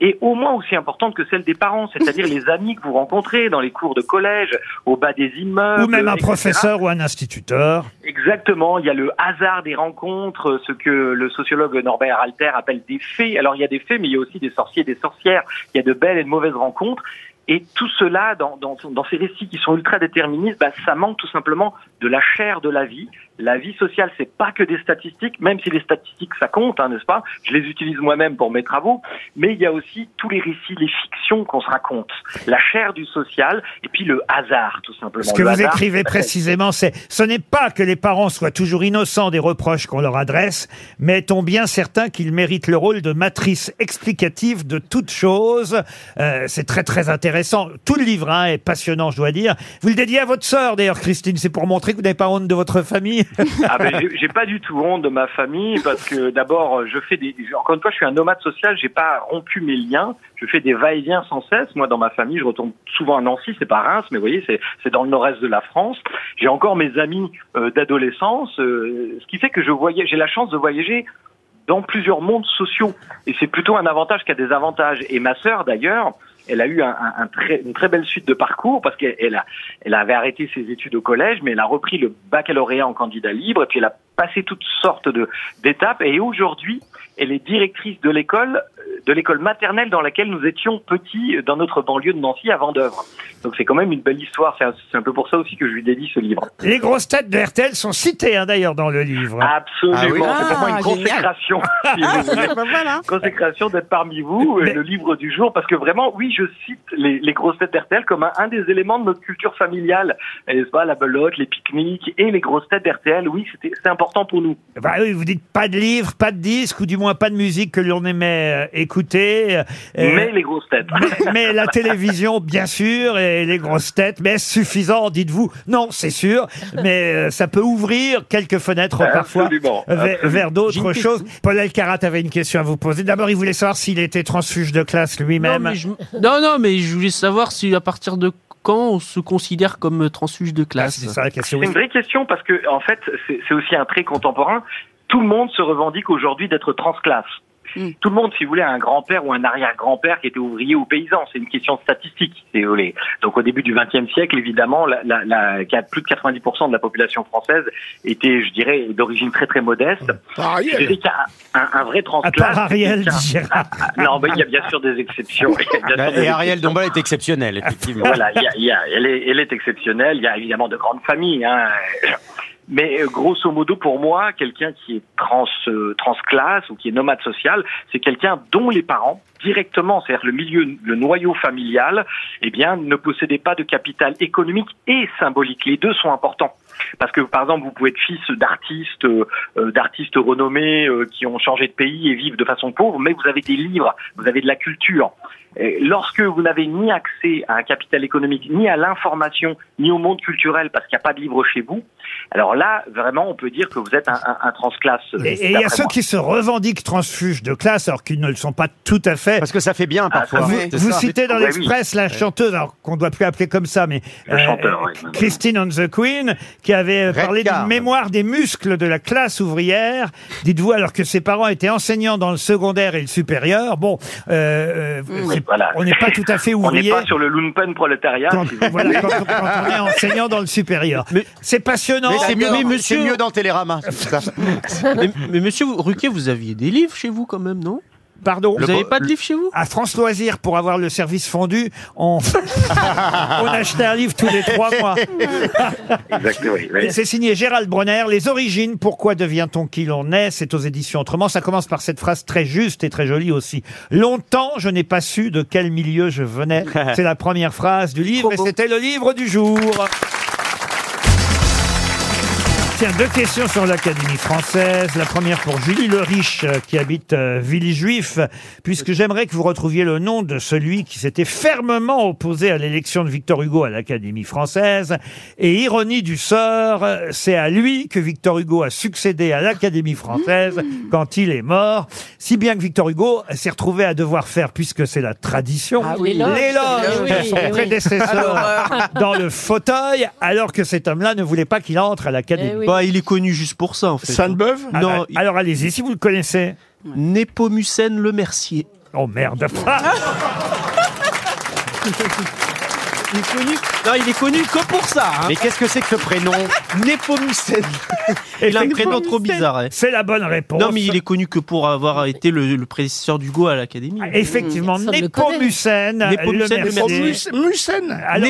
Speaker 18: est au moins aussi importante que celle des parents,
Speaker 2: <laughs>
Speaker 18: c'est-à-dire les amis que vous rencontrez dans les cours de collège, au bas des immeubles.
Speaker 2: Ou même un
Speaker 18: etc..
Speaker 2: professeur ou un instituteur.
Speaker 18: Exactement, il y a le hasard des rencontres, ce que le sociologue Norbert Alter appelle des faits. Alors il y a des faits, mais il y a aussi des sorciers et des sorcières, il y a de belles et de mauvaises rencontres. Et tout cela, dans, dans, dans ces récits qui sont ultra déterministes, bah, ça manque tout simplement de la chair de la vie. La vie sociale, c'est pas que des statistiques, même si les statistiques, ça compte, hein, n'est-ce pas Je les utilise moi-même pour mes travaux, mais il y a aussi tous les récits, les fictions qu'on se raconte. La chair du social, et puis le hasard, tout simplement.
Speaker 2: Ce que
Speaker 18: Le
Speaker 2: vous
Speaker 18: hasard,
Speaker 2: écrivez
Speaker 18: c'est-
Speaker 2: précisément, c'est ce n'est pas que les parents soient toujours innocents des reproches qu'on leur adresse, mais est-on bien certain qu'ils méritent le rôle de matrice explicative de toute chose Euh, C'est très très intéressant. Tout le livre hein, est passionnant, je dois dire. Vous le dédiez à votre sœur, d'ailleurs, Christine. C'est pour montrer que vous n'avez pas honte de votre famille.
Speaker 18: Ah ben, j'ai- j'ai pas du tout honte de ma famille parce que d'abord je fais des encore une fois je suis un nomade social j'ai pas rompu mes liens je fais des va-et-vient sans cesse moi dans ma famille je retourne souvent à Nancy c'est pas Reims mais vous voyez c'est c'est dans le nord-est de la France j'ai encore mes amis euh, d'adolescence euh, ce qui fait que je voyais j'ai la chance de voyager dans plusieurs mondes sociaux. Et c'est plutôt un avantage qu'un désavantage. Et ma sœur, d'ailleurs, elle a eu un, un- un très- une très belle suite de parcours parce qu'elle elle a- elle avait arrêté ses études au collège, mais elle a repris le baccalauréat en candidat libre et puis elle a passé toutes sortes de- d'étapes. Et aujourd'hui, elle est directrice de l'école, euh, de l'école maternelle dans laquelle nous étions petits euh, dans notre banlieue de Nancy à Vendœuvre. Donc c'est quand même une belle histoire. C'est un, c'est un peu pour ça aussi que je lui dédie ce livre.
Speaker 2: <laughs> Les grosses têtes de RTL sont citées hein, d'ailleurs dans le livre.
Speaker 18: Absolument. c'est pour moi
Speaker 2: Ah,
Speaker 18: une consécration. si vous voulez. Consécration d'être parmi vous, et le livre du jour, parce que vraiment, oui, je cite les, les grosses têtes RTL comme un, un des éléments de notre culture familiale. Et, N'est-ce pas, la belote, les pique-niques et les grosses têtes RTL, oui, c'était- c'est important pour nous.
Speaker 2: Bah oui, vous dites pas de livre, pas de disque, ou du moins pas de musique que l'on aimait euh, écouter. euh,
Speaker 18: Mais
Speaker 2: euh,
Speaker 18: les grosses têtes.
Speaker 2: mais-
Speaker 18: <laughs>
Speaker 2: mais la télévision, bien sûr, et les grosses têtes. Mais est-ce suffisant, dites-vous Non, c'est sûr. Mais euh, ça peut ouvrir quelques fenêtres parfois
Speaker 18: Bah, Absolument,
Speaker 2: ve- vers,
Speaker 18: absolument. J'ai une
Speaker 2: d'autres
Speaker 18: question.
Speaker 2: choses. Paul Elkarat avait une question à vous poser. D'abord, il voulait savoir s'il était transfuge de classe
Speaker 5: Non,
Speaker 2: lui-même.
Speaker 5: mais je... non, non, mais je voulais savoir si à partir de quand on se considère comme euh, transfuge de classe. c'est
Speaker 2: Ah, ça la question.
Speaker 18: C'est une vraie question parce que, en fait, c'est c'est aussi un trait contemporain. Tout le monde se revendique aujourd'hui d'être transclasse. Tout le monde, si vous voulez, a un grand-père ou un arrière-grand-père qui était ouvrier ou paysan. C'est une question statistique, si vous voulez. Donc, au début du XXe siècle, évidemment, la, la, la- qu'il y a plus de 90% de la population française était, je dirais, d'origine très très modeste.
Speaker 2: Ah,
Speaker 6: Ariel.
Speaker 18: Je dirais qu'il y a un, un vrai transclasse. <laughs> c'est qu'un- Ah, non, mais il y a bien sûr des exceptions. <laughs> Il y a bien sûr des
Speaker 7: Bah, Et Ariel
Speaker 18: exceptions.
Speaker 7: Dombal est exceptionnel, effectivement.
Speaker 18: Voilà, il y a- il y a- elle, est, elle est exceptionnelle. Il y a évidemment de grandes familles. hein. <coughs> Mais euh, grosso modo, pour moi, quelqu'un qui est trans, euh, transclasse ou qui est nomade social, c'est quelqu'un dont les parents, directement, c'est-à-dire le milieu, le noyau familial, eh bien, ne possédaient pas de capital économique et symbolique. Les deux sont importants. Parce que, par exemple, vous pouvez être fils d'artistes, euh, euh, d'artistes renommés euh, qui ont changé de pays et vivent de façon pauvre, mais vous avez des livres, vous avez de la culture. Et lorsque vous n'avez ni accès à un capital économique, ni à l'information, ni au monde culturel, parce qu'il n'y a pas de livre chez vous, alors là, vraiment, on peut dire que vous êtes un, un- un transclasse.
Speaker 2: Et et il y a
Speaker 18: d'après
Speaker 2: ceux
Speaker 18: moi.
Speaker 2: qui se revendiquent transfuges de classe alors qu'ils ne le sont pas tout à fait. Parce
Speaker 7: que ça fait bien
Speaker 18: parfois.
Speaker 2: Vous,
Speaker 18: Ouais, c'est
Speaker 2: vous
Speaker 18: ça.
Speaker 2: citez dans
Speaker 18: Ouais,
Speaker 2: l'Express
Speaker 18: oui.
Speaker 2: la
Speaker 18: Ouais.
Speaker 2: chanteuse, alors qu'on ne doit plus appeler comme ça, mais euh,
Speaker 18: Le chanteur, oui.
Speaker 2: Christine on the Queen, qui avait parlé d'une mémoire des muscles de la classe ouvrière. Dites-vous, alors que ses parents étaient enseignants dans le secondaire et le supérieur, bon, euh, euh, c'est-
Speaker 18: Mmh, Voilà.
Speaker 2: on n'est pas tout à
Speaker 18: <laughs>
Speaker 2: fait
Speaker 18: On n'est
Speaker 2: ouvrier.
Speaker 18: pas sur le lumpen prolétariat.
Speaker 2: Quand,
Speaker 18: si vous
Speaker 2: <laughs>
Speaker 18: voulez.
Speaker 2: voilà, quand- quand on est enseignant dans le supérieur. C'est passionnant.
Speaker 7: Mais c'est mieux, c'est mieux <laughs>
Speaker 2: <laughs>
Speaker 7: dans Télérama.
Speaker 5: mais, mais monsieur Ruquier, vous aviez des livres chez vous quand même, non
Speaker 2: Pardon
Speaker 5: Vous n'avez pas de livres chez vous
Speaker 2: À France Loisirs, pour avoir le service fondu, on, <laughs> on achetait un livre tous les trois
Speaker 7: <laughs>
Speaker 2: mois.
Speaker 18: Exactement, oui, oui.
Speaker 2: Et C'est signé Gérald Bronner, Les origines, pourquoi devient-on qui l'on est C'est aux éditions Autrement. Ça commence par cette phrase très juste et très jolie aussi. Longtemps, je n'ai pas su de quel milieu
Speaker 5: <laughs>
Speaker 2: je venais. C'est la première phrase du livre et c'était le livre du jour. Tiens, deux questions sur l'Académie française. La première pour Julie Le Riche, euh, qui habite euh, Villejuif, puisque j'aimerais que vous retrouviez le nom de celui qui s'était fermement opposé à l'élection de Victor Hugo à l'Académie française. Et ironie du sort, euh, c'est à lui que Victor Hugo a succédé à l'Académie française
Speaker 4: Mmh.
Speaker 2: quand il est mort. Si bien que Victor Hugo s'est retrouvé à devoir faire, puisque c'est la tradition,
Speaker 4: Ah oui, l'éloge.
Speaker 2: <laughs> l'éloge
Speaker 4: Eh
Speaker 2: de
Speaker 4: oui,
Speaker 2: son
Speaker 4: eh oui.
Speaker 2: prédécesseur
Speaker 4: Alors,
Speaker 2: dans le fauteuil, alors que cet homme-là ne voulait pas qu'il entre à l'Académie.
Speaker 4: Eh oui. Bah,
Speaker 5: il est connu juste pour ça, en fait.
Speaker 2: Sainte-Beuve
Speaker 5: Ah,
Speaker 2: Non.
Speaker 5: bah,
Speaker 2: alors allez-y, si vous le connaissez.
Speaker 5: Népomucène Le Mercier.
Speaker 2: Oh merde.
Speaker 5: Il est connu. Non, il est connu que pour ça. hein.
Speaker 7: Mais qu'est-ce que c'est que ce prénom
Speaker 5: Népomucène. Il a un prénom trop bizarre. ouais.
Speaker 2: C'est la bonne réponse.
Speaker 5: Non, mais il est connu que pour avoir été le, le prédécesseur d'Hugo à l'Académie.
Speaker 2: Ah, Effectivement, Népomucène.
Speaker 5: Népomucène Le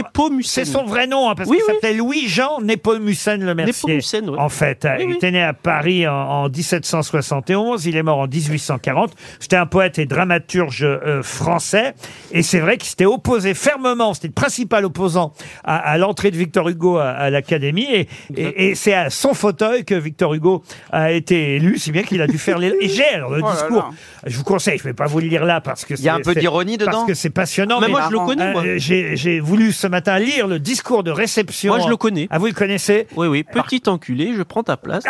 Speaker 5: Mercier.
Speaker 2: C'est son vrai nom, hein, parce
Speaker 5: Oui,
Speaker 2: qu'il
Speaker 5: oui.
Speaker 2: s'appelait Louis-Jean Népomucène Le Mercier. En fait, euh, il était né à Paris en, en 1771, il est mort en 1840. C'était un poète et dramaturge euh, français. Et c'est vrai qu'il s'était opposé fermement, c'était le principal opposant à, à l'entrée de Victor Hugo à, à l'Académie. Et, et- et c'est à son fauteuil que Victor Hugo a été élu, si bien qu'il a dû faire
Speaker 5: <laughs>
Speaker 2: les... Et j'ai alors le
Speaker 5: Oh là
Speaker 2: discours. Je vous conseille, je ne vais pas vous le lire là parce que
Speaker 7: Il y a
Speaker 2: c'est-
Speaker 7: un peu
Speaker 2: c'est-
Speaker 7: d'ironie dedans
Speaker 2: Parce que c'est passionnant.
Speaker 5: Mais moi, je le connais, moi.
Speaker 2: euh, j'ai, j'ai voulu ce matin lire le discours de réception.
Speaker 5: Moi, je le connais.
Speaker 2: Ah, vous le connaissez
Speaker 5: Oui, oui. Petit enculé, je prends ta place.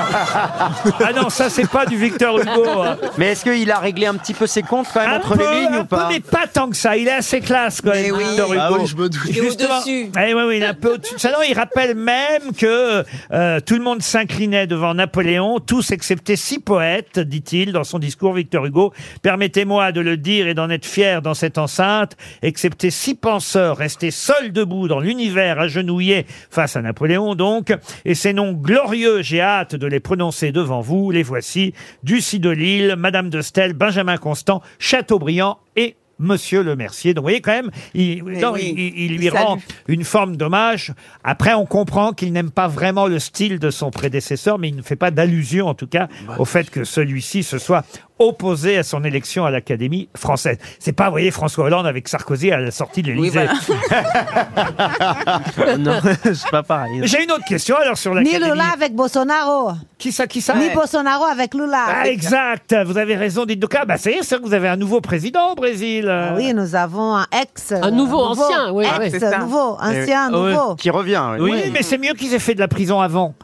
Speaker 2: ah non, ça, c'est pas du Victor Hugo. hein.
Speaker 7: Mais est-ce qu'il a réglé un petit peu ses comptes quand même
Speaker 2: Un
Speaker 7: entre
Speaker 2: peu,
Speaker 7: les lignes
Speaker 2: un
Speaker 7: ou pas
Speaker 2: peu, mais pas tant que ça. Il est assez classe quand même, Victor Hugo.
Speaker 5: Bah oui, je me doute. Il est
Speaker 2: Justement.
Speaker 5: au-dessus.
Speaker 2: Eh oui, oui, il est un peu au-dessus de ça. Non, il rappelle même que euh, tout le monde s'inclinait devant Napoléon, tous excepté six poètes, dit-il dans son discours, Victor Hugo. Permettez-moi de le dire et d'en être fier dans cette enceinte, excepté six penseurs restés seuls debout dans l'univers, agenouillés face à Napoléon, donc. Et ces noms glorieux, j'ai hâte de les prononcer devant vous. Les voici. Ducy de Lille, Madame de Stel, Benjamin Constant, Chateaubriand et Monsieur le Mercier. Donc, vous voyez, quand même, il, non,
Speaker 19: oui,
Speaker 2: il- il- il
Speaker 19: il
Speaker 2: lui
Speaker 19: salue.
Speaker 2: rend une forme d'hommage. Après, on comprend qu'il n'aime pas vraiment le style de son prédécesseur, mais il ne fait pas d'allusion, en tout cas,
Speaker 5: Bah,
Speaker 2: au fait que celui-ci se soit opposé à son élection à l'Académie française. C'est pas, vous voyez, François Hollande avec Sarkozy à la sortie de l'Élysée. <laughs>
Speaker 5: non, <laughs> c'est pas pareil.
Speaker 2: J'ai une autre question, alors, sur
Speaker 8: Ni
Speaker 2: l'Académie.
Speaker 8: Lula avec Bolsonaro.
Speaker 2: Qui ça, qui ça
Speaker 8: Ni
Speaker 2: Ouais.
Speaker 8: Bolsonaro avec Lula.
Speaker 2: Ah, exact, vous avez raison, dites donc. Ah, bah, ça y est, c'est vrai que vous avez un nouveau président au Brésil.
Speaker 8: Ah Oui, nous avons un ex. Un
Speaker 4: nouveau, ancien, oui,
Speaker 8: Ex,
Speaker 4: oui, c'est ça.
Speaker 8: nouveau,
Speaker 2: Eh oui.
Speaker 8: ancien,
Speaker 2: Ah oui.
Speaker 8: nouveau.
Speaker 2: Qui revient. Oui,
Speaker 8: Oui.
Speaker 2: mais c'est mieux qu'ils aient fait de la prison avant.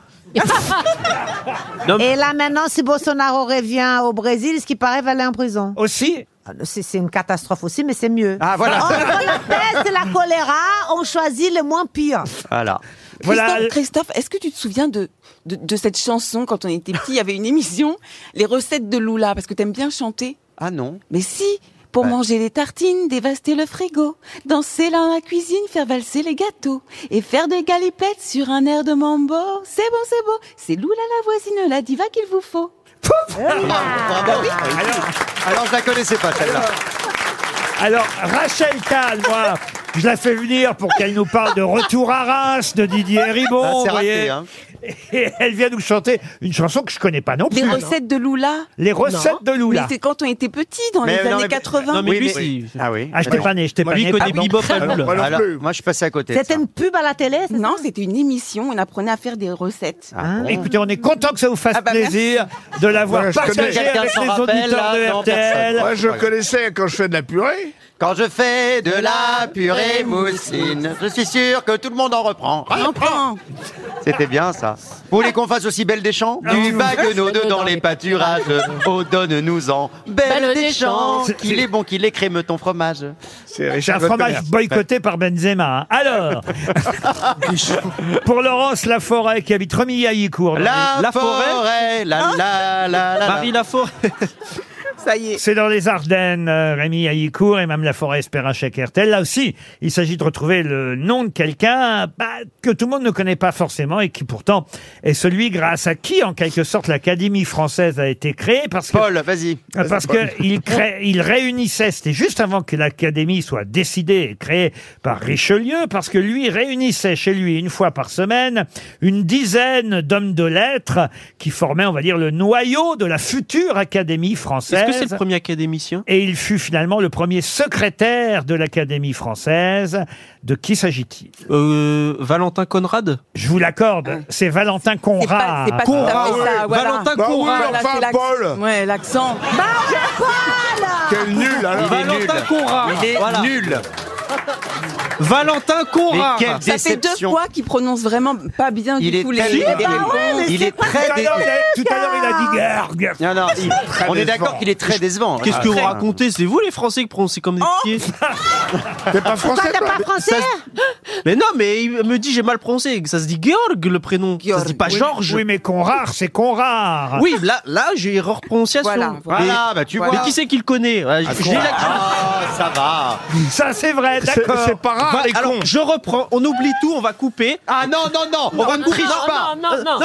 Speaker 2: Non, mais-
Speaker 8: Et là maintenant, si Bolsonaro revient au Brésil, ce qui paraît va aller en prison. Ah,
Speaker 2: Aussi
Speaker 8: C'est c'est une catastrophe aussi, mais c'est mieux.
Speaker 7: Ah, voilà.
Speaker 8: On prend
Speaker 2: <laughs>
Speaker 8: la peste, la choléra, on choisit le moins pire.
Speaker 7: Voilà.
Speaker 9: Christophe, Christophe, est-ce que tu te souviens de, de, de cette chanson quand on était petit Il y avait une émission, <laughs> les recettes de Lula, parce que t'aimes bien chanter.
Speaker 7: Ah non.
Speaker 9: Mais si pour manger des tartines, dévaster le frigo, danser dans la cuisine, faire valser les gâteaux, et faire des galipettes sur un air de mambo. C'est bon, c'est beau, c'est Lula la voisine, la diva qu'il vous faut. Ah
Speaker 7: Bravo. Alors, Ah, alors, je la connaissais pas celle-là.
Speaker 2: Alors, Rachel Kahn, moi, je la fais venir pour qu'elle nous parle de Retour à Reims, de Didier Ribon.
Speaker 7: Ah, c'est
Speaker 2: vous
Speaker 7: raté,
Speaker 2: voyez.
Speaker 7: hein.
Speaker 2: Et elle vient nous chanter une chanson que je connais pas non plus.
Speaker 9: Les recettes de Lula.
Speaker 2: Les recettes de Lula.
Speaker 9: Mais c'est quand on était petit, dans les années 80.
Speaker 7: Ah oui.
Speaker 2: Ah, j'étais pas né, j'étais Moi, pas lui, né, il connaît pardon. Bebop à
Speaker 7: Alors,
Speaker 2: Lula. Moi non
Speaker 7: alors,
Speaker 2: plus.
Speaker 7: Moi, je suis passé à côté. de
Speaker 9: C'était
Speaker 7: ça.
Speaker 9: une pub à la télé Non, c'était une émission, on apprenait à faire des recettes.
Speaker 7: Ah.
Speaker 2: Écoutez, on est content que ça vous
Speaker 9: Ah,
Speaker 2: fasse
Speaker 9: bah,
Speaker 2: plaisir de l'avoir
Speaker 6: Moi, je connais
Speaker 2: partagé
Speaker 6: quelqu'un
Speaker 2: avec
Speaker 6: s'en
Speaker 2: les
Speaker 6: rappelle,
Speaker 2: auditeurs
Speaker 6: là,
Speaker 2: de
Speaker 6: non,
Speaker 2: RTL.
Speaker 6: personne. Moi, je connaissais quand je fais de la purée.
Speaker 7: Quand je fais de la purée moussine, je suis sûr que tout le monde en reprend.
Speaker 9: Ah, Reprends.
Speaker 7: C'était bien ça. Vous voulez qu'on fasse aussi Belle des Champs Du baguenaud dans les pâturages, oh donne-nous-en. Belle des Champs, qu'il est bon, qu'il est crémeux ton fromage.
Speaker 2: C'est un fromage boycotté par Benzema. hein.
Speaker 6: <laughs>
Speaker 2: Alors, pour Laurence Laforêt qui habite Remilly-Aillicourt. dans
Speaker 7: La,
Speaker 2: les-
Speaker 7: forêt, la la la la.
Speaker 2: Marie
Speaker 7: Laforêt.
Speaker 9: Ça y est.
Speaker 2: C'est dans les Ardennes, euh, Rémi Haïcourt et même la forêt espéra chèque RTL. Là aussi, il s'agit de retrouver le nom de quelqu'un bah, que tout le monde ne connaît pas forcément et qui pourtant est celui grâce à qui, en quelque sorte, l'Académie française a été créée. Parce que,
Speaker 7: Paul, vas-y.
Speaker 2: Ah, Parce
Speaker 7: Paul.
Speaker 2: qu'il il réunissait, c'était juste avant que l'Académie soit décidée et créée par Richelieu, parce que lui réunissait chez lui une fois par semaine une dizaine d'hommes de lettres qui formaient, on va dire, le noyau de la future Académie française.
Speaker 5: Est-ce que c'est le premier académicien
Speaker 2: Et il fut finalement le premier secrétaire de l'Académie française. De qui s'agit-il
Speaker 5: Euh, Valentin Conrad
Speaker 2: Je vous l'accorde, c'est Valentin Conrad.
Speaker 9: Ah. C'est pas tout à fait ça. voilà.
Speaker 5: Valentin Bah oui, Conrad. mais
Speaker 9: Voilà,
Speaker 5: enfin,
Speaker 9: c'est l'ac-
Speaker 5: Paul.
Speaker 9: Ouais, l'accent.
Speaker 6: Quel
Speaker 9: Ah,
Speaker 2: hein.
Speaker 6: nul alors
Speaker 5: Valentin Conrad.
Speaker 6: Il est
Speaker 5: Voilà.
Speaker 6: nul
Speaker 5: Valentin Conrad
Speaker 9: Ça fait deux fois qu'il prononce vraiment pas bien
Speaker 7: Il
Speaker 9: du
Speaker 7: est
Speaker 9: tout les
Speaker 7: très-
Speaker 9: les
Speaker 7: Ah ouais,
Speaker 9: réponses.
Speaker 7: mais Il c'est est quoi très ce dé- gars
Speaker 2: Tout à l'heure, il a dit guerre, guerre.
Speaker 7: Non, non, il-
Speaker 5: Très
Speaker 7: on est
Speaker 5: décevant.
Speaker 7: d'accord qu'il est très décevant.
Speaker 5: Qu'est-ce
Speaker 7: Ah,
Speaker 5: que vous
Speaker 7: très.
Speaker 5: racontez C'est vous les Français qui prononcez comme
Speaker 2: Oh
Speaker 5: des
Speaker 2: <laughs>
Speaker 5: pieds.
Speaker 6: T'es pas
Speaker 8: Toi, t'es pas français
Speaker 5: Mais non, mais il me dit j'ai mal prononcé. Ça se dit Georg le prénom. Ça se dit pas
Speaker 2: Oui,
Speaker 5: Georges.
Speaker 2: Oui, mais Conrad, c'est Conrad.
Speaker 5: Oui, là, là j'ai erreur de prononciation.
Speaker 2: Voilà, voilà.
Speaker 5: Mais-
Speaker 2: Voilà, bah, tu
Speaker 5: mais
Speaker 2: vois.
Speaker 5: qui c'est qui le connaît Ouais, j'ai
Speaker 7: Conrad.
Speaker 5: la-
Speaker 7: Ah, ça va.
Speaker 2: Ça, c'est vrai, d'accord.
Speaker 5: Va- Alors, je reprends. On oublie tout, on va couper.
Speaker 7: Ah non, non, non, on
Speaker 5: va
Speaker 7: ne triche pas.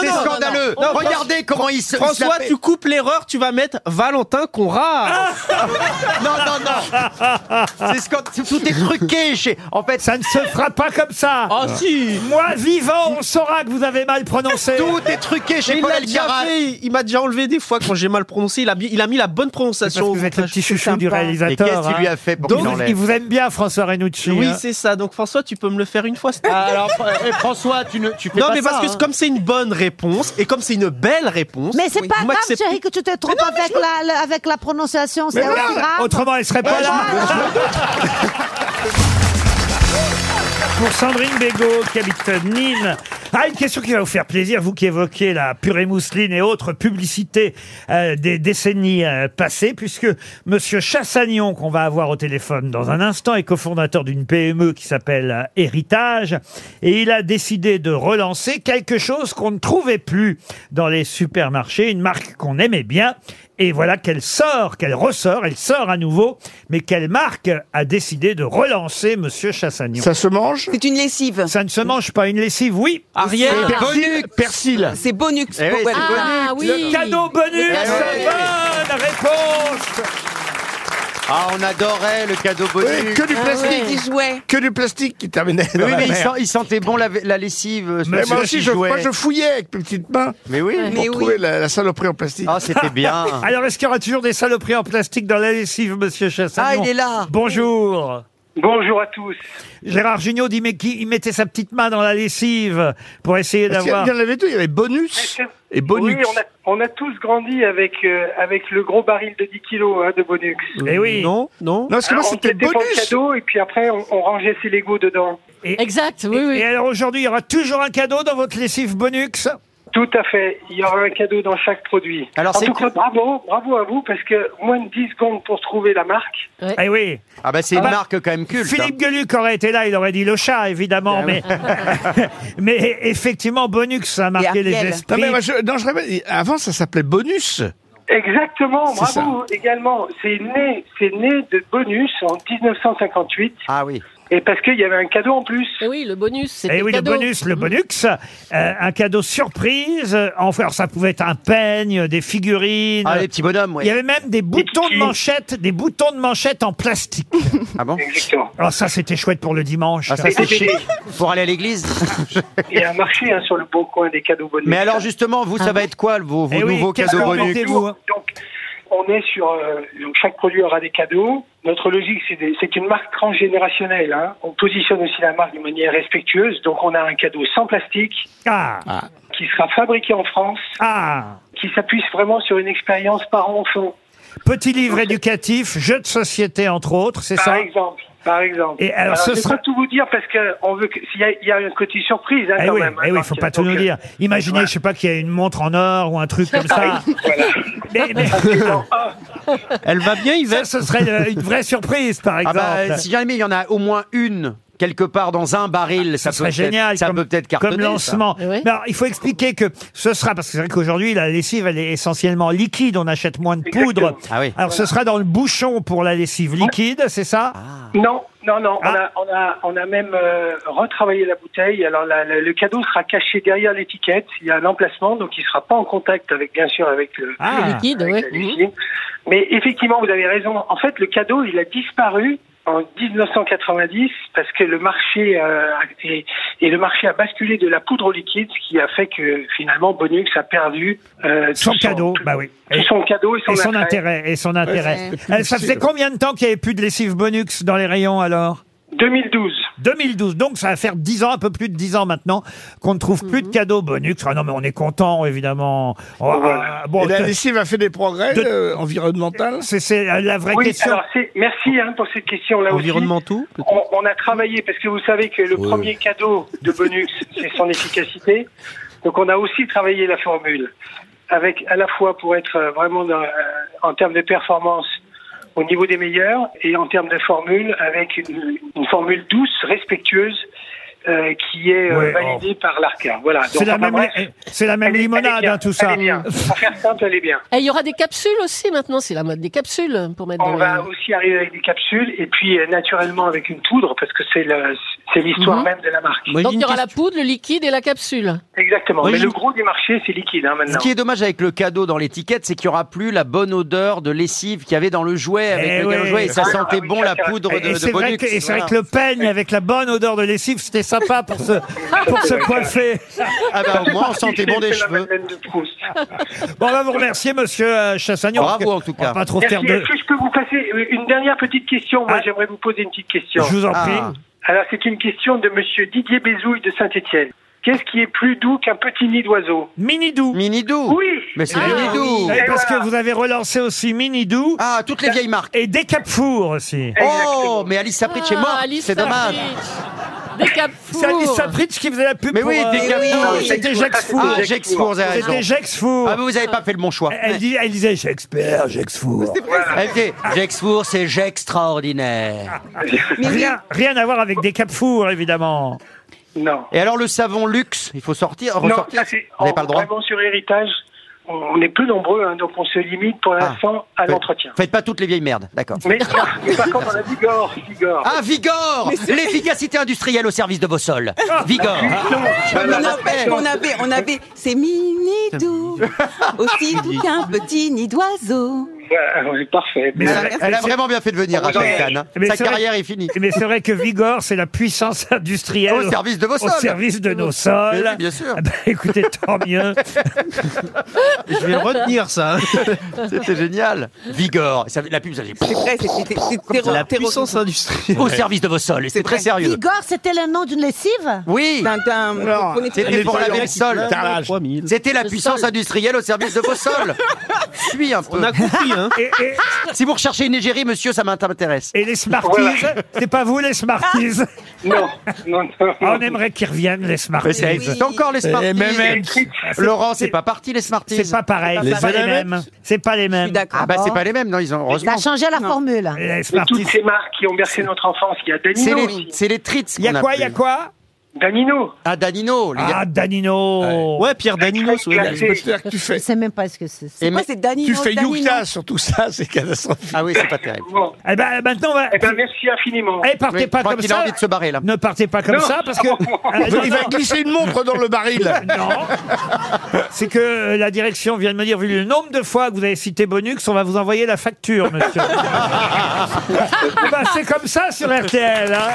Speaker 7: C'est scandaleux. Regardez comment il se. il se la
Speaker 5: François,
Speaker 7: fait.
Speaker 5: tu coupes l'erreur, tu vas mettre Valentin Conrad.
Speaker 7: Ah <laughs> Non, non, non. C'est scand- Tout est truqué chez. En fait,
Speaker 2: ça ne se fera pas comme ça.
Speaker 5: Ah, si.
Speaker 2: Moi, vivant, on saura Ah, que vous avez mal prononcé.
Speaker 7: Tout est truqué
Speaker 5: Mais
Speaker 7: chez
Speaker 5: il
Speaker 7: Paul
Speaker 5: l'a déjà
Speaker 7: Elkarat.
Speaker 5: fait, il m'a déjà enlevé des fois quand j'ai mal prononcé. Il a, bi- il a mis la bonne
Speaker 2: C'est parce
Speaker 5: prononciation.
Speaker 2: que vous êtes le petit chouchou du réalisateur.
Speaker 7: Et qu'est-ce qu'il lui
Speaker 2: hein.
Speaker 7: a fait pour
Speaker 2: Donc,
Speaker 7: qu'il l'enlève
Speaker 2: il vous aime bien, François Renucci.
Speaker 5: Oui,
Speaker 2: hein.
Speaker 5: c'est ça. Donc François, tu peux me le faire une fois. s'il te plaît
Speaker 7: Alors, eh, François, tu ne, tu fais
Speaker 5: Non,
Speaker 7: pas
Speaker 5: mais
Speaker 7: ça,
Speaker 5: parce que
Speaker 7: hein.
Speaker 5: comme c'est une bonne réponse et comme c'est une belle réponse.
Speaker 8: Mais c'est
Speaker 5: oui,
Speaker 8: pas
Speaker 5: vous
Speaker 8: grave,
Speaker 5: m'acceptez.
Speaker 8: chérie, que tu te trompes avec, la, la- avec la prononciation. C'est
Speaker 2: Mais
Speaker 8: aussi
Speaker 2: voilà,
Speaker 8: grave.
Speaker 2: Autrement, elle serait pas là. Pour Sandrine Bégaud, qui habite Nîmes, Ah, une question qui va vous faire plaisir, vous qui évoquez la purée mousseline et autres publicités euh, des décennies euh, passées, puisque Monsieur Chassagnon, qu'on va avoir au téléphone dans un instant, est cofondateur d'une PME qui s'appelle euh, Héritage, et il a décidé de relancer quelque chose qu'on ne trouvait plus dans les supermarchés, une marque qu'on aimait bien, et voilà qu'elle sort, qu'elle ressort, elle sort à nouveau, mais quelle marque a décidé de relancer Monsieur Chassagnon Ça se mange C'est
Speaker 9: une lessive.
Speaker 2: Ça ne se mange pas, une lessive, oui.
Speaker 9: Ariel.
Speaker 2: C'est
Speaker 9: Ah.
Speaker 2: Bonux. Persil.
Speaker 9: C'est Bonux.
Speaker 2: Eh oui, c'est
Speaker 9: Ah,
Speaker 2: Bonux.
Speaker 9: oui.
Speaker 2: Le cadeau Bonux.
Speaker 7: Eh
Speaker 9: Le cadeau
Speaker 2: Bonux. Bonne réponse
Speaker 7: Ah, on adorait le cadeau bonus.
Speaker 6: Oui, que du plastique. Que du plastique qui terminait.
Speaker 7: Mais
Speaker 6: dans
Speaker 7: oui,
Speaker 6: la
Speaker 7: mais il,
Speaker 6: mer.
Speaker 7: sent- il sentait bon la, la lessive. euh,
Speaker 6: Mais
Speaker 7: ce
Speaker 6: moi aussi, je,
Speaker 7: jouet.
Speaker 6: moi, je fouillais avec mes petites mains.
Speaker 7: Mais oui.
Speaker 6: Pour
Speaker 7: Mais oui.
Speaker 6: trouver la, la saloperie en plastique.
Speaker 7: Ah, c'était bien.
Speaker 2: Alors, est-ce qu'il y aura toujours des saloperies en plastique dans la lessive, monsieur
Speaker 7: Ah,
Speaker 2: Chassagnon
Speaker 7: il est là.
Speaker 2: Bonjour
Speaker 18: Bonjour à tous
Speaker 2: Gérard Jugnot dit mais qui, il mettait sa petite main dans la lessive pour essayer
Speaker 6: Parce qu'il y
Speaker 2: d'avoir...
Speaker 6: en avait deux, il y avait bonus et bonus.
Speaker 19: Oui, on a, on a tous grandi avec, euh, avec le gros baril de 10 kilos hein, de bonus.
Speaker 2: Eh oui. Non,
Speaker 5: non.
Speaker 6: Non, parce que moi,
Speaker 19: Alors, on
Speaker 6: c'était
Speaker 19: mettait dans
Speaker 6: bonus.
Speaker 19: le cadeau et puis après, on, on rangeait ses Legos dedans.
Speaker 2: exact, oui, oui. Et alors aujourd'hui, il y aura toujours un cadeau dans votre lessive Bonux
Speaker 19: Tout à fait. Il y aura un cadeau dans chaque produit.
Speaker 7: Alors,
Speaker 19: en
Speaker 7: c'est
Speaker 19: tout
Speaker 7: quoi-
Speaker 19: cas, bravo, bravo à vous parce que moins de 10 secondes pour trouver la marque.
Speaker 2: Eh oui.
Speaker 7: Ah bah c'est une
Speaker 2: Ah bah,
Speaker 7: marque quand même culte. hein. Ah
Speaker 2: Philippe Gueluc aurait été là, il aurait dit le chat, évidemment, mais, mais <laughs> effectivement, Bonux a marqué les esprits.
Speaker 6: Non, mais moi, je, ah, non, je rappelle, avant, ça s'appelait bonus.
Speaker 19: Exactement,
Speaker 6: C'est
Speaker 19: bravo également. C'est né, c'est né de bonus en 1958.
Speaker 7: Ah oui.
Speaker 19: Et parce qu'il y avait un cadeau en plus.
Speaker 4: Eh oui, le bonus, c'était
Speaker 2: Et Eh oui,
Speaker 4: le
Speaker 2: le
Speaker 4: cadeau.
Speaker 2: bonus, le bonus, euh, un cadeau surprise. euh, Enfin, alors, ça pouvait être un peigne, des figurines.
Speaker 7: Ah, les petits bonhommes, ouais.
Speaker 2: Il y avait même des boutons de
Speaker 7: petits.
Speaker 2: manchette, des boutons de manchette en plastique.
Speaker 7: Ah bon
Speaker 2: Alors ça, c'était chouette pour le dimanche.
Speaker 7: Ah, ça c'est chic. Pour aller à l'église.
Speaker 19: <laughs> Il y a un marché hein, sur le bon coin des cadeaux bonus.
Speaker 7: Mais alors justement, vous,
Speaker 4: Ah
Speaker 7: ça va être quoi vos, vos
Speaker 2: Eh oui,
Speaker 7: nouveaux
Speaker 2: qu'est-ce
Speaker 7: cadeaux
Speaker 2: que vous
Speaker 7: bonus
Speaker 2: mettez-vous, hein
Speaker 19: On est sur euh, donc chaque produit aura des cadeaux. Notre logique, c'est des- c'est une marque transgénérationnelle. hein. On positionne aussi la marque de manière respectueuse. Donc on a un cadeau sans plastique
Speaker 2: Ah.
Speaker 19: qui sera fabriqué en France,
Speaker 2: Ah.
Speaker 19: qui s'appuie vraiment sur une expérience parent-enfant.
Speaker 2: Petit livre éducatif, jeu de société entre autres, c'est
Speaker 19: Par
Speaker 2: ça
Speaker 19: exemple. Par exemple.
Speaker 2: Et alors, ce
Speaker 19: je vais
Speaker 2: sera-
Speaker 19: pas tout vous dire parce que on veut que s'il y a, il y a un côté surprise hein,
Speaker 2: Eh
Speaker 19: quand
Speaker 2: oui,
Speaker 19: même. hein,
Speaker 2: eh oui,
Speaker 19: donc,
Speaker 2: faut pas tout
Speaker 19: donc,
Speaker 2: nous
Speaker 19: euh,
Speaker 2: dire. Imaginez, je sais pas, qu'il y a une montre en or ou un truc comme
Speaker 19: Ah
Speaker 2: ça. eh, Mais- <laughs> mais-
Speaker 5: Elle va bien, Yvette
Speaker 2: Ça, ce serait euh, une vraie surprise, par
Speaker 7: Ah
Speaker 2: exemple.
Speaker 7: bah, si jamais il y en a au moins une quelque part dans un baril, ça,
Speaker 2: Ce
Speaker 7: peut
Speaker 2: serait
Speaker 7: peut-être-
Speaker 2: génial
Speaker 7: Ça
Speaker 2: comme,
Speaker 7: peut peut-être
Speaker 2: comme
Speaker 7: cartonner. ça.
Speaker 2: lancement. Mais alors, il faut expliquer que ce sera, parce que c'est vrai qu'aujourd'hui, la lessive, elle est essentiellement liquide, on achète moins de poudre.
Speaker 7: Ah oui.
Speaker 2: Alors, ce sera dans le bouchon pour la lessive liquide, c'est ça
Speaker 19: Non, non, non.
Speaker 2: Ah.
Speaker 19: On, a, on, a, on a même euh, retravaillé la bouteille. Alors, la- la- le cadeau sera caché derrière l'étiquette. Il y a un emplacement, donc il ne sera pas en contact, avec, bien sûr, avec le,
Speaker 2: Ah.
Speaker 19: avec
Speaker 2: Le liquide,
Speaker 19: la lessive. Mais effectivement, vous avez raison. En fait, le cadeau, il a disparu en 1990 parce que le marché euh, et, et le marché a basculé de la poudre au liquide, ce qui a fait que finalement Bonux a perdu euh,
Speaker 2: Son
Speaker 19: tout
Speaker 2: cadeau,
Speaker 19: tout-
Speaker 2: bah oui.
Speaker 19: tout son cadeau et son,
Speaker 2: Et son
Speaker 19: attrait.
Speaker 2: intérêt, et son intérêt.
Speaker 19: c'était plus
Speaker 2: Euh, ça
Speaker 19: difficile.
Speaker 2: faisait combien de temps qu'il n'y avait plus de lessive Bonux dans les rayons alors
Speaker 19: 2012.
Speaker 2: 2012, donc ça va faire 10 ans, un peu plus de 10 ans maintenant, qu'on ne trouve
Speaker 19: Mhm.
Speaker 2: plus de cadeaux bonus. Ah non, mais on est content, évidemment. Oh, ah, bon,
Speaker 6: et la
Speaker 2: te-
Speaker 6: lessive a fait des progrès
Speaker 2: de-
Speaker 6: euh, environnementaux.
Speaker 2: c'est- c'est euh, la vraie
Speaker 19: oui,
Speaker 2: question.
Speaker 19: alors c'est- merci hein, pour cette question là aussi.
Speaker 5: Environnementaux
Speaker 19: On, on a travaillé parce que vous savez que le
Speaker 5: Oui.
Speaker 19: premier cadeau de Bonux, c'est son efficacité. Donc on a aussi travaillé la formule avec à la fois pour être euh, vraiment dans, euh, en termes de performance au niveau des meilleurs et en termes de formule avec une, une formule douce, respectueuse euh, qui est euh,
Speaker 2: Ouais,
Speaker 19: validée par l'ARCA. Voilà. Donc,
Speaker 2: C'est la
Speaker 19: enfin,
Speaker 2: même,
Speaker 19: bref,
Speaker 2: li- c'est la même limonade,
Speaker 19: elle est bien,
Speaker 2: hein, tout ça.
Speaker 19: elle est bien. Pour faire simple, elle est bien.
Speaker 4: Et Eh, il y aura des capsules aussi maintenant, c'est la mode des capsules pour mettre
Speaker 19: On
Speaker 4: dans
Speaker 19: va
Speaker 4: les-
Speaker 19: aussi arriver avec des capsules et puis euh, naturellement avec une poudre parce que c'est le- c'est l'histoire
Speaker 4: Mhm.
Speaker 19: même de la marque.
Speaker 4: Donc il y aura la poudre, le liquide et la capsule.
Speaker 19: Exactement.
Speaker 7: Moi,
Speaker 19: mais
Speaker 7: j'ai
Speaker 19: le
Speaker 7: une-
Speaker 19: gros du marché, c'est liquide hein,
Speaker 7: Ce
Speaker 19: maintenant. <laughs>
Speaker 7: qui est dommage avec le cadeau dans l'étiquette, c'est qu'il n'y aura plus la bonne odeur de lessive qu'il y avait dans le jouet avec
Speaker 2: Eh
Speaker 7: lequel on
Speaker 2: ouais.
Speaker 7: jouait. Et ça
Speaker 2: Ah,
Speaker 7: sentait
Speaker 2: oui,
Speaker 7: bon la poudre
Speaker 2: Et,
Speaker 7: de,
Speaker 2: et
Speaker 7: de
Speaker 2: c'est vrai,
Speaker 7: Bonux.
Speaker 2: que, et c'est
Speaker 7: Voilà.
Speaker 2: vrai que le peigne avec la bonne odeur de lessive, c'était sympa pour se, pour
Speaker 19: <laughs>
Speaker 2: se coiffer.
Speaker 7: Ah bah, au moins, on sentait bon des
Speaker 19: C'est la
Speaker 7: cheveux.
Speaker 19: Madeleine de Proust.
Speaker 2: Bon, on va vous remercier, monsieur euh, Chassagnon.
Speaker 7: Bravo,
Speaker 2: parce que
Speaker 7: en tout
Speaker 2: on va
Speaker 7: cas.
Speaker 2: pas trop
Speaker 19: Merci.
Speaker 2: faire de. Ah.
Speaker 19: Est-ce que je peux vous passer une dernière petite question Moi, j'aimerais vous poser une petite question. Ah.
Speaker 2: Je vous en prie.
Speaker 19: Alors, c'est une question de monsieur Didier Bézouille de Saint-Étienne. Qu'est-ce qui est plus doux qu'un petit nid d'oiseau
Speaker 2: Minidou.
Speaker 7: Minidou.
Speaker 19: Oui.
Speaker 7: Mais c'est
Speaker 19: Ah,
Speaker 7: Minidou.
Speaker 19: oui.
Speaker 2: Eh, Parce
Speaker 19: voilà.
Speaker 2: que vous avez relancé aussi Minidou.
Speaker 7: Ah, toutes les vieilles marques.
Speaker 2: Et des Capfours aussi.
Speaker 7: Oh, mais Alice Sapritch est
Speaker 4: Ah,
Speaker 7: morte.
Speaker 4: Alice
Speaker 7: C'est dommage.
Speaker 4: Sapritch.
Speaker 2: C'est Alice Sapritch qui faisait la pub
Speaker 7: Mais
Speaker 2: pour,
Speaker 7: oui,
Speaker 2: euh,
Speaker 7: Descartes. Non,
Speaker 2: C'était Jacques Four.
Speaker 7: Ah, Jacques Four, vous avez raison.
Speaker 2: C'était Jacques Four.
Speaker 7: Ah, mais vous n'avez pas fait le bon choix.
Speaker 2: Elle, dit- elle disait Shakespeare, Jacques Four.
Speaker 7: Elle dit, Jexfour, c'est j'extraordinaire.
Speaker 2: Rien, rien à voir avec des Capfours, évidemment.
Speaker 19: Non.
Speaker 7: Et alors le savon luxe, il faut sortir, ressortir.
Speaker 19: Non, ça, c'est
Speaker 7: vous n'avez pas le droit.
Speaker 19: Vraiment sur héritage, on- on est peu nombreux, hein, donc on se limite
Speaker 7: Ah.
Speaker 19: pour l'instant à l'entretien.
Speaker 7: Faites pas toutes les vieilles merdes, d'accord.
Speaker 19: Mais, mais
Speaker 7: <laughs>
Speaker 19: par contre, on a Vigor, Vigor.
Speaker 7: Ah, Vigor L'efficacité industrielle au service de vos sols. Vigor
Speaker 2: Bah,
Speaker 9: Mais n'empêche qu'on avait, on avait ces mini doux, aussi doux qu'un petit nid d'oiseau.
Speaker 19: Ouais, parfait.
Speaker 7: Mais elle, elle a vraiment bien fait de venir,
Speaker 2: Ah,
Speaker 7: hein, Jacques Kahn, hein.
Speaker 2: mais
Speaker 7: Sa
Speaker 2: c'est vrai-
Speaker 7: carrière est finie.
Speaker 2: Mais c'est vrai que Vigor, c'est la puissance industrielle
Speaker 7: Au service de vos
Speaker 2: Au
Speaker 7: sols.
Speaker 2: service de nos sols.
Speaker 7: Mais oui, bien sûr.
Speaker 2: Ah bah, <laughs> écoutez, tant mieux.
Speaker 7: Je
Speaker 5: vais le retenir,
Speaker 7: ça. C'était génial. Vigor. Ça- la pub, ça fait...
Speaker 5: La puissance industrielle.
Speaker 7: Au service de vos sols. et C'est très sérieux.
Speaker 8: Igor, c'était le nom d'une lessive
Speaker 7: Oui.
Speaker 8: Alors,
Speaker 7: C'était pour laver le sol.
Speaker 5: Tarage.
Speaker 7: C'était la
Speaker 8: Le
Speaker 7: puissance
Speaker 8: sol.
Speaker 7: industrielle au service de vos sols. Suis un peu.
Speaker 5: On a compris, hein.
Speaker 7: Si vous recherchez une égérie, monsieur, ça m'intéresse.
Speaker 2: Et les Smarties, c'est pas vous
Speaker 7: <laughs>
Speaker 2: les Smarties
Speaker 19: Non, non, non.
Speaker 2: On aimerait qu'ils reviennent, les Smarties.
Speaker 7: Mais ça existe encore, les Smarties. Laurent, c'est pas parti, les Smarties.
Speaker 2: C'est pas pareil,
Speaker 7: Les
Speaker 2: c'est pas Ah, les
Speaker 7: M&M's.
Speaker 2: mêmes. C'est pas les mêmes.
Speaker 7: Ah bah c'est pas les mêmes, non, ils ont heureusement.
Speaker 8: T'as changé la formule.
Speaker 2: Les
Speaker 19: Mais
Speaker 2: Smarties.
Speaker 19: toutes ces marques qui ont bercé notre enfance, il y a
Speaker 7: C'est
Speaker 19: Danino
Speaker 7: les,
Speaker 19: aussi.
Speaker 7: c'est les treats.
Speaker 2: Il y a quoi, il y a quoi
Speaker 19: Danino.
Speaker 7: Ah Danino. les gars.
Speaker 2: Ah, Danino
Speaker 5: Ouais, Pierre Danilo, ouais,
Speaker 19: Classé.
Speaker 5: il a-
Speaker 6: tu fais,
Speaker 8: Je sais même pas ce que c'est.
Speaker 7: Et
Speaker 8: C'est quoi,
Speaker 7: mais-
Speaker 8: c'est Danilo
Speaker 6: tu fais
Speaker 8: Danilo
Speaker 6: Yuka sur tout ça, c'est catastrophique.
Speaker 7: Ah oui, c'est pas terrible.
Speaker 19: Bon.
Speaker 2: Eh ben, maintenant, on va...
Speaker 19: Eh ben, merci infiniment.
Speaker 2: Eh, partez
Speaker 7: Oui, je
Speaker 2: pas
Speaker 7: crois
Speaker 2: comme
Speaker 7: qu'il a
Speaker 2: ça.
Speaker 7: envie de se barrer là.
Speaker 2: Ne partez pas comme
Speaker 19: Non.
Speaker 2: ça, parce que... Ah, non,
Speaker 6: <laughs> Il va
Speaker 2: non.
Speaker 6: glisser une montre dans le baril.
Speaker 2: <laughs> Non. C'est que euh, la direction vient de me dire, vu le nombre de fois que vous avez cité Bonux, on va vous envoyer la
Speaker 6: <laughs>
Speaker 2: facture, monsieur. Eh ben, c'est comme ça sur RTL. hein.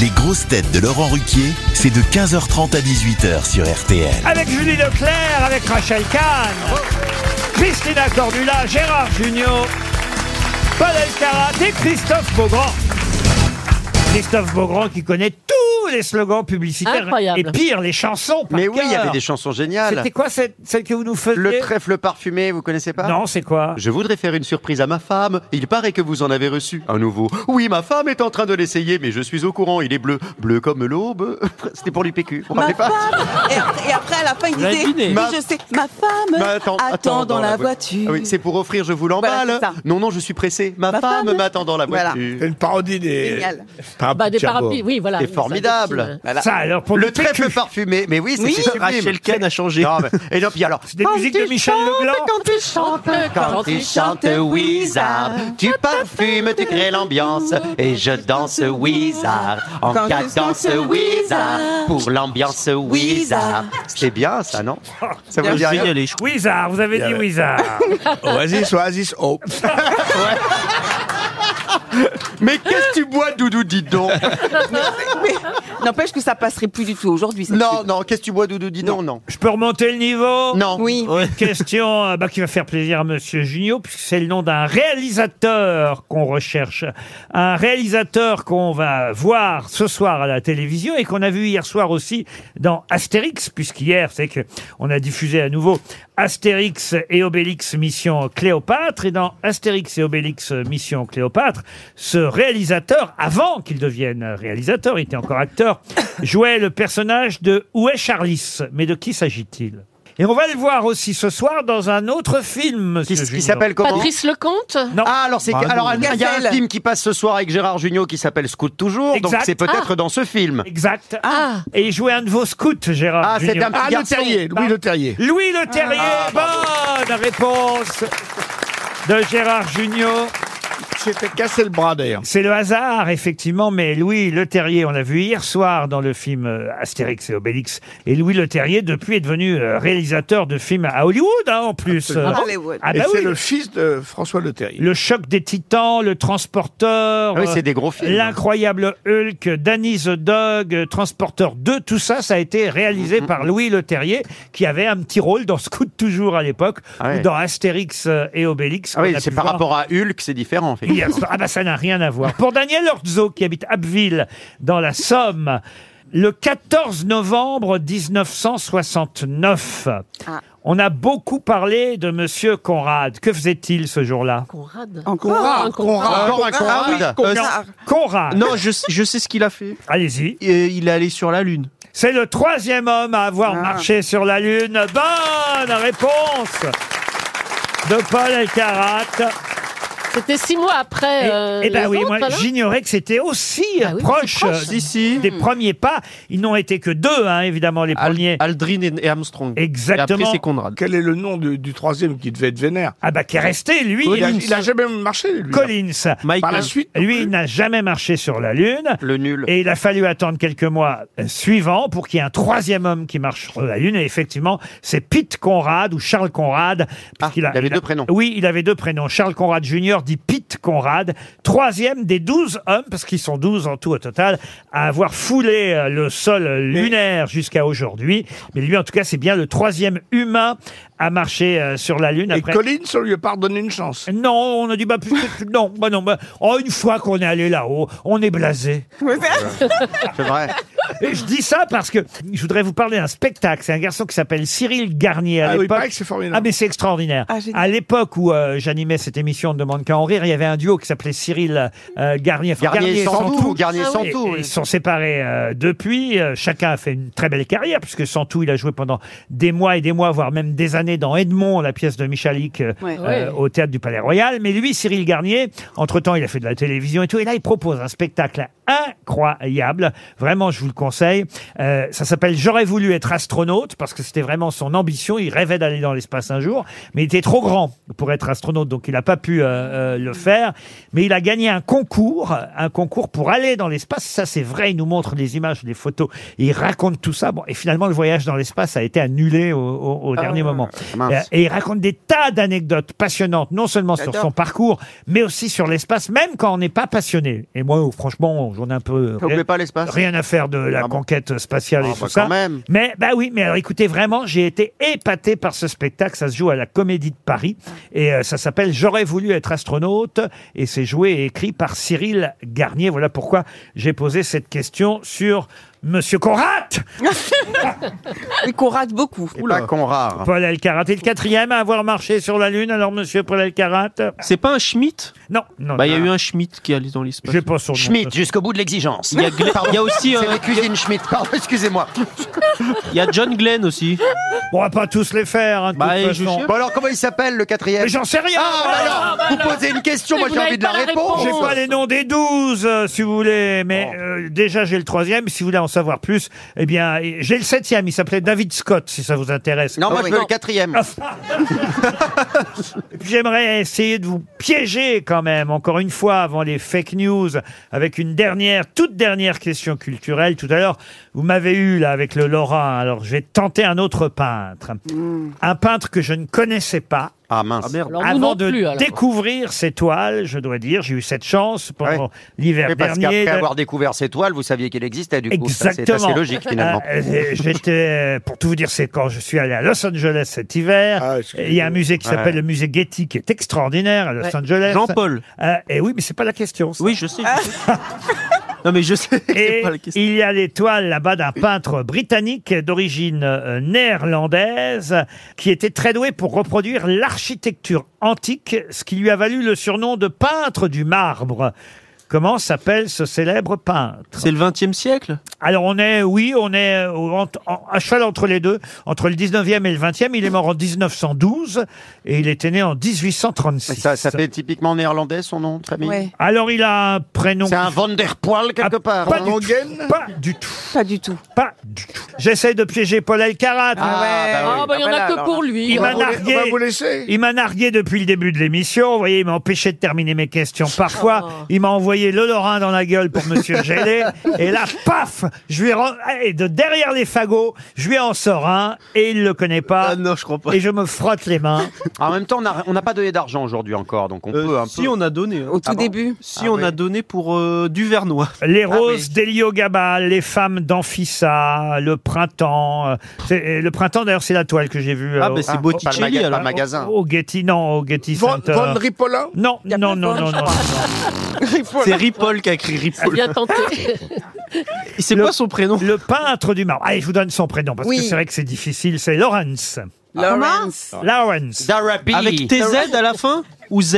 Speaker 1: Les grosses têtes de Laurent Ruquier, c'est de 15h30 à 18h sur RTL.
Speaker 2: Avec Julie Leclerc, avec Rachel Kahn, Christina Cordula, Gérard Junior, Paul Elkarat et Christophe Beaugrand. Christophe Beaugrand qui connaît tous les slogans publicitaires
Speaker 4: Incroyable.
Speaker 2: et pire, les chansons. par
Speaker 7: Mais oui, il y
Speaker 2: cœur.
Speaker 7: avait des chansons géniales.
Speaker 2: C'était quoi cette- celle que vous nous faisiez
Speaker 7: Le trèfle parfumé, vous connaissez pas
Speaker 2: Non, c'est quoi
Speaker 7: Je voudrais faire une surprise à ma femme. Il paraît que vous en avez reçu un nouveau. Oui, ma femme est en train de l'essayer, mais je suis au courant. Il est bleu, bleu comme l'aube. <laughs> C'était pour l'UPQ. Vous
Speaker 9: Ma
Speaker 7: rappelez pas
Speaker 9: femme et, et après, à la fin, il
Speaker 5: La
Speaker 9: disait,
Speaker 5: dîner.
Speaker 9: oui,
Speaker 7: Ma-
Speaker 9: je sais, ma femme
Speaker 7: Mais
Speaker 9: attend, dans, la voiture.
Speaker 7: Ah oui, c'est pour offrir, je vous l'emballe.
Speaker 9: Voilà, c'est ça.
Speaker 7: non, non, je suis pressé. Ma,
Speaker 9: Ma
Speaker 7: femme
Speaker 9: femme
Speaker 7: m'attend Ah, dans la
Speaker 9: Voilà.
Speaker 7: voiture.
Speaker 6: C'est une parodie des.
Speaker 9: Génial.
Speaker 6: parapluies
Speaker 4: Bah, des
Speaker 6: de Cherbourg.
Speaker 4: parapluies, oui, voilà.
Speaker 7: C'est formidable. Voilà.
Speaker 2: Ça, alors, pour
Speaker 7: le
Speaker 2: le PQ.
Speaker 7: trèfle parfumé. Mais euh, oui, c'était sublime.
Speaker 5: Rachel Kahn a changé.
Speaker 7: Non, mais- Et non, puis alors.
Speaker 2: C'est des musiques de Michel Leblanc
Speaker 7: tu chantes, quand tu chantes Wizard, tu parfumes, tu crées l'ambiance et je danse Wizard en
Speaker 9: Quand tu
Speaker 7: cadence
Speaker 9: chantes
Speaker 7: Wizard
Speaker 9: Wizard.
Speaker 7: pour l'ambiance Wizard.
Speaker 9: Wizard.
Speaker 7: C'est bien ça, non Ça vous dit
Speaker 5: Génial,
Speaker 7: rien
Speaker 5: elle est chou-
Speaker 2: Wizard, vous avez dit
Speaker 7: <laughs>
Speaker 6: <laughs>
Speaker 2: Wizard.
Speaker 6: Oasis, Oasis, oh.
Speaker 7: Mais qu'est-ce que tu bois, Doudou, dis donc
Speaker 9: Mais n'empêche que ça passerait plus du tout aujourd'hui. cette
Speaker 7: Non,
Speaker 9: pub.
Speaker 7: non, qu'est-ce que tu bois, Doudou, dis donc, non.
Speaker 2: Je peux remonter le niveau
Speaker 7: Non.
Speaker 9: Oui.
Speaker 2: Question euh, bah, qui va faire plaisir à Monsieur Junio, puisque c'est le nom d'un réalisateur qu'on recherche. Un réalisateur qu'on va voir ce soir à la télévision et qu'on a vu hier soir aussi dans Astérix, puisqu'hier, c'est que on a diffusé à nouveau Astérix et Obélix Mission Cléopâtre. Et dans Astérix et Obélix Mission Cléopâtre, ce réalisateur, avant qu'il devienne réalisateur, il était encore acteur, <coughs> jouait le personnage de Où est Charlis Mais de qui s'agit-il et on va le voir aussi ce soir dans un autre film,
Speaker 7: Qui,
Speaker 2: monsieur
Speaker 7: qui
Speaker 2: Junior.
Speaker 7: s'appelle comment
Speaker 4: Patrice Lecomte
Speaker 2: Non.
Speaker 7: Ah, alors c'est
Speaker 6: Bah,
Speaker 7: alors
Speaker 6: non.
Speaker 7: un- il y a un
Speaker 9: Gazelle.
Speaker 7: film qui passe ce soir avec Gérard Jugnot qui s'appelle Scout toujours, donc
Speaker 2: Exact. Ah.
Speaker 7: c'est peut-être dans ce film.
Speaker 2: Exact.
Speaker 4: Ah.
Speaker 2: Et il jouait un de vos scouts, Gérard.
Speaker 7: Ah, c'est
Speaker 2: Junior. Bah,
Speaker 7: un
Speaker 6: Ah,
Speaker 7: petit
Speaker 6: le
Speaker 7: garçon.
Speaker 6: terrier, Louis Le Terrier.
Speaker 2: Louis Le Terrier, bonne réponse de Gérard Junior.
Speaker 6: C'était cassé le bras d'ailleurs.
Speaker 2: C'est le hasard, effectivement, mais Louis Leterrier, on l'a vu hier soir dans le film euh, Astérix et Obélix, et Louis Leterrier, depuis, est devenu euh, réalisateur de films à Hollywood, hein, en plus.
Speaker 6: Absolument.
Speaker 2: Euh,
Speaker 9: Hollywood.
Speaker 2: Ah
Speaker 6: Et
Speaker 2: bah
Speaker 6: c'est
Speaker 2: oui.
Speaker 6: le
Speaker 2: le...
Speaker 6: fils de François Le Terrier.
Speaker 2: choc des titans, le transporteur.
Speaker 7: Ah oui, c'est
Speaker 2: euh,
Speaker 7: des gros films.
Speaker 2: L'incroyable Hulk, Danny the Dog, euh, Transporteur 2, tout ça, ça a été
Speaker 7: Mhm.
Speaker 2: réalisé par Louis Leterrier, qui avait un petit rôle dans Scout Toujours à l'époque,
Speaker 7: Ah ouais.
Speaker 2: ou dans Astérix euh, et Obélix.
Speaker 7: Ah oui,
Speaker 2: qu'on a
Speaker 7: c'est
Speaker 2: pu
Speaker 7: par
Speaker 2: voir.
Speaker 7: rapport à Hulk, c'est différent en fait.
Speaker 2: Hier soir. Ah bah ça n'a rien à voir. Pour Daniel Orzo qui habite Abbeville dans la Somme, Le 14 novembre 1969,
Speaker 5: Ah.
Speaker 2: on a beaucoup parlé de Monsieur Conrad. Que faisait-il ce jour-là
Speaker 4: Conrad.
Speaker 5: Conrad,
Speaker 4: un
Speaker 5: Ah, Conrad.
Speaker 2: Encore un
Speaker 5: Ah oui,
Speaker 2: Conrad.
Speaker 5: Conrad.
Speaker 2: <laughs> Euh, Conrad.
Speaker 5: Non, je, sais- je sais ce qu'il a fait.
Speaker 2: Allez-y.
Speaker 5: Il est allé sur la Lune.
Speaker 2: C'est le troisième homme à avoir
Speaker 5: Ah.
Speaker 2: marché sur la Lune. Bonne réponse de Paul Elkarat.
Speaker 4: C'était six mois après. euh,
Speaker 2: Eh ben
Speaker 4: les
Speaker 2: oui,
Speaker 4: autres,
Speaker 2: moi
Speaker 4: alors Ah
Speaker 2: j'ignorais que c'était aussi euh, proche,
Speaker 4: proche.
Speaker 2: euh, d'ici des premiers pas. Ils n'ont été que deux, hein, évidemment, les premiers.
Speaker 5: Aldrin et, Armstrong.
Speaker 2: Exactement.
Speaker 5: Et après, c'est Conrad.
Speaker 6: Quel est le nom du, du troisième qui devait être vénère
Speaker 2: Ah bah qui est resté, lui.
Speaker 6: Il a,
Speaker 2: Collins.
Speaker 6: il a jamais marché, lui.
Speaker 2: Collins.
Speaker 6: Par la suite.
Speaker 2: Lui, il n'a jamais marché sur la Lune.
Speaker 7: Le nul.
Speaker 2: Et il a fallu attendre quelques mois euh, suivants pour qu'il y ait un troisième homme qui marche sur la Lune. Et effectivement, c'est Pete Conrad ou Charles Conrad.
Speaker 6: Ah,
Speaker 2: parce qu'il a- il avait deux prénoms. Oui, il avait deux prénoms. Charles Conrad Jr. dit Pete Conrad, troisième des douze hommes, parce qu'ils sont douze en tout au total, à avoir foulé euh, le sol lunaire jusqu'à aujourd'hui. Mais lui, en tout cas, c'est bien le troisième humain à marcher euh, sur la Lune.
Speaker 6: Et
Speaker 2: après-
Speaker 6: Collins, on lui a pardonné une chance.
Speaker 2: non, on a dit, bah, plus que- non, bah, non, bah, oh, une fois qu'on est allé là-haut, on est blasé.
Speaker 7: <laughs> C'est vrai.
Speaker 2: Et je dis ça parce que je voudrais vous parler d'un spectacle. C'est un garçon qui s'appelle Cyril Garnier. À
Speaker 6: Ah oui,
Speaker 2: l'époque-
Speaker 6: pareil que c'est formidable.
Speaker 2: Ah, mais c'est extraordinaire. à l'époque où euh, j'animais cette émission On ne demande qu'à en rire, il y avait un duo qui s'appelait Cyril euh, Garnier. Enfin,
Speaker 7: Garnier sans tout, Garnier sans
Speaker 2: Et-
Speaker 7: tout,
Speaker 2: et
Speaker 7: oui.
Speaker 2: Ils sont séparés euh, depuis. Euh, chacun a fait une très belle carrière puisque sans tout, il a joué pendant des mois et des mois, voire même des années dans Edmond, la pièce de Michalik euh,
Speaker 20: Ouais.
Speaker 2: euh,
Speaker 20: Ouais.
Speaker 2: au théâtre du Palais Royal. Mais lui, Cyril Garnier, entre-temps, il a fait de la télévision et tout. Et là, il propose un spectacle incroyable. Vraiment, je vous le conseille. Euh, ça s'appelle J'aurais voulu être astronaute parce que c'était vraiment son ambition. Il rêvait d'aller dans l'espace un jour, mais il était trop grand pour être astronaute, donc il n'a pas pu euh, euh, le faire. Mais il a gagné un concours, un concours pour aller dans l'espace. Ça, c'est vrai. Il nous montre des images, des photos. Il raconte tout ça. Bon, et finalement, le voyage dans l'espace a été annulé au, au- au dernier moment.
Speaker 7: Ah,
Speaker 2: Euh,
Speaker 7: mince.
Speaker 2: Et il raconte des tas d'anecdotes passionnantes, non seulement sur
Speaker 7: J'adore.
Speaker 2: son parcours, mais aussi sur l'espace, même quand on n'est pas passionné. Et moi, oh, franchement, j'en ai un peu.
Speaker 7: T'oublies pas l'espace
Speaker 2: Rien à faire de la conquête spatiale et
Speaker 7: Ah,
Speaker 2: tout
Speaker 7: bah,
Speaker 2: ça.
Speaker 7: quand même.
Speaker 2: Mais bah oui, mais alors écoutez, vraiment, j'ai été épaté par ce spectacle. Ça se joue à la Comédie de Paris et euh, ça s'appelle J'aurais voulu être astronaute et c'est joué et écrit par Cyril Garnier. Voilà pourquoi j'ai posé cette question sur Monsieur Conrad.
Speaker 9: Et qu'on rate beaucoup.
Speaker 2: Oula. Paul Elkarat est le quatrième à avoir marché sur la Lune. Alors Monsieur Paul Elkarat,
Speaker 5: C'est pas un
Speaker 2: <laughs>
Speaker 5: Schmitt
Speaker 2: Non, non.
Speaker 5: Bah, il y a
Speaker 2: non.
Speaker 5: eu un Schmitt qui est allé dans l'espace.
Speaker 2: J'ai pas son nom.
Speaker 7: Schmitt, jusqu'au bout de l'exigence.
Speaker 5: Il y a Glenn-
Speaker 7: Pardon,
Speaker 5: il y a aussi,
Speaker 7: C'est
Speaker 5: euh,
Speaker 7: la cuisine Schmitt, pardon, excusez-moi.
Speaker 5: Il y a John Glenn aussi.
Speaker 2: On va pas tous les faire. hein, de
Speaker 5: Bah,
Speaker 2: toute
Speaker 5: je
Speaker 2: façon.
Speaker 5: sais.
Speaker 7: Bon alors, comment il s'appelle le quatrième
Speaker 2: Mais j'en sais rien.
Speaker 7: Ah, bah alors,
Speaker 2: Ah, bah
Speaker 7: vous
Speaker 2: alors.
Speaker 7: posez une question, moi
Speaker 2: Mais
Speaker 7: j'ai
Speaker 2: vous
Speaker 7: envie de la
Speaker 2: n'avez pas
Speaker 7: réponse.
Speaker 2: J'ai pas les noms des 12, euh, si vous voulez, mais euh, déjà j'ai le troisième. Si vous voulez en savoir plus, eh bien, j'ai le septième. Il s'appelait David Scott, si ça vous intéresse.
Speaker 7: Non, moi je veux le quatrième.
Speaker 2: Ah, J'aimerais essayer de vous piéger quand même, encore une fois, avant les fake news, avec une dernière, toute dernière question culturelle. Tout à l'heure, vous m'avez eu là avec le Lorrain, alors je vais tenter un autre peintre. Un peintre que je ne connaissais pas.
Speaker 7: Ah mince.
Speaker 4: Alors, vous
Speaker 2: Avant
Speaker 4: non
Speaker 2: de
Speaker 4: plus, alors.
Speaker 2: découvrir ces toiles, je dois dire, j'ai eu cette chance pendant l'hiver
Speaker 7: Oui, parce
Speaker 2: dernier.
Speaker 7: qu'après
Speaker 2: de-
Speaker 7: avoir découvert ces toiles, vous saviez qu'elle existait, hein, du coup. Ça, C'est
Speaker 2: Exactement.
Speaker 7: assez logique, finalement.
Speaker 2: Euh, euh, J'étais, pour tout vous dire, c'est quand je suis allé à Los Angeles cet hiver. il y a un musée qui
Speaker 5: Ouais.
Speaker 2: s'appelle le musée Getty, qui est extraordinaire à Los
Speaker 5: Ouais.
Speaker 2: Angeles.
Speaker 5: Jean-Paul.
Speaker 2: et Euh, eh oui, mais c'est pas la question.
Speaker 5: Oui, je sais. je
Speaker 2: <laughs>
Speaker 5: sais. non, mais je sais.
Speaker 2: Et
Speaker 5: c'est pas la question.
Speaker 2: il y a l'étoile là-bas d'un peintre britannique d'origine euh, néerlandaise qui était très doué pour reproduire l'architecture antique, ce qui lui a valu le surnom de peintre du marbre. Comment s'appelle ce célèbre peintre
Speaker 5: C'est le 20e siècle
Speaker 2: Alors on est, oui, on est au- en- en- à cheval entre les deux, entre le 19e et le 20e. Il est mort en 1912 et il était né en 1836.
Speaker 7: Ça, ça fait typiquement néerlandais, son nom de famille
Speaker 2: Alors il a un prénom... Ah,
Speaker 7: C'est un Van der Poel, quelque part.
Speaker 2: Pas
Speaker 7: hein.
Speaker 2: du, tout, pas
Speaker 9: Pas du
Speaker 2: du tout.
Speaker 9: tout.
Speaker 2: Pas du tout. J'essaie de piéger Paul Elkarat.
Speaker 7: Ah ouais. Ah bah oui.
Speaker 4: Ah bah, il y en a que pour lui.
Speaker 2: Il m'a nargué. Il m'a nargué depuis le début de l'émission. Vous voyez, il m'a empêché de terminer mes questions. Parfois,
Speaker 4: Oh.
Speaker 2: il m'a envoyé le Lorrain dans la gueule pour
Speaker 7: <laughs>
Speaker 2: Monsieur Gelé. et là, paf, je lui ai ren- et de derrière les fagots, je lui en sors un et il le connaît pas.
Speaker 7: Ah
Speaker 5: non, je crois pas.
Speaker 2: Et je me frotte les mains.
Speaker 7: En même temps, on n'a- on n'a pas donné d'argent aujourd'hui encore, donc
Speaker 2: Euh,
Speaker 7: on peut un
Speaker 5: Si
Speaker 7: peu.
Speaker 5: on a donné. Au
Speaker 9: tout début. Ah
Speaker 5: Si
Speaker 7: Ah
Speaker 5: on
Speaker 7: ouais.
Speaker 5: a donné pour euh, Duvernois.
Speaker 2: <laughs> Les roses d'Elio Gabal, les femmes d'Anfissa, le printemps. euh, c'est- euh, Le printemps, d'ailleurs, c'est la toile que j'ai vue.
Speaker 5: Ah,
Speaker 2: euh,
Speaker 5: bah, c'est
Speaker 2: au-
Speaker 5: Botticelli,
Speaker 2: au-
Speaker 5: alors.
Speaker 2: au-
Speaker 5: Pas le magasin.
Speaker 2: Au Getty, non, au Getty
Speaker 6: Van,
Speaker 2: Center.
Speaker 6: Van Ripollin
Speaker 2: Non, non, non, non, non.
Speaker 7: <laughs>
Speaker 5: C'est Ripoll qui a écrit Ripoll.
Speaker 2: <laughs>
Speaker 4: Bien tenté.
Speaker 2: C'est quoi son prénom Le peintre du marbre. Allez, je vous donne son prénom parce
Speaker 5: Oui.
Speaker 2: que c'est vrai que c'est difficile. C'est Lawrence. Ah.
Speaker 5: Lawrence.
Speaker 2: Lawrence.
Speaker 5: Darabi. Avec TZ à la fin
Speaker 2: ou Z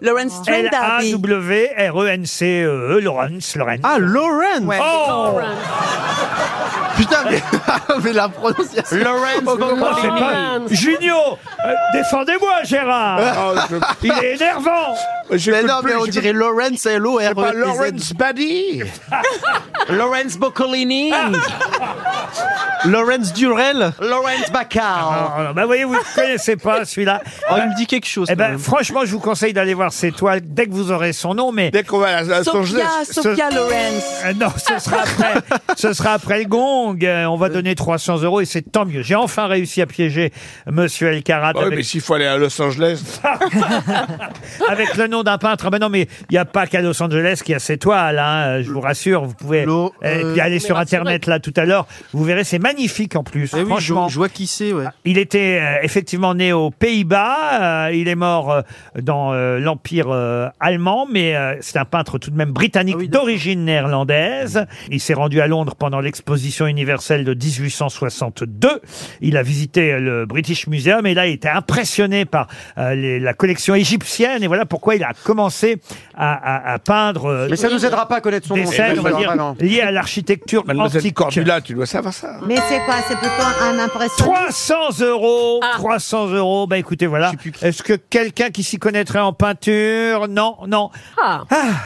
Speaker 5: Lawrence Trent Darby.
Speaker 2: E L-A-W-R-E-N-C-E, Lawrence, Lawrence.
Speaker 5: Ah, Lawrence
Speaker 2: Oh
Speaker 5: Putain, mais, <laughs> mais la prononciation.
Speaker 2: Oh, comment c'est pas- Junio, euh, défendez-moi, Gérard. Il est énervant.
Speaker 5: mais non, mais on dirait Lawrence l o
Speaker 7: E
Speaker 5: r
Speaker 2: pas
Speaker 6: Lawrence
Speaker 2: <laughs>
Speaker 6: Buddy
Speaker 7: Lawrence Boccolini
Speaker 5: Lawrence Durel
Speaker 7: Lawrence Bacall
Speaker 2: Ah, bah voyez, vous ne connaissez pas <laughs> celui-là. il me dit quelque chose. Eh ben, franchement, je vous conseille d'aller voir ses toiles dès que vous aurez son nom, mais dès qu'on va
Speaker 6: à son Sophia, geste, ce- Sophia
Speaker 2: <laughs> Lawrence. Ah, non,
Speaker 6: <laughs>
Speaker 2: ce sera après. Eh, ce sera après le gong. Euh, On va donner 300 euros et c'est tant mieux. J'ai enfin réussi à piéger Monsieur Elkarat
Speaker 6: Ouais,
Speaker 2: avec,
Speaker 6: Bah mais s'il faut aller à Los Angeles.
Speaker 2: <laughs> avec le nom d'un peintre. Mais non, mais il n'y a pas qu'à Los Angeles qu'il y a ses toiles. hein, euh, Je vous rassure, vous pouvez et puis aller sur internet là tout à l'heure. Vous verrez, c'est magnifique en plus.
Speaker 5: Eh oui, je,
Speaker 2: franchement.
Speaker 5: je vois qui c'est, ouais.
Speaker 2: Il était euh, effectivement né aux Pays-Bas. euh, il est mort euh, dans euh, l'Empire euh, allemand, mais euh, c'est un peintre tout de même britannique
Speaker 7: Ah
Speaker 2: d'origine néerlandaise. Il s'est rendu à Londres pendant l'exposition universelle de 1862. Il a visité euh, le British Museum et là, il était impressionné par euh, les- la collection égyptienne. Et voilà pourquoi il a commencé à, à- à peindre. euh,
Speaker 7: Mais ça nous aidera pas à connaître son
Speaker 2: des
Speaker 7: nom.
Speaker 2: scènes,
Speaker 7: Eh
Speaker 2: on
Speaker 7: ben,
Speaker 2: va dire,
Speaker 7: vraiment.
Speaker 2: liées à l'architecture
Speaker 6: Mademoiselle
Speaker 2: antique.
Speaker 6: Cordula, tu dois savoir ça.
Speaker 8: Mais c'est quoi C'est plutôt un Ah. impression.
Speaker 2: 300 euros, 300 euros. Bah écoutez, voilà. Est-ce que quelqu'un qui s'y connaîtrait en peinture Non, non.
Speaker 4: Ah.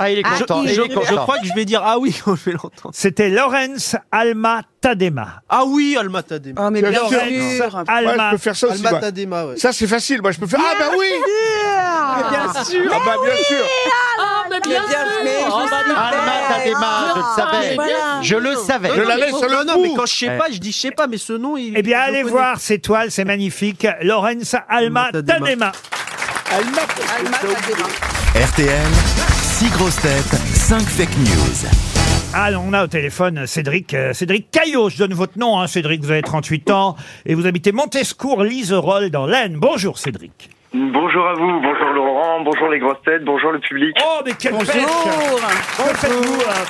Speaker 2: il
Speaker 5: Je- je, je crois que je vais dire ah oui <laughs> quand je vais l'entendre.
Speaker 2: C'était Lawrence Alma Tadema.
Speaker 5: Ah oui, Alma Tadema.
Speaker 2: Ah, mais
Speaker 5: Tu as
Speaker 2: bien
Speaker 5: raison.
Speaker 2: sûr.
Speaker 5: Alma-
Speaker 6: Ouais, je peux faire ça aussi.
Speaker 5: Alma
Speaker 6: moi.
Speaker 5: Tadema, ouais.
Speaker 6: Ça, c'est facile. Moi, je peux faire. Ah, bah oui
Speaker 5: Mais bien sûr.
Speaker 6: Ah, bah bien sûr
Speaker 4: Ah,
Speaker 10: bah,
Speaker 4: mais bien
Speaker 7: bien
Speaker 4: sûr.
Speaker 7: fait, je
Speaker 4: Ah, bah,
Speaker 7: savais.
Speaker 4: bien
Speaker 7: Alma
Speaker 4: fait.
Speaker 7: Tadema, je le
Speaker 4: Ah,
Speaker 7: savais.
Speaker 4: mais bien.
Speaker 7: Je le savais.
Speaker 5: Non,
Speaker 7: Je
Speaker 5: non,
Speaker 7: l'avais
Speaker 5: mais-
Speaker 7: sur le
Speaker 5: non, non,
Speaker 7: pouce.
Speaker 5: mais quand je sais
Speaker 7: Ouais.
Speaker 5: pas, je dis je sais pas, mais ce nom, il.
Speaker 2: Eh bien,
Speaker 5: je le
Speaker 2: allez
Speaker 5: connais.
Speaker 2: voir ces toiles, c'est magnifique. Lawrence Alma Tadema.
Speaker 1: RTL, 6 grosses têtes, 5 fake news.
Speaker 2: Ah, on a au téléphone Cédric, euh, Cédric Caillot. Je donne votre nom, hein, Cédric. Vous avez 38 ans et vous habitez Montescourt, Liserolle, dans l'Aisne. Bonjour, Cédric.
Speaker 20: Bonjour à vous, bonjour Laurent, bonjour les grosses têtes, bonjour le public.
Speaker 2: Oh mais quelle
Speaker 20: Bonjour.
Speaker 2: pêche Que faites-vous euh,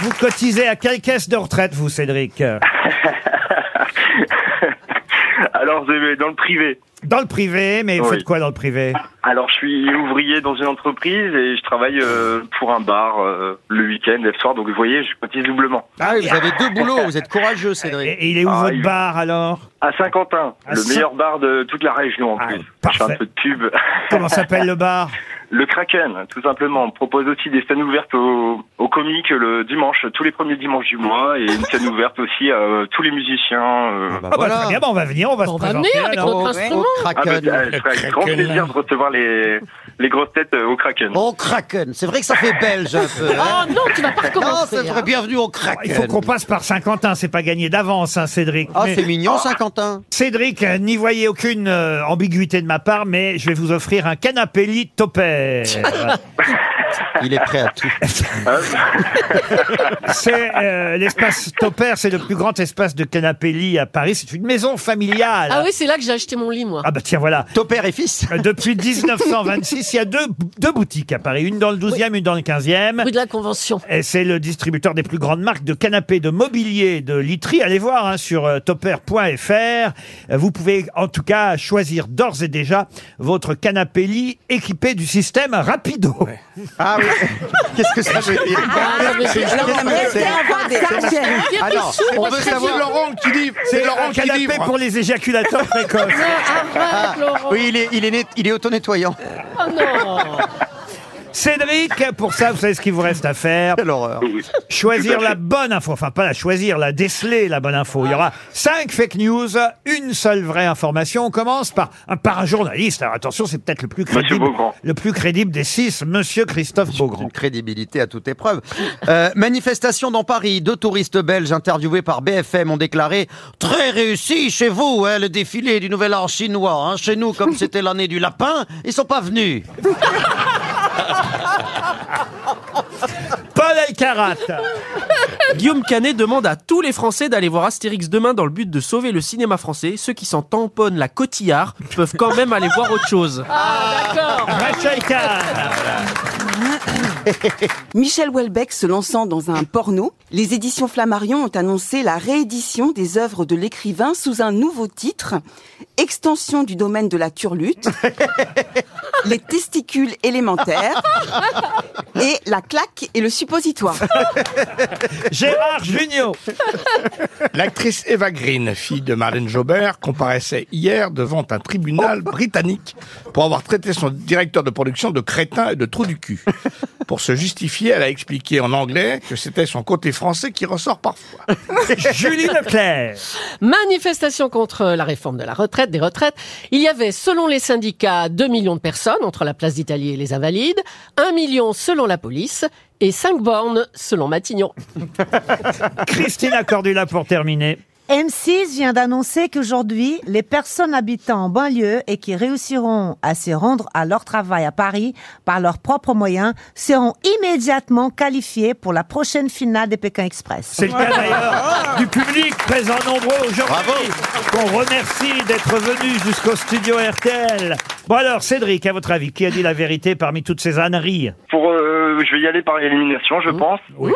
Speaker 2: Vous cotisez à quelle caisse de retraite, vous, Cédric
Speaker 20: Alors je vais dans le privé.
Speaker 2: Dans le privé, mais vous
Speaker 20: Oui.
Speaker 2: faites quoi dans le privé
Speaker 20: Alors je suis ouvrier dans une entreprise et je travaille euh, pour un bar euh, le week-end, le soir, donc vous voyez, je cotise doublement.
Speaker 7: Ah oui, vous avez deux boulots, vous êtes courageux, Cédric.
Speaker 2: Et il est où
Speaker 20: Ah,
Speaker 2: votre
Speaker 20: il-
Speaker 2: bar, alors
Speaker 20: À Saint-Quentin, <laughs>
Speaker 2: À
Speaker 7: Ah,
Speaker 20: le
Speaker 2: Saint-
Speaker 20: meilleur bar de toute la région en plus. Je fais un peu de pub.
Speaker 2: Comment s'appelle le bar Ah,
Speaker 20: Le Kraken, tout simplement. On propose aussi des scènes ouvertes aux, aux comiques le dimanche, tous les premiers dimanches du mois, et une scène ouverte aussi à euh, tous les musiciens. euh.
Speaker 2: Ah bah, très bien, bah, on va venir, on va se présenter. alors.
Speaker 20: Ah bah, euh, ce serait un grand plaisir de recevoir les, les grosses têtes euh, au Kraken.
Speaker 7: Au Kraken, c'est vrai que ça fait belge un peu. hein.
Speaker 4: Oh non, tu vas pas
Speaker 7: Non,
Speaker 4: recommencer. hein.
Speaker 7: c'est vrai, bienvenue au Kraken.
Speaker 2: Ah, Il faut qu'on passe par Saint-Quentin, c'est pas gagné d'avance, hein, Cédric.
Speaker 7: Ah,
Speaker 2: Mais-
Speaker 7: c'est mignon, Saint-Quentin.
Speaker 2: Cédric, euh, n'y voyez aucune euh, ambiguïté de ma part, mais je vais vous offrir un canapé lit Topper.
Speaker 4: Ah,
Speaker 7: Il est prêt à tout.
Speaker 10: Ah,
Speaker 2: C'est euh, l'espace Topper, c'est le plus grand espace de canapé lit à Paris. C'est une maison familiale.
Speaker 4: Ah oui, c'est là que j'ai acheté mon lit, moi.
Speaker 2: Ah bah tiens, voilà. Euh,
Speaker 7: Topper et fils.
Speaker 2: Depuis 1926, il y a deux, deux boutiques à Paris. Une dans le 12e, une dans le 15e.
Speaker 4: Rue de la Convention.
Speaker 2: Et c'est le distributeur des plus grandes marques de canapés, de mobilier, de literie. Allez voir hein, sur euh, topper.fr. Euh, Vous pouvez en tout cas choisir d'ores et déjà votre canapé lit équipé du système Rapido.
Speaker 7: Ah
Speaker 2: <laughs>
Speaker 7: oui. Qu'est-ce que ça veut dire
Speaker 4: Ah,
Speaker 6: C'est juste
Speaker 7: Alors,
Speaker 6: parce que-
Speaker 7: c'est- Ah non,
Speaker 6: on veut savoir Laurent qui livre. C'est
Speaker 2: C'est
Speaker 6: Laurent
Speaker 2: un
Speaker 6: qui
Speaker 2: canapé
Speaker 6: livre.
Speaker 2: pour les éjaculateurs précoces.
Speaker 7: Ah, Oui, il est, il est, net- il est auto-nettoyant.
Speaker 4: Oh non
Speaker 2: Cédric, pour ça, vous savez ce qu'il vous reste à faire.
Speaker 7: Quelle horreur.
Speaker 2: Choisir
Speaker 7: Tout à
Speaker 2: la bonne info. Enfin, pas la choisir, la déceler, la bonne info. Il y aura cinq fake news, une seule vraie information. On commence par, un- par un journaliste. Alors attention, c'est peut-être le plus
Speaker 20: Monsieur
Speaker 2: crédible.
Speaker 20: Beaugrand.
Speaker 2: Le plus crédible des six, Monsieur Christophe Beaugrand.
Speaker 7: crédibilité à toute épreuve. Euh, manifestation dans Paris, deux touristes belges interviewés par BFM ont déclaré très réussi chez vous hein, le défilé du Nouvel An chinois. hein. Chez nous, comme c'était l'année du lapin, ils sont pas
Speaker 2: <laughs>
Speaker 7: venus.
Speaker 2: Paul Elkarat.
Speaker 5: <laughs> Guillaume Canet demande à tous les Français d'aller voir Astérix demain dans le but de sauver le cinéma français. Ceux qui s'en tamponnent la cotillard
Speaker 2: <laughs>
Speaker 5: peuvent quand même aller voir autre chose.
Speaker 4: Ah, d'accord.
Speaker 2: Rachel Kahn.
Speaker 9: <laughs> Michel Houellebecq se lançant dans un porno, les éditions Flammarion ont annoncé la réédition des œuvres de l'écrivain sous un nouveau titre, extension du domaine de la turlute, les testicules élémentaires et la claque et
Speaker 5: <laughs>
Speaker 9: le suppositoire.
Speaker 2: Gérard Junior
Speaker 6: <laughs> L'actrice Eva Green, fille de Marlène Jobert, comparaissait hier devant un tribunal
Speaker 2: Oh.
Speaker 6: britannique pour avoir traité son directeur de production de crétin et de trou du cul. Pour se justifier, elle a expliqué en anglais que c'était son côté français qui ressort parfois.
Speaker 2: <laughs> Julie Leclerc.
Speaker 4: Manifestation contre la réforme de la retraite, des retraites. Il y avait, selon les syndicats, 2 millions de personnes entre la place d'Italie et les Invalides, 1 million selon la police et 5 bornes selon Matignon.
Speaker 2: Christina Cordula pour terminer.
Speaker 8: M6 vient d'annoncer qu'aujourd'hui, les personnes habitant en banlieue et qui réussiront à se rendre à leur travail à Paris par leurs propres moyens seront immédiatement qualifiées pour la prochaine finale des Pékin Express.
Speaker 2: C'est le cas d'ailleurs du public présent nombreux aujourd'hui, qu'on remercie d'être venu jusqu'au studio RTL. Bon alors, Cédric, à votre avis, qui a dit la vérité parmi toutes ces âneries
Speaker 20: Pour, euh, je vais y aller par élimination, je pense.
Speaker 2: Mmh.
Speaker 20: Mmh.
Speaker 2: Oui.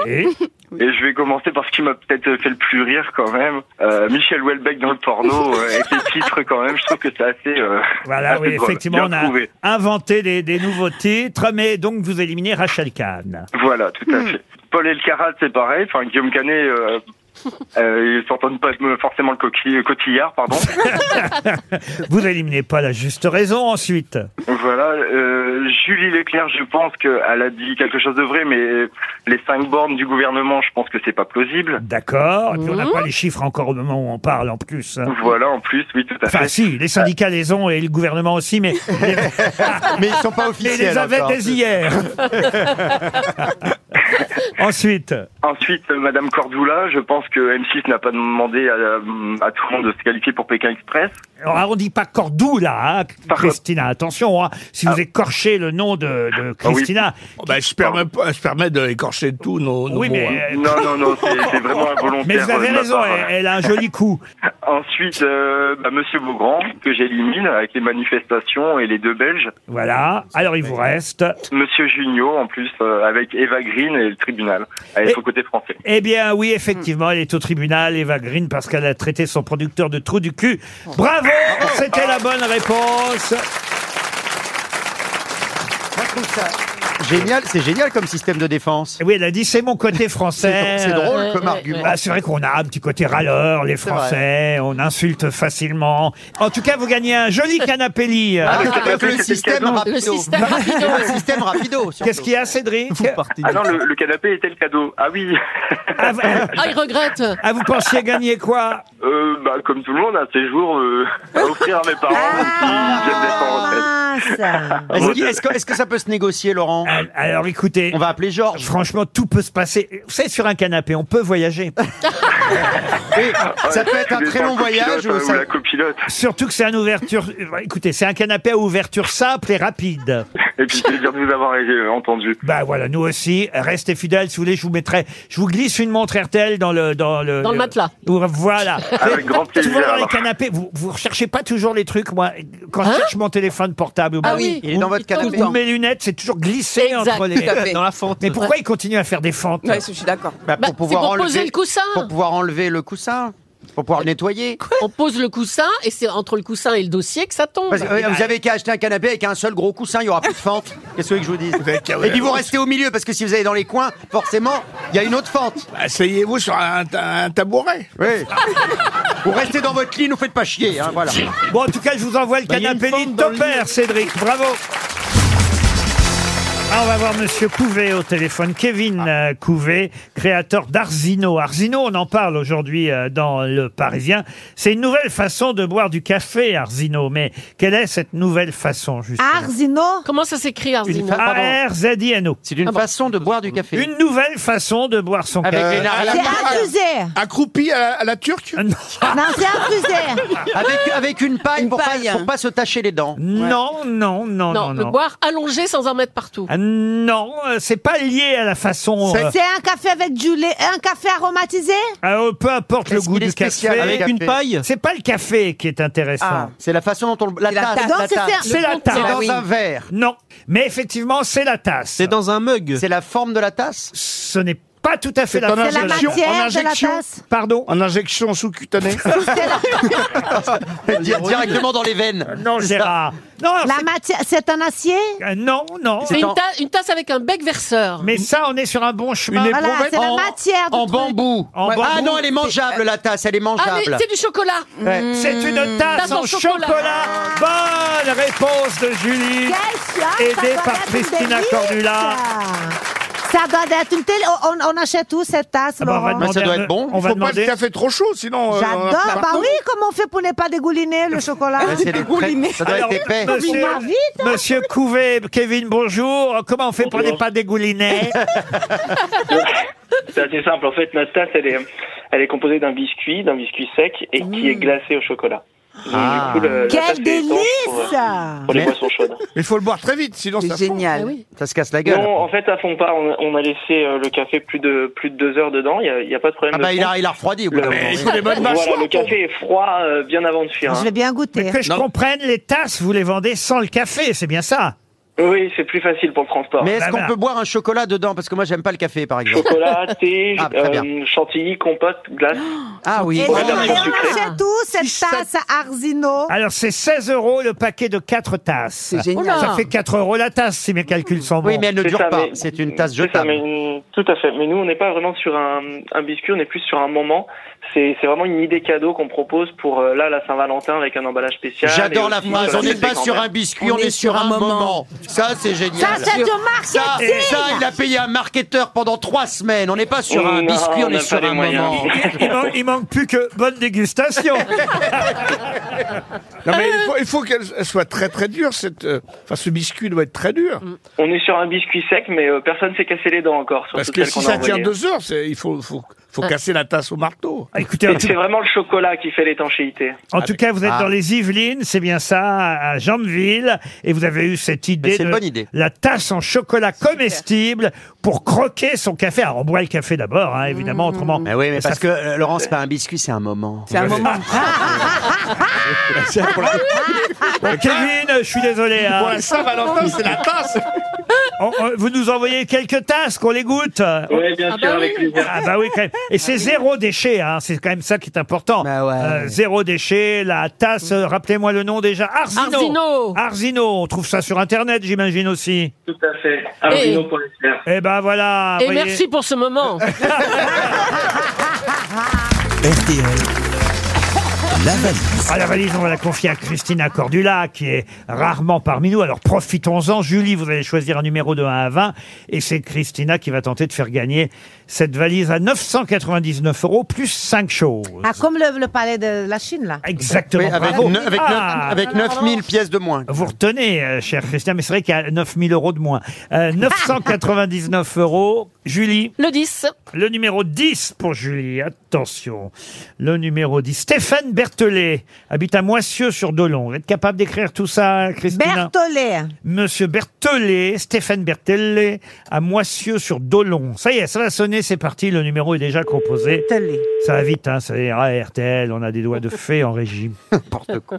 Speaker 20: Et je vais commencer par ce qui m'a peut-être fait le plus rire quand même. Euh, Michel Houellebecq dans le porno, euh, avec
Speaker 2: <laughs>
Speaker 20: les titres quand même, je trouve que c'est assez. euh,
Speaker 2: Voilà,
Speaker 20: <laughs> assez
Speaker 2: oui,
Speaker 20: drôle.
Speaker 2: effectivement,
Speaker 20: Bien
Speaker 2: on a
Speaker 20: trouvé.
Speaker 2: inventé des, des nouveaux titres, mais donc vous éliminez Rachel Kahn.
Speaker 20: Voilà, tout
Speaker 2: Hmm.
Speaker 20: à fait. Paul Elkarat, c'est pareil. Enfin, Guillaume Canet,
Speaker 2: <laughs>
Speaker 20: euh, euh, ils s'entendent pas euh, forcément le coquille- cotillard,
Speaker 2: <laughs>
Speaker 20: pardon.
Speaker 2: Vous éliminez pas la juste raison ensuite.
Speaker 20: voilà. euh, Julie Leclerc, je pense qu'elle a dit quelque chose de vrai, mais les cinq bornes du gouvernement, je pense que c'est pas plausible. Hmm.
Speaker 2: D'accord. Et puis on n'a
Speaker 20: Mmh.
Speaker 2: pas les chiffres encore au moment où on parle en plus. hein.
Speaker 20: Voilà, en plus, oui, tout à fait.
Speaker 2: Enfin, si, les syndicats les ont et le gouvernement aussi, mais.
Speaker 7: <laughs> mais ils sont
Speaker 2: <laughs>
Speaker 7: pas officiels
Speaker 2: Ils les avaient
Speaker 7: encore.
Speaker 2: dès hier. Ensuite.
Speaker 20: Ensuite, euh, Madame Cordula, je pense que M6 n'a pas demandé à, à tout le monde de se qualifier pour Pékin Express.
Speaker 2: Alors, on dit pas Cordoula, hein, Christina. Attention, hein, si
Speaker 20: Ah.
Speaker 2: vous écorchez le nom de, de Christina.
Speaker 6: ben, je, permets, pas- je permets d'écorcher tous nos, nos
Speaker 2: Oui,
Speaker 6: mots,
Speaker 2: mais,
Speaker 6: hein.
Speaker 2: euh, Non, non, non, c'est- c'est vraiment involontaire, Mais vous avez euh, de ma raison, part, elle- hein. elle a un <laughs> joli coup.
Speaker 20: Ensuite, euh, bah, Monsieur Beaugrand, que j'élimine avec les manifestations et les deux Belges.
Speaker 7: Ah,
Speaker 2: Voilà. Alors, il vous reste.
Speaker 20: Monsieur Junio, en plus, euh, avec Eva Green et le tribunal, avec son côté français.
Speaker 2: Eh bien, oui, effectivement, elle est au tribunal, Eva Green, parce qu'elle a traité son producteur de trou du cul. Bravo, c'était la bonne réponse.
Speaker 7: <laughs> Génial, c'est génial comme système de défense.
Speaker 2: Oui, elle a dit c'est mon côté français.
Speaker 7: C'est drôle comme
Speaker 2: Ouais,
Speaker 7: argument.
Speaker 2: Bah, c'est vrai qu'on a un petit côté râleur, les
Speaker 7: C'est vrai.
Speaker 2: Français, on insulte facilement. En tout cas, vous gagnez un joli canapé lit.
Speaker 7: Ah, le canapé, Avec le c'était système le cadeau. rapido. Le système rapido. Le système rapido, surtout.
Speaker 2: Qu'est-ce qu'il y a, Cédric
Speaker 20: Ah non, le, le canapé était le cadeau. Ah oui. <laughs>
Speaker 2: Ah, il regrette. Ah, vous pensiez gagner quoi
Speaker 20: Euh, bah, comme tout le monde, un séjour euh, à offrir à mes parents, même si j'aime d'être en retraite.
Speaker 7: Est-ce qu'il- Ah. est-ce que, est-ce que ça peut se négocier, Laurent
Speaker 2: Ah, Alors écoutez.
Speaker 7: On va appeler Georges.
Speaker 2: Franchement, tout peut se passer. Vous savez, sur un canapé, on peut voyager. <laughs>
Speaker 20: <laughs>
Speaker 7: ça peut être un très long voyage.
Speaker 20: euh, Ou
Speaker 7: ou ça-
Speaker 20: la copilote.
Speaker 2: Surtout que c'est un ouverture. euh, Écoutez, c'est un canapé à ouverture simple et rapide.
Speaker 20: Et puis, plaisir de vous avoir euh, entendu.
Speaker 2: Bah voilà, nous aussi, restez fidèles. Si vous voulez, je vous mettrai, je vous glisse une montre RTL dans le dans le Euh,
Speaker 4: Dans le matelas.
Speaker 2: Ou- Voilà.
Speaker 20: Avec grand
Speaker 2: Tu vois
Speaker 20: plaisir,
Speaker 2: dans les
Speaker 20: alors.
Speaker 2: canapés, vous vous recherchez pas toujours les trucs. Moi, quand je cherche mon téléphone portable, ou
Speaker 7: Ah
Speaker 2: mon-
Speaker 7: oui, il est dans
Speaker 2: ou-
Speaker 7: votre canapé.
Speaker 2: Ou mes lunettes, c'est toujours glissé
Speaker 7: Exact,
Speaker 2: entre les
Speaker 7: tout à fait. Dans la
Speaker 2: fente. Mais pourquoi ils continuent à faire des fentes
Speaker 7: Ouais,
Speaker 9: je suis d'accord.
Speaker 7: Bah,
Speaker 4: Bah, c'est pour poser le coussin.
Speaker 7: Pour pouvoir enlever le coussin. Pour pouvoir le nettoyer.
Speaker 4: On pose le coussin et c'est entre le coussin et le dossier que ça tombe.
Speaker 6: Bah,
Speaker 7: Parce que, euh, vous avez qu'à acheter un canapé avec un seul gros coussin, il n'y aura plus de
Speaker 6: <laughs>
Speaker 7: fente. Qu'est-ce que vous voulez que je vous dise
Speaker 6: qu'à-
Speaker 7: Et puis vous restez au milieu, parce que si vous allez dans les coins, forcément, il y a une autre fente.
Speaker 6: Bah, Asseyez-vous sur un, ta- un tabouret.
Speaker 7: Oui. vous restez dans votre lit, nous faites pas chier. hein, voilà. Bah,
Speaker 2: Bon, en tout cas, je vous envoie le canapé lit de père, Cédric. Bravo. Ah, on va voir Monsieur Couvet au téléphone. Kevin
Speaker 7: Ah.
Speaker 2: euh, Couvet, créateur d'Arzino. Arzino, on en parle aujourd'hui euh, dans Le Parisien. C'est une nouvelle façon de boire du café, Arzino. Mais quelle est cette nouvelle façon, justement
Speaker 4: Arzino Comment ça s'écrit Ah, Arzino
Speaker 2: Ah, A-R-Z-I-N-O.
Speaker 7: C'est une façon de boire du café.
Speaker 2: Une nouvelle façon de boire son
Speaker 7: Avec
Speaker 2: café.
Speaker 7: les narines.
Speaker 8: C'est infusé.
Speaker 6: Accroupi à, la- à la turque
Speaker 8: Non, c'est infusé.
Speaker 7: Avec, avec une paille,
Speaker 4: Une
Speaker 7: pour, pas-
Speaker 4: paille.
Speaker 7: pour Pas, se tacher les dents.
Speaker 2: Non, non, non, non,
Speaker 4: Non, le
Speaker 2: non.
Speaker 4: boire allongé sans en mettre partout.
Speaker 2: Ah Non, euh, c'est pas lié à la façon. euh,
Speaker 8: C'est un café avec du lait, un café aromatisé
Speaker 2: euh, peu importe le goût
Speaker 7: qu'il est
Speaker 2: du café.
Speaker 7: spécial Avec avec une café paille
Speaker 2: C'est pas le café qui est intéressant.
Speaker 7: Ah, c'est la façon dont on la
Speaker 2: la
Speaker 7: tasse, la
Speaker 2: tasse.
Speaker 7: tasse.
Speaker 2: C'est la tasse.
Speaker 7: C'est dans un verre.
Speaker 2: Non, mais effectivement, c'est la tasse. C'est
Speaker 5: dans un mug.
Speaker 7: C'est la forme de la tasse
Speaker 2: Ce n'est pas tout à fait
Speaker 6: C'est
Speaker 2: la
Speaker 6: en
Speaker 2: forme de
Speaker 6: injection,
Speaker 2: tasse.
Speaker 6: en injection,
Speaker 2: pardon,
Speaker 6: en injection sous-cutanée. <laughs>
Speaker 7: Dire Directement dans les veines.
Speaker 2: Euh, Non, Gérard. Non, Euh,
Speaker 8: la matière, c'est un acier
Speaker 2: Non, non.
Speaker 4: C'est une, ta- une tasse avec un bec verseur.
Speaker 2: Mais ça, on est sur un bon chemin. Une
Speaker 4: Voilà,
Speaker 2: éprouvette
Speaker 4: c'est la
Speaker 2: en-
Speaker 4: matière du
Speaker 7: En
Speaker 4: truc.
Speaker 7: bambou.
Speaker 2: En
Speaker 7: <laughs> Ouais.
Speaker 2: bambou.
Speaker 7: Ah non, elle est mangeable la tasse, elle est
Speaker 4: Ah, mais
Speaker 7: mangeable.
Speaker 4: c'est du chocolat.
Speaker 7: Ouais.
Speaker 4: Mmh.
Speaker 2: C'est une tasse en chocolat. Bonne réponse de Julie.
Speaker 8: chance, ça
Speaker 2: Aidée
Speaker 8: doit
Speaker 2: par
Speaker 8: être une
Speaker 2: Christina
Speaker 8: délire,
Speaker 2: Cordula.
Speaker 8: Ça doit être une telle. On, on- on achète où cette tasse
Speaker 2: bah, on va
Speaker 8: Laurent
Speaker 2: demander à me- On
Speaker 6: Il faut
Speaker 2: va
Speaker 6: pas le
Speaker 2: demander.
Speaker 6: café trop chaud, sinon. euh, on en a
Speaker 8: J'adore. Bah
Speaker 6: partout.
Speaker 8: oui, comment on fait pour ne pas dégouliner le chocolat
Speaker 7: Ouais, Ah, c'est des frais- Ça doit
Speaker 2: Alors,
Speaker 7: être épais.
Speaker 2: Monsieur,
Speaker 8: Dis-moi vite, hein.
Speaker 2: Monsieur Couvet, Kevin, bonjour. Comment on fait pour ne pas dégouliner
Speaker 15: C'est assez simple. En fait, la tasse, elle est, elle est composée d'un biscuit, d'un biscuit sec, et qui est glacé au chocolat.
Speaker 7: Mmh.
Speaker 15: Donc,
Speaker 7: Ah.
Speaker 15: du coup, le- la
Speaker 8: Quel
Speaker 15: tasse est
Speaker 8: délice
Speaker 15: étanche pour, euh, pour les
Speaker 7: Mais-
Speaker 15: boissons chaudes.
Speaker 6: Mais il faut le boire très vite, sinon ça.
Speaker 7: génial.
Speaker 4: Ah
Speaker 7: Ça se casse la gueule.
Speaker 15: Non, en fait, ça fond pas. On a, on a laissé euh, le café plus de plus de deux heures dedans. Il n'y a, il y a pas de problème.
Speaker 7: Ah
Speaker 15: de
Speaker 7: bah il
Speaker 15: fond.
Speaker 7: a, il a refroidi au bout
Speaker 15: Le-
Speaker 7: d'un moment.
Speaker 6: il faut des bonnes
Speaker 15: Voilà,
Speaker 6: mâchoires,
Speaker 15: le café est froid euh, bien avant de fuir. hein.
Speaker 8: Je vais bien goûter.
Speaker 2: Que je comprenne, les tasses, vous les vendez sans le café, c'est bien ça
Speaker 15: Oui, c'est plus facile pour le transport.
Speaker 7: Mais est-ce
Speaker 2: Bah,
Speaker 7: qu'on
Speaker 2: voilà.
Speaker 7: peut boire un chocolat dedans Parce que moi j'aime pas le café par exemple. <laughs>
Speaker 15: Chocolat, thé,
Speaker 7: Ah, très bien.
Speaker 15: euh, chantilly, compote, glace.
Speaker 7: Ah oui.
Speaker 8: Et
Speaker 15: Ouais,
Speaker 8: on-
Speaker 15: la
Speaker 8: et
Speaker 15: version
Speaker 8: on
Speaker 15: sucrée.
Speaker 8: achète où cette tasse à Arzino
Speaker 2: Alors c'est 16 euros le paquet de 4 tasses. C'est
Speaker 4: génial.
Speaker 2: Ça fait 4 euros la tasse si mes calculs sont bons.
Speaker 7: Oui, mais elle ne
Speaker 15: C'est
Speaker 7: dure
Speaker 15: ça,
Speaker 7: pas.
Speaker 15: mais-
Speaker 7: C'est une tasse
Speaker 15: c'est ça,
Speaker 7: jetable.
Speaker 15: mais- tout à fait. Mais nous, on n'est pas vraiment sur un, un biscuit, on est plus sur un moment. C'est c'est vraiment une idée cadeau qu'on propose pour euh, là la Saint-Valentin avec un emballage spécial.
Speaker 7: J'adore
Speaker 15: et
Speaker 7: la
Speaker 15: aussi,
Speaker 7: phrase.
Speaker 15: euh,
Speaker 7: On n'est
Speaker 15: des
Speaker 7: pas sur un
Speaker 15: grands-mères.
Speaker 7: biscuit, on est sur un moment. Ça c'est
Speaker 8: Ça,
Speaker 7: génial.
Speaker 8: c'est du
Speaker 7: Ça,
Speaker 8: marketing
Speaker 7: ça, il a payé un marketeur pendant trois semaines. On n'est pas sur un
Speaker 15: Non,
Speaker 7: biscuit, on
Speaker 15: on n'a
Speaker 7: est
Speaker 15: pas
Speaker 7: sur
Speaker 15: les
Speaker 7: un
Speaker 15: moyens.
Speaker 7: moment.
Speaker 2: Il, man- il manque plus que bonne dégustation.
Speaker 6: Non, mais il faut, il faut qu'elle soit très très dure. Cette, euh, enfin, ce biscuit doit être très dur.
Speaker 15: On est sur un biscuit sec, mais euh, personne s'est cassé les dents encore. Sur
Speaker 6: Parce
Speaker 15: toutes
Speaker 6: que
Speaker 15: celles
Speaker 6: si
Speaker 15: qu'on a
Speaker 6: ça tient
Speaker 15: envoyées.
Speaker 6: deux heures, c'est- il faut, faut, faut casser la tasse au marteau.
Speaker 2: Ah, Écoutez, en
Speaker 15: Et
Speaker 2: tout,
Speaker 15: C'est vraiment le chocolat qui fait l'étanchéité.
Speaker 2: en tout cas, vous êtes
Speaker 7: Ah.
Speaker 2: dans les Yvelines, c'est bien ça, à Jamville, et vous avez eu cette idée
Speaker 7: c'est une
Speaker 2: de
Speaker 7: bonne idée.
Speaker 2: la tasse en chocolat comestible pour croquer son café. Alors, on boit le café d'abord, hein, évidemment, autrement.
Speaker 7: Mais oui, mais
Speaker 2: ça
Speaker 7: <laughs> parce que euh, Laurent, c'est pas un biscuit, Mmh. c'est un moment.
Speaker 2: <laughs>
Speaker 7: <laughs>
Speaker 2: Bon, Euh, Kevin, je suis désolé. hein.
Speaker 6: Pour la Saint-Valentin, c'est la tasse.
Speaker 2: On- on- Oh, vous nous envoyez quelques tasses qu'on les goûte.
Speaker 15: Oui, bien sûr, avec plaisir.
Speaker 2: Ah bah oui, quand même. Et c'est zéro déchet, hein. c'est quand même ça qui est important. Euh,
Speaker 7: Bah ouais.
Speaker 2: zéro déchet, la tasse, euh, rappelez-moi le nom déjà. Arzino.
Speaker 4: Arzino.
Speaker 2: Arzino, on trouve ça sur Internet, j'imagine aussi.
Speaker 15: Tout à fait.
Speaker 10: Ah,
Speaker 15: Arduino.fr.
Speaker 2: Eh ben voilà.
Speaker 4: Et
Speaker 2: voyez.
Speaker 4: merci pour ce moment.
Speaker 1: RTL, la valise.
Speaker 2: Ah, la valise, on va la confier à Christina Cordula, qui est rarement parmi nous. Alors profitons-en. Julie, vous allez choisir un numéro de 1 à 20. Et c'est Christina qui va tenter de faire gagner cette valise à 999 euros, plus 5 choses.
Speaker 8: Ah, comme le, le palais de la Chine, là.
Speaker 2: Exactement.
Speaker 7: Oui, avec,
Speaker 2: bravo.
Speaker 7: ne- avec,
Speaker 2: Ah.
Speaker 7: neuf- avec 9000 pièces de moins.
Speaker 2: Vous retenez, euh, cher Christian, mais c'est vrai qu'il y a 9000 euros de moins.
Speaker 7: <laughs>
Speaker 2: Euh, 999 euros. Julie,
Speaker 4: Le 10.
Speaker 2: le numéro 10 pour Julie. Attention. Le numéro 10. Stéphane Berthelet habite à Moissieux sur Dolon. Vous êtes capable d'écrire tout ça, Christina
Speaker 8: Berthollet.
Speaker 2: Monsieur Berthelet, Stéphane Berthelet à Moissieux sur Dolon. Ça y est, ça va sonner, c'est parti. Le numéro est déjà composé.
Speaker 8: Berthollet.
Speaker 2: Ça va vite, hein. Ça y est, ah, RTL, on a des
Speaker 8: <laughs>
Speaker 2: doigts de fée en régime.
Speaker 7: N'importe quoi.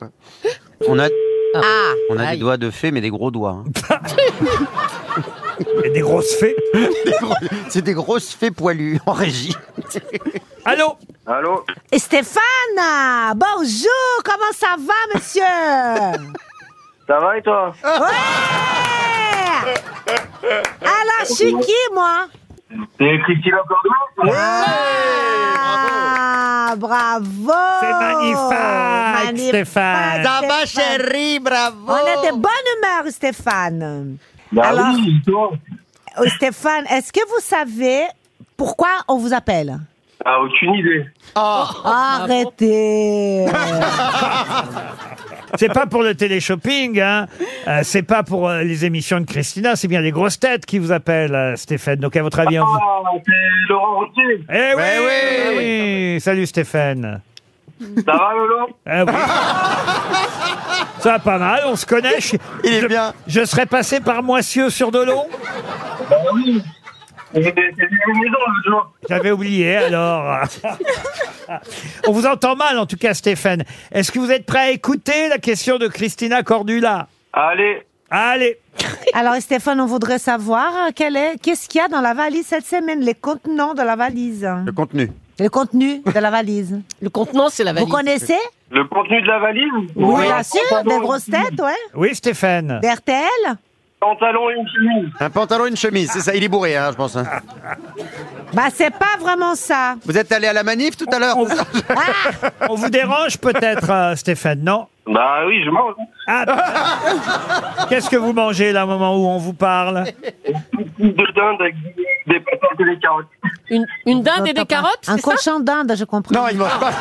Speaker 7: On a,
Speaker 8: Ah.
Speaker 7: on a
Speaker 4: Aïe.
Speaker 7: des doigts de fée, mais des gros doigts. hein.
Speaker 2: <laughs> Et des grosses fées.
Speaker 7: C'est des grosses fées poilues en régie.
Speaker 2: Allô
Speaker 20: Allô
Speaker 8: Et Stéphane, ah, bonjour, comment ça va,
Speaker 7: <laughs>
Speaker 8: monsieur
Speaker 20: Ça va et toi
Speaker 8: Ouais
Speaker 6: Euh.
Speaker 8: Alors, je suis qui, moi
Speaker 20: C'est Christina
Speaker 6: <laughs>
Speaker 20: Cordula
Speaker 8: Ah, bravo
Speaker 2: C'est magnifique,
Speaker 8: Magnifique,
Speaker 2: Stéphane.
Speaker 7: chérie, bravo.
Speaker 8: On est de bonne humeur, Stéphane. Alors,
Speaker 20: oui, toi
Speaker 8: euh, Stéphane, est-ce que vous savez pourquoi on vous appelle Oh,
Speaker 20: Ah, aucune idée.
Speaker 4: Oh.
Speaker 8: Arrêtez
Speaker 4: <laughs>
Speaker 2: C'est pas pour le télé-shopping, hein. Euh, c'est pas pour euh, les émissions de Christina, c'est bien les grosses têtes qui vous appellent, euh, Stéphane. Donc à votre avis, on vous...
Speaker 20: Ah, c'est Laurent Routier.
Speaker 2: Eh oui,
Speaker 7: Eh oui.
Speaker 2: Salut Stéphane.
Speaker 20: Ça va, Lolo
Speaker 2: Eh
Speaker 7: <laughs>
Speaker 2: oui. Ça va pas mal, on se connaît. Je,
Speaker 7: Il est
Speaker 2: je-
Speaker 7: bien.
Speaker 2: Je serais passé par Moissieux sur Dolon.
Speaker 19: Bah oui. J'ai j'ai vu une maison l'autre jour.
Speaker 2: J'avais oublié alors. On vous entend mal en tout cas Stéphane. Est-ce que vous êtes prêt à écouter la question de Christina Cordula
Speaker 18: Allez.
Speaker 2: Allez.
Speaker 8: Alors Stéphane, on voudrait savoir euh, quel est, qu'est-ce qu'il y a dans la valise cette semaine, les contenants de la valise.
Speaker 7: Le contenu.
Speaker 8: Le contenu de la valise.
Speaker 4: Le contenant, c'est la
Speaker 8: Vous connaissez
Speaker 18: Le contenu de la valise
Speaker 8: Oui, bien sûr, des grosses têtes, ouais.
Speaker 2: Oui Stéphane.
Speaker 8: Des RTL
Speaker 18: Pantalon et une chemise.
Speaker 7: Un pantalon et une chemise, c'est ça, il est bourré, hein, je pense. hein.
Speaker 8: Bah, c'est pas vraiment ça. Ah
Speaker 7: Vous êtes allé à la manif tout à l'heure c'est ça
Speaker 2: On vous dérange peut-être euh, Stéphane, non Ah,
Speaker 18: Bah oui, je mange.
Speaker 2: Qu'est-ce que vous mangez là au moment où on vous parle
Speaker 18: De dinde avec des patates et des carottes.
Speaker 4: Une, une dinde et des carottes,
Speaker 8: Un
Speaker 4: c'est ça
Speaker 8: cochon d'Inde, je comprends.
Speaker 7: Non, il <laughs> mange pas.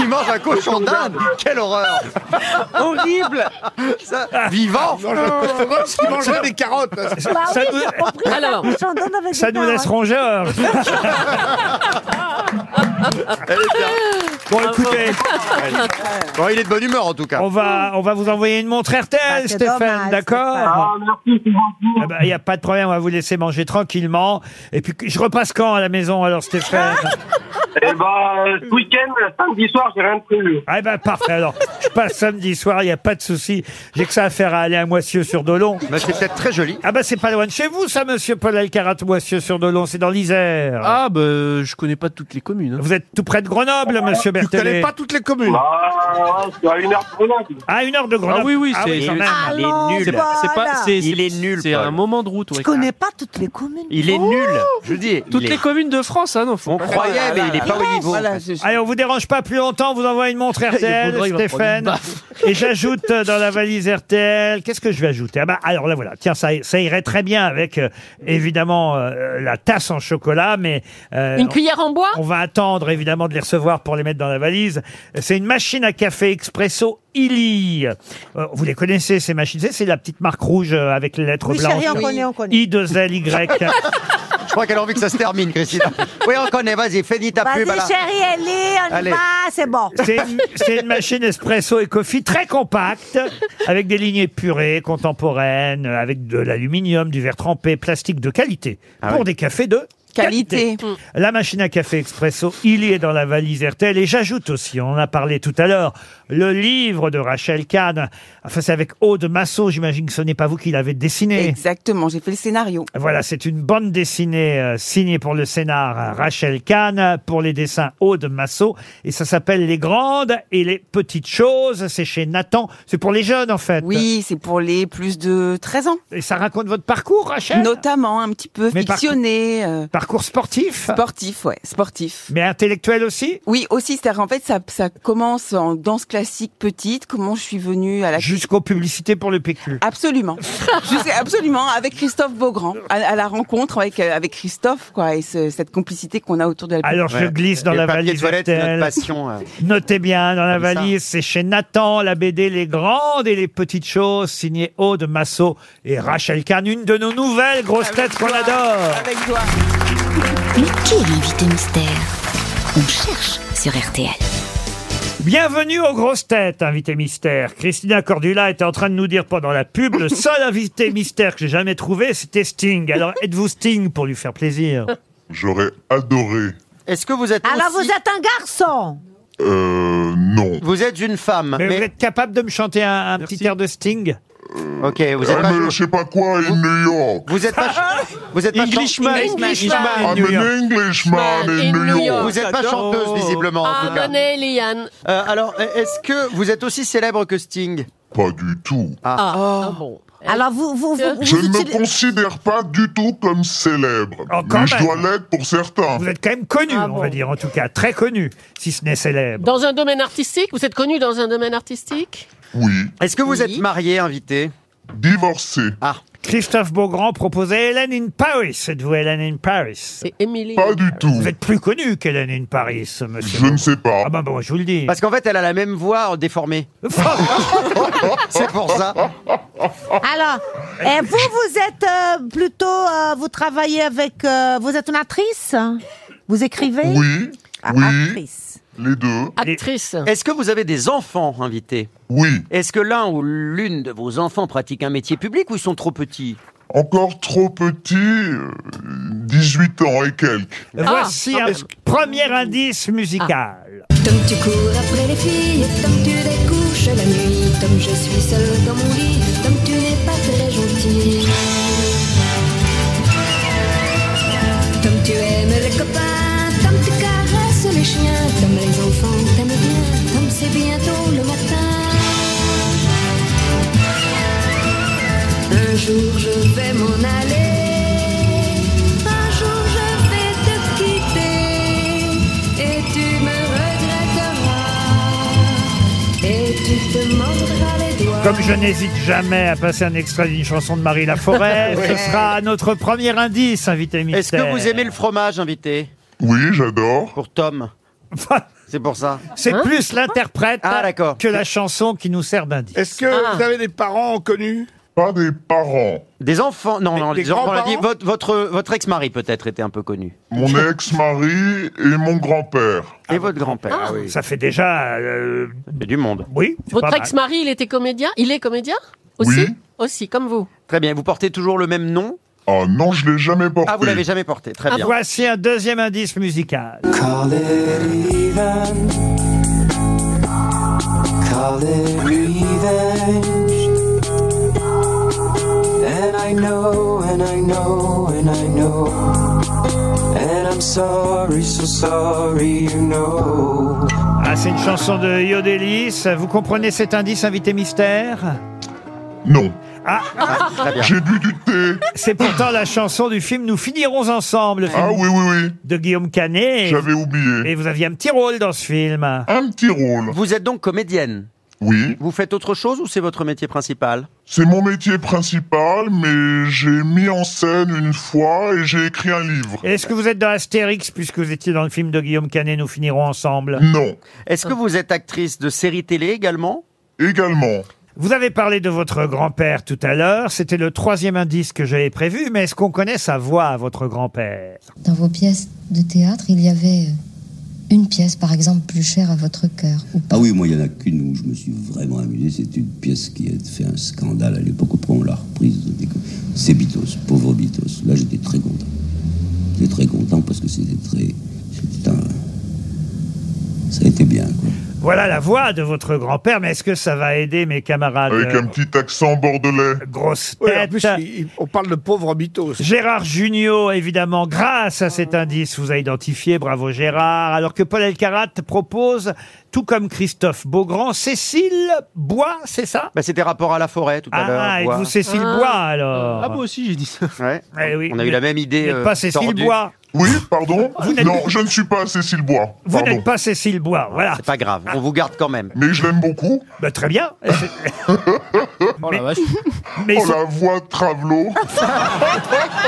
Speaker 7: Il mange un cochon d'Inde. Quelle horreur.
Speaker 4: Horrible
Speaker 7: Ça, vivant.
Speaker 6: Non, je pense qu'il mangerait des carottes.
Speaker 8: Bah
Speaker 2: Ça
Speaker 8: oui,
Speaker 2: nous- Ah,
Speaker 8: j'ai compris.
Speaker 4: Alors.
Speaker 8: Un cochon d'Inde avec
Speaker 2: Ça
Speaker 8: des
Speaker 2: nous
Speaker 8: carottes. <laughs>
Speaker 2: laisse rongeur. Bon écoutez,
Speaker 7: Bon, il est de bonne humeur en tout cas.
Speaker 2: on va, Ah, on va vous envoyer une montre RTL
Speaker 8: Bah, c'est
Speaker 2: Stéphane,
Speaker 8: dommage,
Speaker 2: d'accord Eh ben,
Speaker 18: Ah, merci, c'est gentil.
Speaker 2: Il n'y a pas de problème, on va vous laisser manger tranquillement. Et puis je repasse quand à la maison alors Stéphane
Speaker 18: Eh ben, euh, ce week-end, samedi soir, j'ai rien de prévu.
Speaker 2: Ah ben parfait alors, je passe samedi soir, il n'y a pas de souci. J'ai que ça à faire à aller à Moissieux sur Dolon.
Speaker 7: Mais c'est peut-être très joli.
Speaker 2: Ah ben c'est pas loin de chez vous ça monsieur Paul Alcarat Moissieux sur Dolon, c'est dans l'Isère.
Speaker 5: Ah, bah, je connais pas toutes les communes. hein. Ah,
Speaker 2: Vous êtes tout près de Grenoble monsieur
Speaker 6: Oh, Tu connais
Speaker 2: Berthelet.
Speaker 6: pas toutes les communes.
Speaker 18: Bah, ouais, c'est à une heure de Grenoble.
Speaker 2: À une heure de Grenoble.
Speaker 5: Ah oui, oui, c'est-
Speaker 2: quand même.
Speaker 5: Il
Speaker 8: Allons,
Speaker 5: C'est pas- c'est pas-
Speaker 8: voilà.
Speaker 5: c'est-
Speaker 7: Il
Speaker 5: c'est-
Speaker 7: est nul,
Speaker 5: C'est
Speaker 7: Paul.
Speaker 5: un moment de route.
Speaker 8: Je
Speaker 5: ouais.
Speaker 8: connais pas toutes les communes. Oh
Speaker 7: Il est nul. Je dis.
Speaker 5: Toutes
Speaker 7: il
Speaker 5: les
Speaker 7: est-
Speaker 5: communes de France, hein, non faut
Speaker 7: On
Speaker 5: pas-
Speaker 7: croyait, mais il est pas au niveau.
Speaker 2: Allez, on vous dérange pas plus longtemps, on vous envoie une montre RTL,
Speaker 5: voudrait, <laughs> il va
Speaker 2: Stéphane.
Speaker 5: prendre
Speaker 2: <laughs> Et j'ajoute euh, dans la valise RTL, qu'est-ce que je vais ajouter ah bah, Alors là, voilà, tiens, ça, ça irait très bien avec, euh, évidemment, euh, la tasse en chocolat, mais... euh,
Speaker 4: Une
Speaker 2: on-
Speaker 4: cuillère en bois
Speaker 2: on va attendre évidemment de les recevoir pour les mettre dans la valise. C'est une machine à café expresso Illy. Euh, vous les connaissez ces machines, C'est- c'est la petite marque rouge euh, avec les lettres
Speaker 8: Oui,
Speaker 2: blanches.
Speaker 8: chérie, on connaît, on connaît.
Speaker 2: I 2 L Y.
Speaker 7: Je crois qu'elle a envie que ça se termine, Christina. Oui, on connaît. Vas-y, finis ta pub.
Speaker 8: Vas-y,
Speaker 7: là.
Speaker 8: chérie, Ellie, on
Speaker 7: Allez.
Speaker 8: y va, c'est bon.
Speaker 2: C'est une, c'est une machine espresso et coffee très compacte, avec des lignes épurées, contemporaines, avec de l'aluminium, du verre trempé, plastique de qualité,
Speaker 7: Ah
Speaker 2: pour des cafés de
Speaker 9: Qualité.
Speaker 8: Mm.
Speaker 2: La machine à café expresso, il y est dans la valise RTL. Et j'ajoute aussi, on en a parlé tout à l'heure, le livre de Rachel Kahn. Enfin, c'est avec Aude Massot, j'imagine que ce n'est pas vous qui l'avez dessiné.
Speaker 9: Exactement, j'ai fait le scénario.
Speaker 2: Voilà, c'est une bande dessinée euh, signée pour le scénar euh, Rachel Kahn, pour les dessins Aude Massot, et ça s'appelle Les grandes et les petites choses. C'est chez Nathan, c'est pour les jeunes en fait.
Speaker 9: Oui, c'est pour les plus de 13 ans.
Speaker 2: Et ça raconte votre parcours, Rachel
Speaker 9: Notamment, un petit peu
Speaker 2: Mais par-
Speaker 9: fictionné, euh,
Speaker 2: Parcours sportif,
Speaker 9: sportif, ouais, sportif.
Speaker 2: mais intellectuel aussi
Speaker 9: Oui, aussi, c'est-à-dire qu'en fait, ça, ça commence en danse classique petite, comment je suis venue à la...
Speaker 2: Jusqu'aux publicités pour le PQ. <laughs>
Speaker 9: Absolument. Jusqu'à- absolument, avec Christophe Beaugrand, à, à la rencontre avec, euh, avec Christophe, quoi, et ce- cette complicité qu'on a autour de la...
Speaker 2: Alors je
Speaker 7: Ouais.
Speaker 2: glisse dans
Speaker 7: Et
Speaker 2: la
Speaker 7: papier
Speaker 2: valise
Speaker 7: toilette, c'est
Speaker 2: RTL.
Speaker 7: notre passion. euh.
Speaker 2: Notez bien, dans la
Speaker 7: Comme Ah, ça.
Speaker 2: valise, c'est chez Nathan, la BD Les Grandes et les Petites Choses, signée Aude Massot et Rachel Kahn, une de nos nouvelles grosses têtes qu'on adore.
Speaker 9: Avec joie.
Speaker 17: Mais qui est l'invité mystère On cherche sur RTL.
Speaker 2: Bienvenue aux grosses têtes, invité mystère. Christina Cordula était en train de nous dire pendant la pub,
Speaker 7: <laughs>
Speaker 2: le seul invité mystère que j'ai jamais trouvé, c'était Sting. Alors êtes-vous Sting pour lui faire plaisir
Speaker 16: J'aurais adoré.
Speaker 7: Est-ce que vous êtes
Speaker 8: Alors, vous
Speaker 7: aussi-
Speaker 8: êtes un garçon.
Speaker 16: Euh, non.
Speaker 7: Vous êtes une femme.
Speaker 2: Mais,
Speaker 7: mais-
Speaker 2: vous êtes capable de me chanter un, un petit air de Sting
Speaker 7: Ok, vous êtes
Speaker 16: Ah,
Speaker 7: pas.
Speaker 16: mais je sais pas quoi, in New York.
Speaker 7: Vous êtes
Speaker 2: <laughs>
Speaker 7: pas. Vous êtes pas. chan-
Speaker 5: Englishman,
Speaker 4: Englishman.
Speaker 5: Englishman.
Speaker 16: I'm
Speaker 2: New York.
Speaker 16: an Englishman
Speaker 4: Man in
Speaker 16: in New
Speaker 4: New Ah,
Speaker 16: York.
Speaker 7: Vous êtes pas
Speaker 5: J'adore.
Speaker 7: chanteuse visiblement en tout cas.
Speaker 4: Abonnez, Liane.
Speaker 7: Euh, alors, est-ce que vous êtes aussi célèbre que Sting
Speaker 16: Pas du tout.
Speaker 4: Ah, ah bon.
Speaker 8: Alors, vous, vous, vous, vous
Speaker 16: Je ne me
Speaker 8: utilisez-
Speaker 16: considère pas du tout comme célèbre.
Speaker 2: Oh, quand
Speaker 16: mais je
Speaker 2: même.
Speaker 16: dois l'être pour certains.
Speaker 2: Vous êtes quand même connu,
Speaker 4: Ah
Speaker 2: on
Speaker 4: bon.
Speaker 2: va dire, en tout cas, très connu, si ce n'est célèbre.
Speaker 4: Dans un domaine artistique Vous êtes connu dans un domaine artistique
Speaker 16: Oui.
Speaker 7: Est-ce que vous
Speaker 4: Oui.
Speaker 7: êtes marié, invité Ah.
Speaker 16: Divorcé.
Speaker 2: Christophe Beaugrand proposait Hélène in Paris. Êtes-vous Hélène in Paris
Speaker 4: C'est Émilie.
Speaker 16: Pas du tout.
Speaker 2: Vous êtes plus connu qu'Hélène in Paris, monsieur.
Speaker 16: Je ne sais pas.
Speaker 2: Ah bah bon, je vous le dis.
Speaker 7: Parce qu'en fait, elle a la même voix euh, déformée. Oh, C'est pour ça.
Speaker 8: Alors, et vous, vous êtes euh, plutôt, euh, vous travaillez avec, euh, vous êtes une actrice hein? Vous écrivez
Speaker 16: Oui.
Speaker 8: Ah,
Speaker 16: oui.
Speaker 8: Actrice.
Speaker 16: Les deux.
Speaker 4: Actrice.
Speaker 7: Est-ce que vous avez des enfants invités
Speaker 16: Oui.
Speaker 7: Est-ce que l'un ou l'une de vos enfants pratique un métier public ou ils sont trop petits
Speaker 21: encore trop petit, euh, 18 ans et quelques.
Speaker 2: Ah.
Speaker 7: Ah,
Speaker 2: Voici
Speaker 4: Ah,
Speaker 2: un premier indice musical.
Speaker 17: Tom, tu cours après les filles, Tom, tu les couches la nuit, Tom, je suis seul dans mon lit, Tom, tu n'es pas très gentil. Tom, tu aimes les copains, Tom, tu caresses les chiens, Tom, les enfants t'aiment bien, Tom, c'est bientôt le matin. Un jour, je vais m'en aller. Un jour, je vais te quitter. Et tu me regretteras. Et tu te mordras les
Speaker 7: Ah.
Speaker 17: doigts.
Speaker 2: Comme je n'hésite jamais à passer un extrait d'une chanson de Marie Laforêt,
Speaker 7: <laughs> Ouais.
Speaker 2: ce sera notre premier indice, invité mystère.
Speaker 7: Est-ce que vous aimez le fromage, invité
Speaker 21: Oui, j'adore.
Speaker 7: Pour Tom. C'est pour ça.
Speaker 2: C'est
Speaker 7: Hein
Speaker 2: plus l'interprète que la chanson qui nous sert d'indice.
Speaker 6: Est-ce que
Speaker 7: Ah.
Speaker 6: vous avez des parents connus
Speaker 21: Pas des parents.
Speaker 7: Des enfants Non,
Speaker 6: Des-
Speaker 7: non,
Speaker 6: des
Speaker 7: les enfants, on l'a dit.
Speaker 6: grands-parents
Speaker 7: Votre, votre, votre ex-mari peut-être était un peu connu.
Speaker 21: Mon ex-mari et mon grand-père.
Speaker 7: Et votre grand-père
Speaker 4: Ah.
Speaker 2: Ça fait déjà...
Speaker 7: du monde.
Speaker 2: Oui.
Speaker 4: Votre ex-mari, il était comédien Il est comédien Aussi Aussi, comme
Speaker 7: <laughs>
Speaker 4: vous.
Speaker 7: Très bien. Vous portez toujours le même nom
Speaker 21: Ah non, je l'ai jamais porté.
Speaker 7: Ah, vous l'avez jamais porté. Très bien.
Speaker 2: Voici un deuxième indice musical.
Speaker 22: Call it revenge. And I know, and I know, and I know. And I'm sorry, so sorry, you know.
Speaker 2: Ah, c'est une chanson de Yodelis. Vous comprenez cet indice, invité mystère
Speaker 21: Non.
Speaker 2: Ah,
Speaker 21: J'ai bu du thé.
Speaker 2: C'est pourtant la chanson du film Nous finirons ensemble. le film
Speaker 21: Ah oui, oui, oui.
Speaker 2: De Guillaume Canet.
Speaker 21: J'avais oublié.
Speaker 2: Et vous aviez un petit rôle dans ce film.
Speaker 21: Un petit rôle.
Speaker 7: Vous êtes donc comédienne
Speaker 21: Oui.
Speaker 7: Vous faites autre chose ou c'est votre métier principal
Speaker 21: C'est mon métier principal, mais j'ai mis en scène une fois et j'ai écrit un livre.
Speaker 2: Est-ce que vous êtes dans Astérix puisque vous étiez dans le film de Guillaume Canet Nous finirons ensemble
Speaker 21: Non.
Speaker 7: Est-ce que vous êtes actrice de séries télé également
Speaker 21: Également.
Speaker 2: Vous avez parlé de votre grand-père tout à l'heure. C'était le troisième indice que j'avais prévu. Mais est-ce qu'on connaît sa voix à votre grand-père
Speaker 12: Dans vos pièces de théâtre, il y avait euh, une pièce, par exemple, plus chère à votre cœur. ou-
Speaker 23: Ah oui, moi, il n'y en a qu'une où je me suis vraiment amusé. C'est une pièce qui a fait un scandale à l'époque. Après, on l'a reprise. Dès que- C'est Bitos, pauvre Bitos. Là, j'étais très content. J'étais très content parce que c'était très. C'était un. Ça a été bien, quoi.
Speaker 2: Voilà la voix de votre grand-père. Mais est-ce que ça va aider mes camarades
Speaker 21: Avec
Speaker 2: euh,
Speaker 21: un petit accent bordelais.
Speaker 2: Grosse
Speaker 6: Oui, en
Speaker 2: tête.
Speaker 6: plus, il- il- on parle de pauvre mythos.
Speaker 2: Gérard Junior, évidemment, grâce à cet indice, vous a identifié, bravo Gérard, alors que Paul Elkarat propose, tout comme Christophe Beaugrand, Cécile Bois, c'est ça
Speaker 7: bah, C'était rapport à la forêt tout à l'heure.
Speaker 2: Ah,
Speaker 7: Bois.
Speaker 2: êtes-vous Cécile
Speaker 7: Ah.
Speaker 2: Bois alors
Speaker 7: Ah, moi
Speaker 2: aussi j'ai dit ça.
Speaker 7: Ouais.
Speaker 2: oui.
Speaker 7: On a eu la même idée,
Speaker 2: Vous n'êtes
Speaker 7: euh,
Speaker 2: pas Cécile
Speaker 7: tordue.
Speaker 2: Bois.
Speaker 21: Oui, pardon
Speaker 2: Vous n'êtes-
Speaker 21: Non, je ne suis pas Cécile Bois.
Speaker 2: Vous
Speaker 21: Pardon.
Speaker 2: n'êtes pas Cécile Bois, voilà.
Speaker 7: C'est pas grave, on vous garde quand même.
Speaker 21: Mais je l'aime beaucoup.
Speaker 2: Bah, très
Speaker 21: <laughs>
Speaker 2: bien.
Speaker 21: oh la vache. oh la voix de
Speaker 2: <laughs>
Speaker 21: Travelot.
Speaker 7: Ça,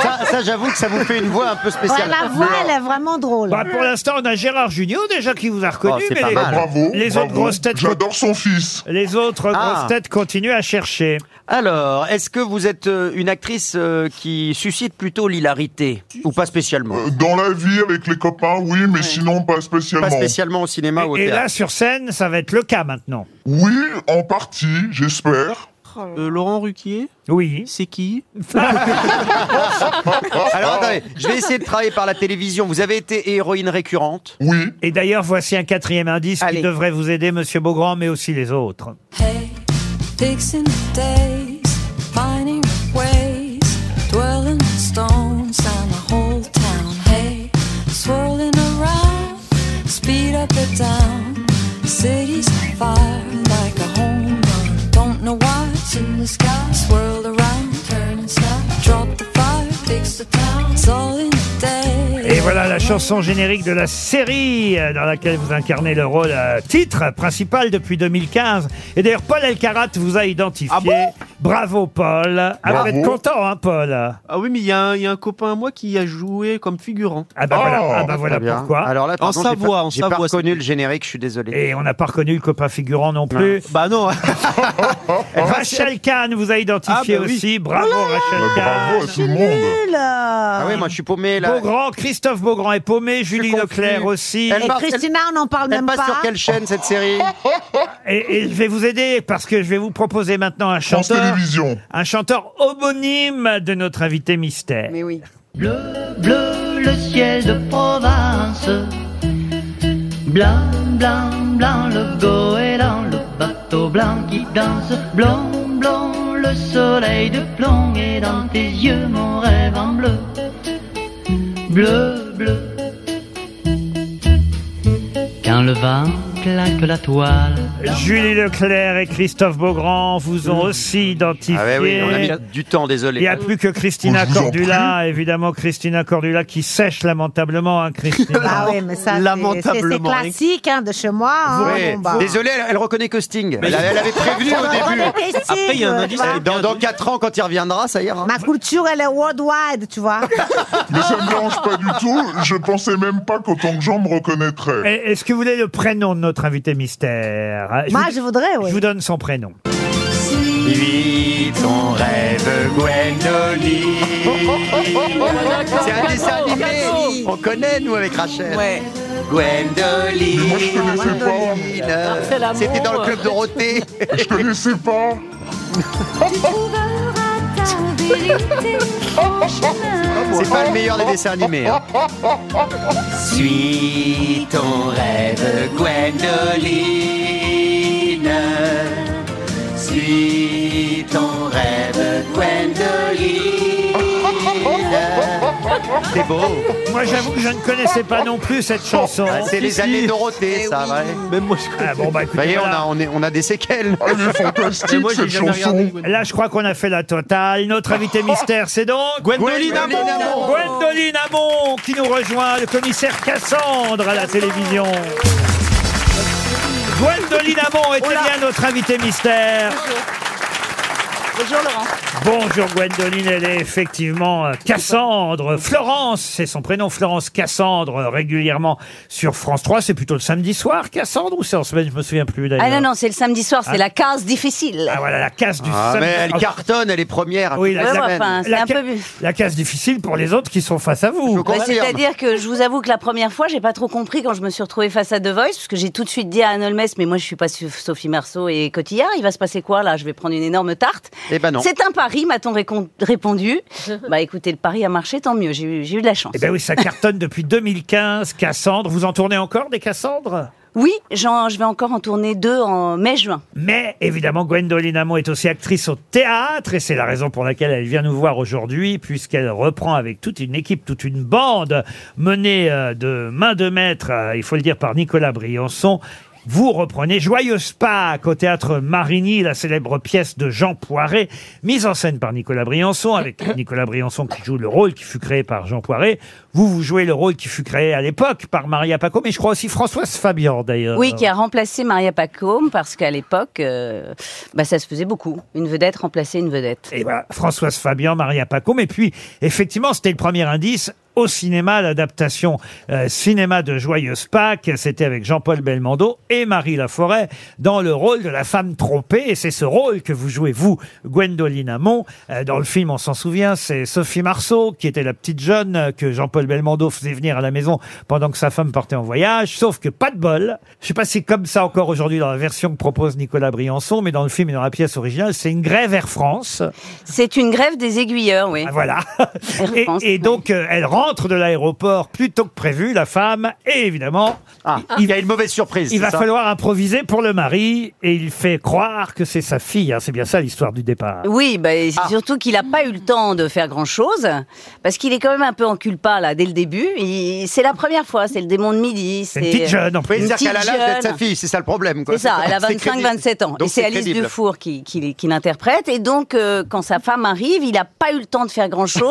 Speaker 7: Ah, ça, j'avoue que ça vous fait une voix un peu spéciale.
Speaker 8: Ouais, la voix, elle est vraiment drôle. hein.
Speaker 2: Bah, pour l'instant, on a Gérard Junior déjà qui vous a reconnu,
Speaker 7: Oh, c'est
Speaker 2: mais
Speaker 7: pas
Speaker 2: les,
Speaker 7: mal.
Speaker 21: Bravo,
Speaker 2: les
Speaker 21: bravo.
Speaker 2: autres grosses têtes.
Speaker 21: J'adore son fils.
Speaker 2: <laughs> Les autres
Speaker 7: Ah.
Speaker 2: grosses têtes continuent à chercher.
Speaker 7: Alors, est-ce que vous êtes euh, une actrice euh, qui suscite plutôt l'hilarité Ou pas spécialement
Speaker 21: Euh, Dans la vie, avec les copains, oui, mais sinon pas spécialement.
Speaker 7: Pas spécialement au cinéma ou au
Speaker 2: Et là,
Speaker 7: théâtre.
Speaker 2: sur scène, ça va être le cas maintenant.
Speaker 21: Oui, en partie, j'espère.
Speaker 8: Oh
Speaker 5: Euh, Laurent Ruquier
Speaker 2: Oui.
Speaker 5: C'est qui
Speaker 2: Ah.
Speaker 7: <laughs> Oh, Alors, attendez, je vais essayer de travailler par la télévision. Vous avez été héroïne récurrente
Speaker 21: Oui.
Speaker 2: Et d'ailleurs, voici un quatrième indice qui devrait vous aider, Monsieur Beaugrand, mais aussi les autres.
Speaker 10: Fixing days, finding ways, dwelling on stones and the whole town. Hey, swirling around, speed up or down. City's on fire like a home run. Don't know why it's in the sky. Swirl around, turn and stop. Drop the fire, fix the town. It's all in the day.
Speaker 2: Et voilà la chanson générique de la série euh, dans laquelle vous incarnez le rôle euh, titre principal depuis 2015. Et d'ailleurs, Paul Elkarat vous a identifié.
Speaker 7: Ah
Speaker 2: Bravo, Paul. Ah, vous
Speaker 5: Bravo.
Speaker 2: êtes content, hein, Paul
Speaker 5: Ah oui, mais il y, a un- il y a un copain à moi qui a joué comme figurant.
Speaker 2: Ah bah voilà, ah bah voilà
Speaker 7: Oh Très bien.
Speaker 2: pourquoi.
Speaker 7: Alors là,
Speaker 5: En
Speaker 7: pardon, j'ai pas-
Speaker 5: Savoie, en
Speaker 7: J'ai pas
Speaker 5: Savoie,
Speaker 7: reconnu le générique, je suis désolé.
Speaker 2: Et on n'a pas reconnu le copain figurant non plus.
Speaker 5: Bah non.
Speaker 2: Rachel Kahn vous a identifié
Speaker 7: Ah bah oui.
Speaker 2: aussi. Bravo, Rachel Kahn.
Speaker 21: Bravo à tout le monde.
Speaker 7: Ah oui, moi je suis paumé là.
Speaker 2: Beaugrand, Christophe Beaugrand est paumé, Julie Leclerc aussi.
Speaker 7: Elle
Speaker 8: Et
Speaker 7: part-
Speaker 8: Christina, on n'en parle
Speaker 7: elle
Speaker 8: même
Speaker 7: passe
Speaker 8: pas.
Speaker 7: sur quelle chaîne cette série
Speaker 2: Et, et je vais vous aider parce que je vais vous proposer maintenant un
Speaker 21: France
Speaker 2: chanteur télévision. Un chanteur homonyme de notre invité mystère. Mais oui.
Speaker 13: Bleu le ciel de province, blanc, blanc, blanc le goéland, le bateau blanc qui danse, blanc, blanc le soleil de plomb et dans tes yeux mon rêve en bleu, bleu, bleu.
Speaker 2: Quand le vent claque la toile. Julie Leclerc et Christophe Beaugrand vous ont aussi identifié.
Speaker 7: Ah ouais, oui, on a mis du temps, désolé.
Speaker 2: Il n'y a plus que Christina
Speaker 7: Oh, je vous en
Speaker 2: Cordula, évidemment Christina Cordula qui sèche lamentablement, hein, Christina.
Speaker 8: Ah oui, mais ça, c'est- c'est c'est
Speaker 2: Lamentablement.
Speaker 8: classique hein, de chez moi. hein,
Speaker 7: Ouais.
Speaker 8: bon, bah.
Speaker 7: Ah. Désolé, elle, elle reconnaît que Sting.
Speaker 8: Mais
Speaker 7: elle, elle avait prévenu au
Speaker 8: Elle
Speaker 7: début.
Speaker 8: reconnaît que Sting, Après, il y a un indice, voilà. elle est
Speaker 7: Dans, dans 4 ans, quand il reviendra, ça ira.
Speaker 8: Ma culture, elle est worldwide, tu vois.
Speaker 21: Mais ça me dérange pas du tout. Je pensais même pas qu'autant de gens me reconnaîtraient.
Speaker 2: Et- Est-ce que vous voulez le prénom de notre invité mystère
Speaker 8: Moi,
Speaker 2: vous-
Speaker 8: je voudrais, oui.
Speaker 2: Je vous donne son prénom.
Speaker 7: Vite ton rêve, C'est un dessin animé. On connaît, nous, avec Rachel. Ouais. Gwendoline.
Speaker 8: Marcel Amont.
Speaker 7: C'était dans le club Dorothée. Je connaissais pas.
Speaker 17: C'est pas le meilleur des dessins animés.
Speaker 7: hein.
Speaker 17: Suis ton rêve, Gwendoline. Suis ton rêve, Gwendoline.
Speaker 7: C'est beau.
Speaker 2: Moi, j'avoue que je ne connaissais pas non plus cette chanson.
Speaker 24: Oh,
Speaker 7: Ah, c'est les années
Speaker 24: Eh
Speaker 7: Dorothée, ça, vrai.
Speaker 2: Même moi, je Ah bon, bah
Speaker 7: Vous
Speaker 2: écoutez,
Speaker 7: voyez, on
Speaker 2: voilà.
Speaker 7: a, on, est, on a des séquelles.
Speaker 24: Oh,
Speaker 7: <laughs> Mais moi, j'ai jamais regardé Gwendoline.
Speaker 2: Là, je crois qu'on a fait la totale. Notre invité mystère, c'est donc
Speaker 7: Gwendoline Hamon.
Speaker 2: Gwendoline Hamon qui nous rejoint, le commissaire Cassandre à la télévision. Gwendoline Hamon était bien notre invité mystère.
Speaker 24: Bonjour Laurent.
Speaker 2: Bonjour Gwendoline, elle est effectivement euh, Cassandre. Florence, c'est son prénom, Florence Cassandre, euh, régulièrement sur France 3. C'est plutôt le samedi soir, Cassandre, ou c'est en semaine, je me souviens plus d'ailleurs.
Speaker 24: Ah non, non, c'est le samedi soir, c'est
Speaker 2: Ah.
Speaker 24: la case difficile.
Speaker 2: Ah voilà, la casse du
Speaker 7: Ah,
Speaker 2: samedi.
Speaker 7: mais elle cartonne, elle est première.
Speaker 2: Oui, la,
Speaker 24: Ouais,
Speaker 2: la-
Speaker 24: ouais, enfin, c'est
Speaker 2: la
Speaker 24: un
Speaker 2: ca-
Speaker 24: peu-
Speaker 2: la case difficile pour les autres qui sont face à vous.
Speaker 24: Bah, C'est-à-dire que je vous avoue que la première fois, j'ai pas trop compris quand je me suis retrouvée face à The Voice, parce que j'ai tout de suite dit à Anne Holmes, mais moi je suis pas Sof- Sophie Marceau et Cotillard, il va se passer quoi là Je vais prendre une énorme tarte.
Speaker 7: Eh ben non.
Speaker 24: C'est un pari, m'a-t-on récon- répondu. bah écoutez, le pari a marché, tant mieux, j'ai eu, j'ai eu de la chance.
Speaker 2: Eh ben oui, ça cartonne depuis 2015, Cassandre. Vous en tournez encore des Cassandres
Speaker 24: <laughs> Oui, j'en- je vais encore en tourner deux en mai-juin.
Speaker 2: Mais évidemment, Gwendoline Hamon est aussi actrice au théâtre et c'est la raison pour laquelle elle vient nous voir aujourd'hui puisqu'elle reprend avec toute une équipe, toute une bande menée euh, de main de maître, euh, il faut le dire, par Nicolas Briançon. Vous reprenez Joyeuse Pâques au théâtre Marigny, la célèbre pièce de Jean Poiret, mise en scène par Nicolas Briançon, avec Nicolas Briançon qui joue le rôle qui fut créé par Jean Poiret. Vous, vous jouez le rôle qui fut créé à l'époque par Maria Paco, mais je crois aussi Françoise Fabian d'ailleurs.
Speaker 7: Euh,
Speaker 24: Oui, qui a remplacé Maria Pacôme, parce qu'à l'époque, euh, bah, ça se faisait beaucoup. Une vedette remplaçait une vedette.
Speaker 2: Et voilà, Françoise Fabian, Maria Pacôme. Et puis, effectivement, c'était le premier indice au cinéma, l'adaptation euh, cinéma de Joyeuse Pâques. C'était avec Jean-Paul Belmondo et Marie Laforêt dans le rôle de la femme trompée. Et c'est ce rôle que vous jouez, vous, Gwendoline Hamon. Euh, dans le film, on s'en souvient, c'est Sophie Marceau, qui était la petite jeune euh, que Jean-Paul Belmondo faisait venir à la maison pendant que sa femme partait en voyage. Sauf que pas de bol. Je sais pas si c'est comme ça encore aujourd'hui dans la version que propose Nicolas Briançon, mais dans le film et dans la pièce originale, c'est une grève Air France.
Speaker 24: C'est une grève des aiguilleurs,
Speaker 7: Ah,
Speaker 24: oui.
Speaker 2: Voilà. Et, et donc, euh, elle rentre de l'aéroport plus tôt que prévu, la femme, et évidemment.
Speaker 7: il y a une mauvaise surprise,
Speaker 2: Il
Speaker 7: Ah, c'est
Speaker 2: va
Speaker 7: ça
Speaker 2: falloir improviser pour le mari, et il fait croire que c'est sa fille. hein. C'est bien ça l'histoire du départ.
Speaker 24: Oui, bah, et c'est
Speaker 7: Ah.
Speaker 24: surtout qu'il n'a pas eu le temps de faire grand-chose, parce qu'il est quand même un peu en culpa, là, dès le début. Il- C'est la première fois, c'est le démon de midi. euh,
Speaker 7: C'est une petite jeune, en
Speaker 24: Une
Speaker 7: fait. C'est-à-dire
Speaker 24: petite
Speaker 7: qu'elle a l'âge d'être
Speaker 24: jeune.
Speaker 7: sa fille, c'est ça le problème. quoi.
Speaker 24: C'est ça, elle a
Speaker 7: C'est crédible.
Speaker 24: 25-27 ans.
Speaker 7: Donc
Speaker 24: et c'est Alice
Speaker 7: crédible.
Speaker 24: Dufour qui, qui- qui l'interprète. Et donc, euh, quand sa femme arrive, il n'a pas eu le temps de faire grand-chose,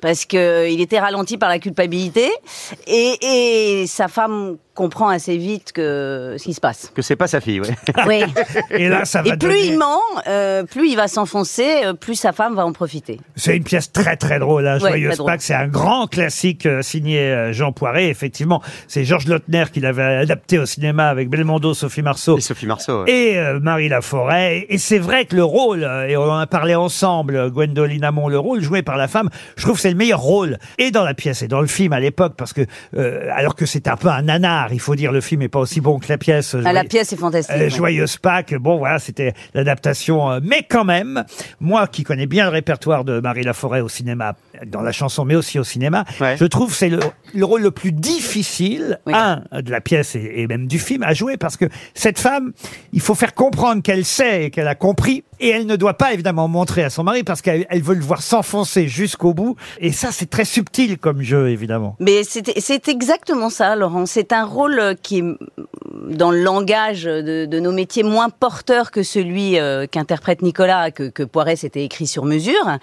Speaker 24: parce qu'il était ralenti par la culpabilité. Et, et sa femme comprend assez vite que ce qui
Speaker 7: <laughs>
Speaker 24: se passe.
Speaker 7: Que c'est pas sa fille, ouais.
Speaker 24: <laughs> Oui.
Speaker 2: Et là, ça va
Speaker 24: Et plus
Speaker 2: donner-
Speaker 24: il ment, euh, plus il va s'enfoncer, euh, plus sa femme va en profiter.
Speaker 2: C'est une pièce très très drôle, hein,
Speaker 24: Ouais, très
Speaker 2: Joyeuse
Speaker 24: drôle.
Speaker 2: Pâques. C'est un grand classique euh, signé euh, Jean Poiret. Effectivement, c'est Georges Lautner qui l'avait adapté au cinéma avec Belmondo, Sophie Marceau. Et
Speaker 7: Sophie Marceau. ouais.
Speaker 2: Et euh, Marie Laforêt. Et- Et c'est vrai que le rôle, euh, et on en a parlé ensemble, euh, Gwendoline Hamon, le rôle joué par la femme, je trouve que c'est le meilleur rôle. Et Et dans la pièce et dans le film à l'époque, parce que euh, alors que c'est un peu un nanar, il faut dire, le film est pas aussi bon que la pièce.
Speaker 24: Ah, la
Speaker 2: Joyeux-
Speaker 24: pièce est fantastique.
Speaker 2: euh,
Speaker 24: ouais.
Speaker 2: Joyeuse Pâques, bon voilà, c'était l'adaptation. euh, mais quand même, moi qui connais bien le répertoire de Marie Laforêt au cinéma, dans la chanson, mais aussi au cinéma, je trouve que c'est le, le rôle le plus difficile, un, de la pièce et, et même du film, à jouer, parce que cette femme, il faut faire comprendre qu'elle sait et qu'elle a compris, et elle ne doit pas évidemment montrer à son mari, parce qu'elle elle veut le voir s'enfoncer jusqu'au bout, et ça c'est très subtil comme jeu, évidemment.
Speaker 24: Mais c'est c'est exactement ça, Laurent. C'est un rôle euh, qui est, mm, dans le langage de, de nos métiers, moins porteur que celui euh, qu'interprète Nicolas, que, que Poiret s'était écrit sur mesure.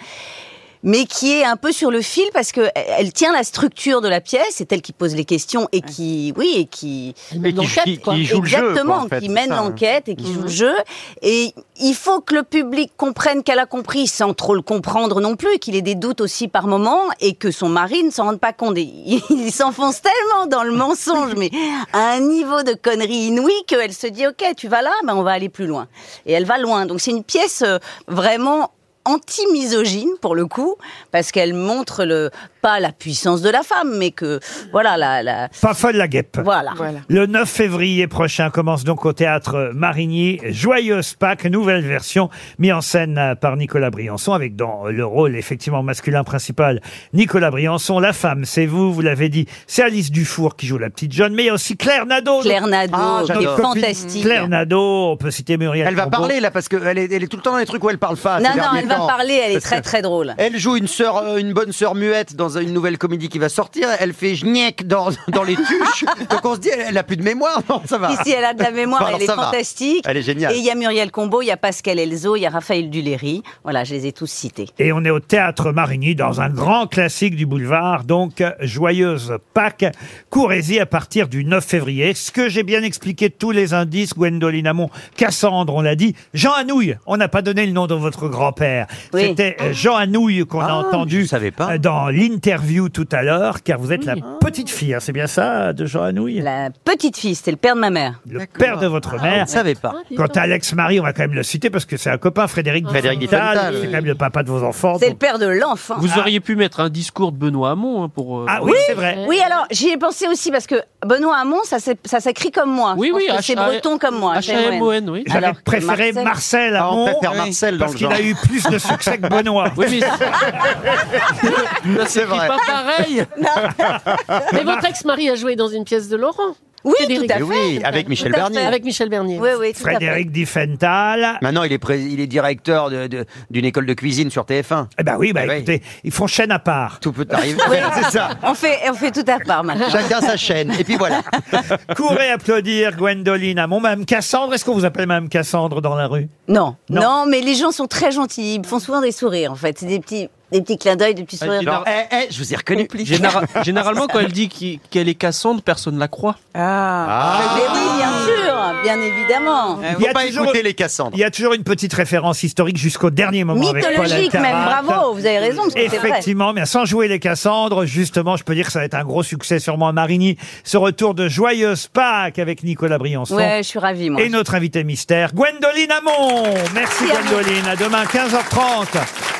Speaker 24: Mais qui est un peu sur le fil parce que elle- elle tient la structure de la pièce, c'est elle qui pose les questions et qui, oui, et qui,
Speaker 4: mène
Speaker 24: qui-
Speaker 4: l'enquête,
Speaker 24: qui-
Speaker 4: quoi.
Speaker 24: qui
Speaker 4: joue le jeu, quoi, en
Speaker 24: exactement,
Speaker 4: fait,
Speaker 24: qui
Speaker 4: c'est
Speaker 24: mène
Speaker 4: ça, hein.
Speaker 24: l'enquête et qui joue
Speaker 4: Mhm.
Speaker 24: le jeu. Et il faut que le public comprenne qu'elle a compris sans trop le comprendre non plus, qu'il ait des doutes aussi par moment et que son mari ne s'en rende pas compte. Et il <laughs> il s'enfonce tellement dans le mensonge, mais à un niveau de connerie inouïe qu'elle se dit, OK, tu vas là, mais on va aller plus loin. Et elle va loin. Donc c'est une pièce euh, vraiment anti-misogyne pour le coup, parce qu'elle montre le, pas la puissance de la femme, mais que, voilà, la, la-
Speaker 2: Pas folle la guêpe.
Speaker 24: Voilà.
Speaker 2: Le 9 février prochain commence donc au théâtre Marigny Joyeuse Pâques, nouvelle version mise en scène par Nicolas Briançon avec dans le rôle effectivement masculin principal Nicolas Briançon, la femme c'est vous, vous l'avez dit, c'est Alice Dufour qui joue la petite jeune, mais il y a aussi Claire Nadeau.
Speaker 24: Claire Nadeau,
Speaker 2: Ah,
Speaker 24: qui est
Speaker 2: notre copine
Speaker 24: fantastique.
Speaker 2: Claire Nadeau, on peut citer Muriel
Speaker 7: Elle va
Speaker 2: Combeau.
Speaker 7: parler là parce qu'elle est, elle est tout le temps dans les trucs où elle parle pas.
Speaker 24: Non,
Speaker 7: ces
Speaker 24: non,
Speaker 7: derniers
Speaker 24: elle va
Speaker 7: temps.
Speaker 24: parler, elle est
Speaker 7: Parce
Speaker 24: très,
Speaker 7: que
Speaker 24: très drôle.
Speaker 7: Elle joue une sœur, euh, une bonne sœur muette dans une nouvelle comédie qui va sortir. Elle fait gniec dans, <laughs> dans les tuches. Donc on se dit, elle, elle a plus de mémoire. Non, ça va.
Speaker 24: Ici, elle a de
Speaker 7: <laughs>
Speaker 24: la mémoire,
Speaker 7: Bon, alors
Speaker 24: elle est
Speaker 7: ça va.
Speaker 24: fantastique.
Speaker 7: Elle est géniale.
Speaker 24: Et il y a Muriel Combo, il y a Pascal Elzo, il y a Raphaël Duléry. Voilà, je les ai tous cités.
Speaker 2: Et on est au théâtre Marigny dans un grand classique du boulevard, donc Joyeuse Pâques. Courez-y à partir du 9 février. Ce que j'ai bien expliqué tous les indices, Gwendoline Amon, Cassandre, on l'a dit. Jean Anouilh, on n'a pas donné le nom de votre grand-père. C'était euh, Jean Anouilh qu'on a entendu euh, dans l'interview tout à l'heure, car vous êtes la petite fille, hein, c'est bien ça, de Jean Anouilh
Speaker 24: La petite fille, c'était le père de ma mère.
Speaker 2: Le père de votre mère.
Speaker 24: savait pas.
Speaker 2: Quant à Alex-Marie, on va quand même le citer parce que c'est un copain, Frédéric
Speaker 5: Frédéric
Speaker 2: Diefenthal,
Speaker 5: Diefenthal,
Speaker 2: C'est
Speaker 5: oui.
Speaker 2: quand même le papa de vos enfants.
Speaker 24: C'est le père de l'enfant.
Speaker 5: Vous
Speaker 24: Ah.
Speaker 5: auriez pu mettre un discours de Benoît Hamon hein, pour. euh,
Speaker 2: Ah
Speaker 5: pour-
Speaker 24: Oui, alors j'y ai pensé aussi parce que Benoît Hamon, ça s'é- ça s'écrit comme moi. Oui,
Speaker 5: oui,
Speaker 24: C'est
Speaker 5: H A-
Speaker 24: breton comme moi.
Speaker 5: H.A.M.O.N., oui.
Speaker 2: J'avais
Speaker 5: Alors que
Speaker 2: préféré
Speaker 5: Marcel-
Speaker 2: Marcel,
Speaker 5: Ah, on
Speaker 2: Hamon,
Speaker 5: préfère Marcel dans
Speaker 2: parce
Speaker 5: le
Speaker 2: qu'il
Speaker 5: genre.
Speaker 2: a eu plus de succès que Benoît.
Speaker 5: Oui, mais
Speaker 2: <laughs>
Speaker 5: c'est vrai. pas pareil.
Speaker 4: Mais votre ex-mari a joué dans une pièce de Laurent. Oui,
Speaker 7: tout à fait, Oui, tout à avec fait. Michel Tout à Bernier. fait.
Speaker 4: Avec Michel Bernier.
Speaker 24: Oui, oui,
Speaker 2: Frédéric Diffenthal.
Speaker 7: Maintenant, il est, pré- il est directeur de- de- d'une école de cuisine sur TF1.
Speaker 2: Eh ben oui, bah écoutez, ils font chaîne à part.
Speaker 7: Ah Tout peut
Speaker 24: <laughs>
Speaker 7: arriver. <laughs>
Speaker 24: Oui.
Speaker 7: C'est ça.
Speaker 24: On fait, on fait tout à part maintenant.
Speaker 7: Chacun sa chaîne. Et puis voilà.
Speaker 2: Courez applaudir Gwendoline Hamon, Mme Cassandre. Est-ce qu'on vous appelle Mme Cassandre dans la rue
Speaker 24: Non. non, mais les gens sont très gentils. Ils me font souvent des sourires, en fait. C'est des petits, des petits clins d'œil, des petits sourires.
Speaker 5: Genre,
Speaker 7: Eh, eh, je vous ai reconnu.
Speaker 5: Généra- Généralement, quand elle dit qu'il- qu'elle est cassante, personne la croit.
Speaker 24: Ah. Mais oui, bien sûr, bien évidemment.
Speaker 2: Eh,
Speaker 7: Eh, les Cassandres.
Speaker 2: Il y a toujours une petite référence historique jusqu'au dernier moment. avec Paul
Speaker 24: Mythologique même,
Speaker 2: Alcarat.
Speaker 24: bravo, vous avez raison, parce que c'est vrai.
Speaker 2: Effectivement, mais sans jouer les Cassandres, justement, je peux dire que ça va être un gros succès sûrement à Marigny. Ce retour de Joyeuse Pâques avec Nicolas Briançon.
Speaker 24: Ouais, je suis ravie, moi.
Speaker 2: Et notre invité mystère, Gwendoline Hamon. Merci
Speaker 24: Merci à vous.
Speaker 2: Gwendoline. À demain, 15h30.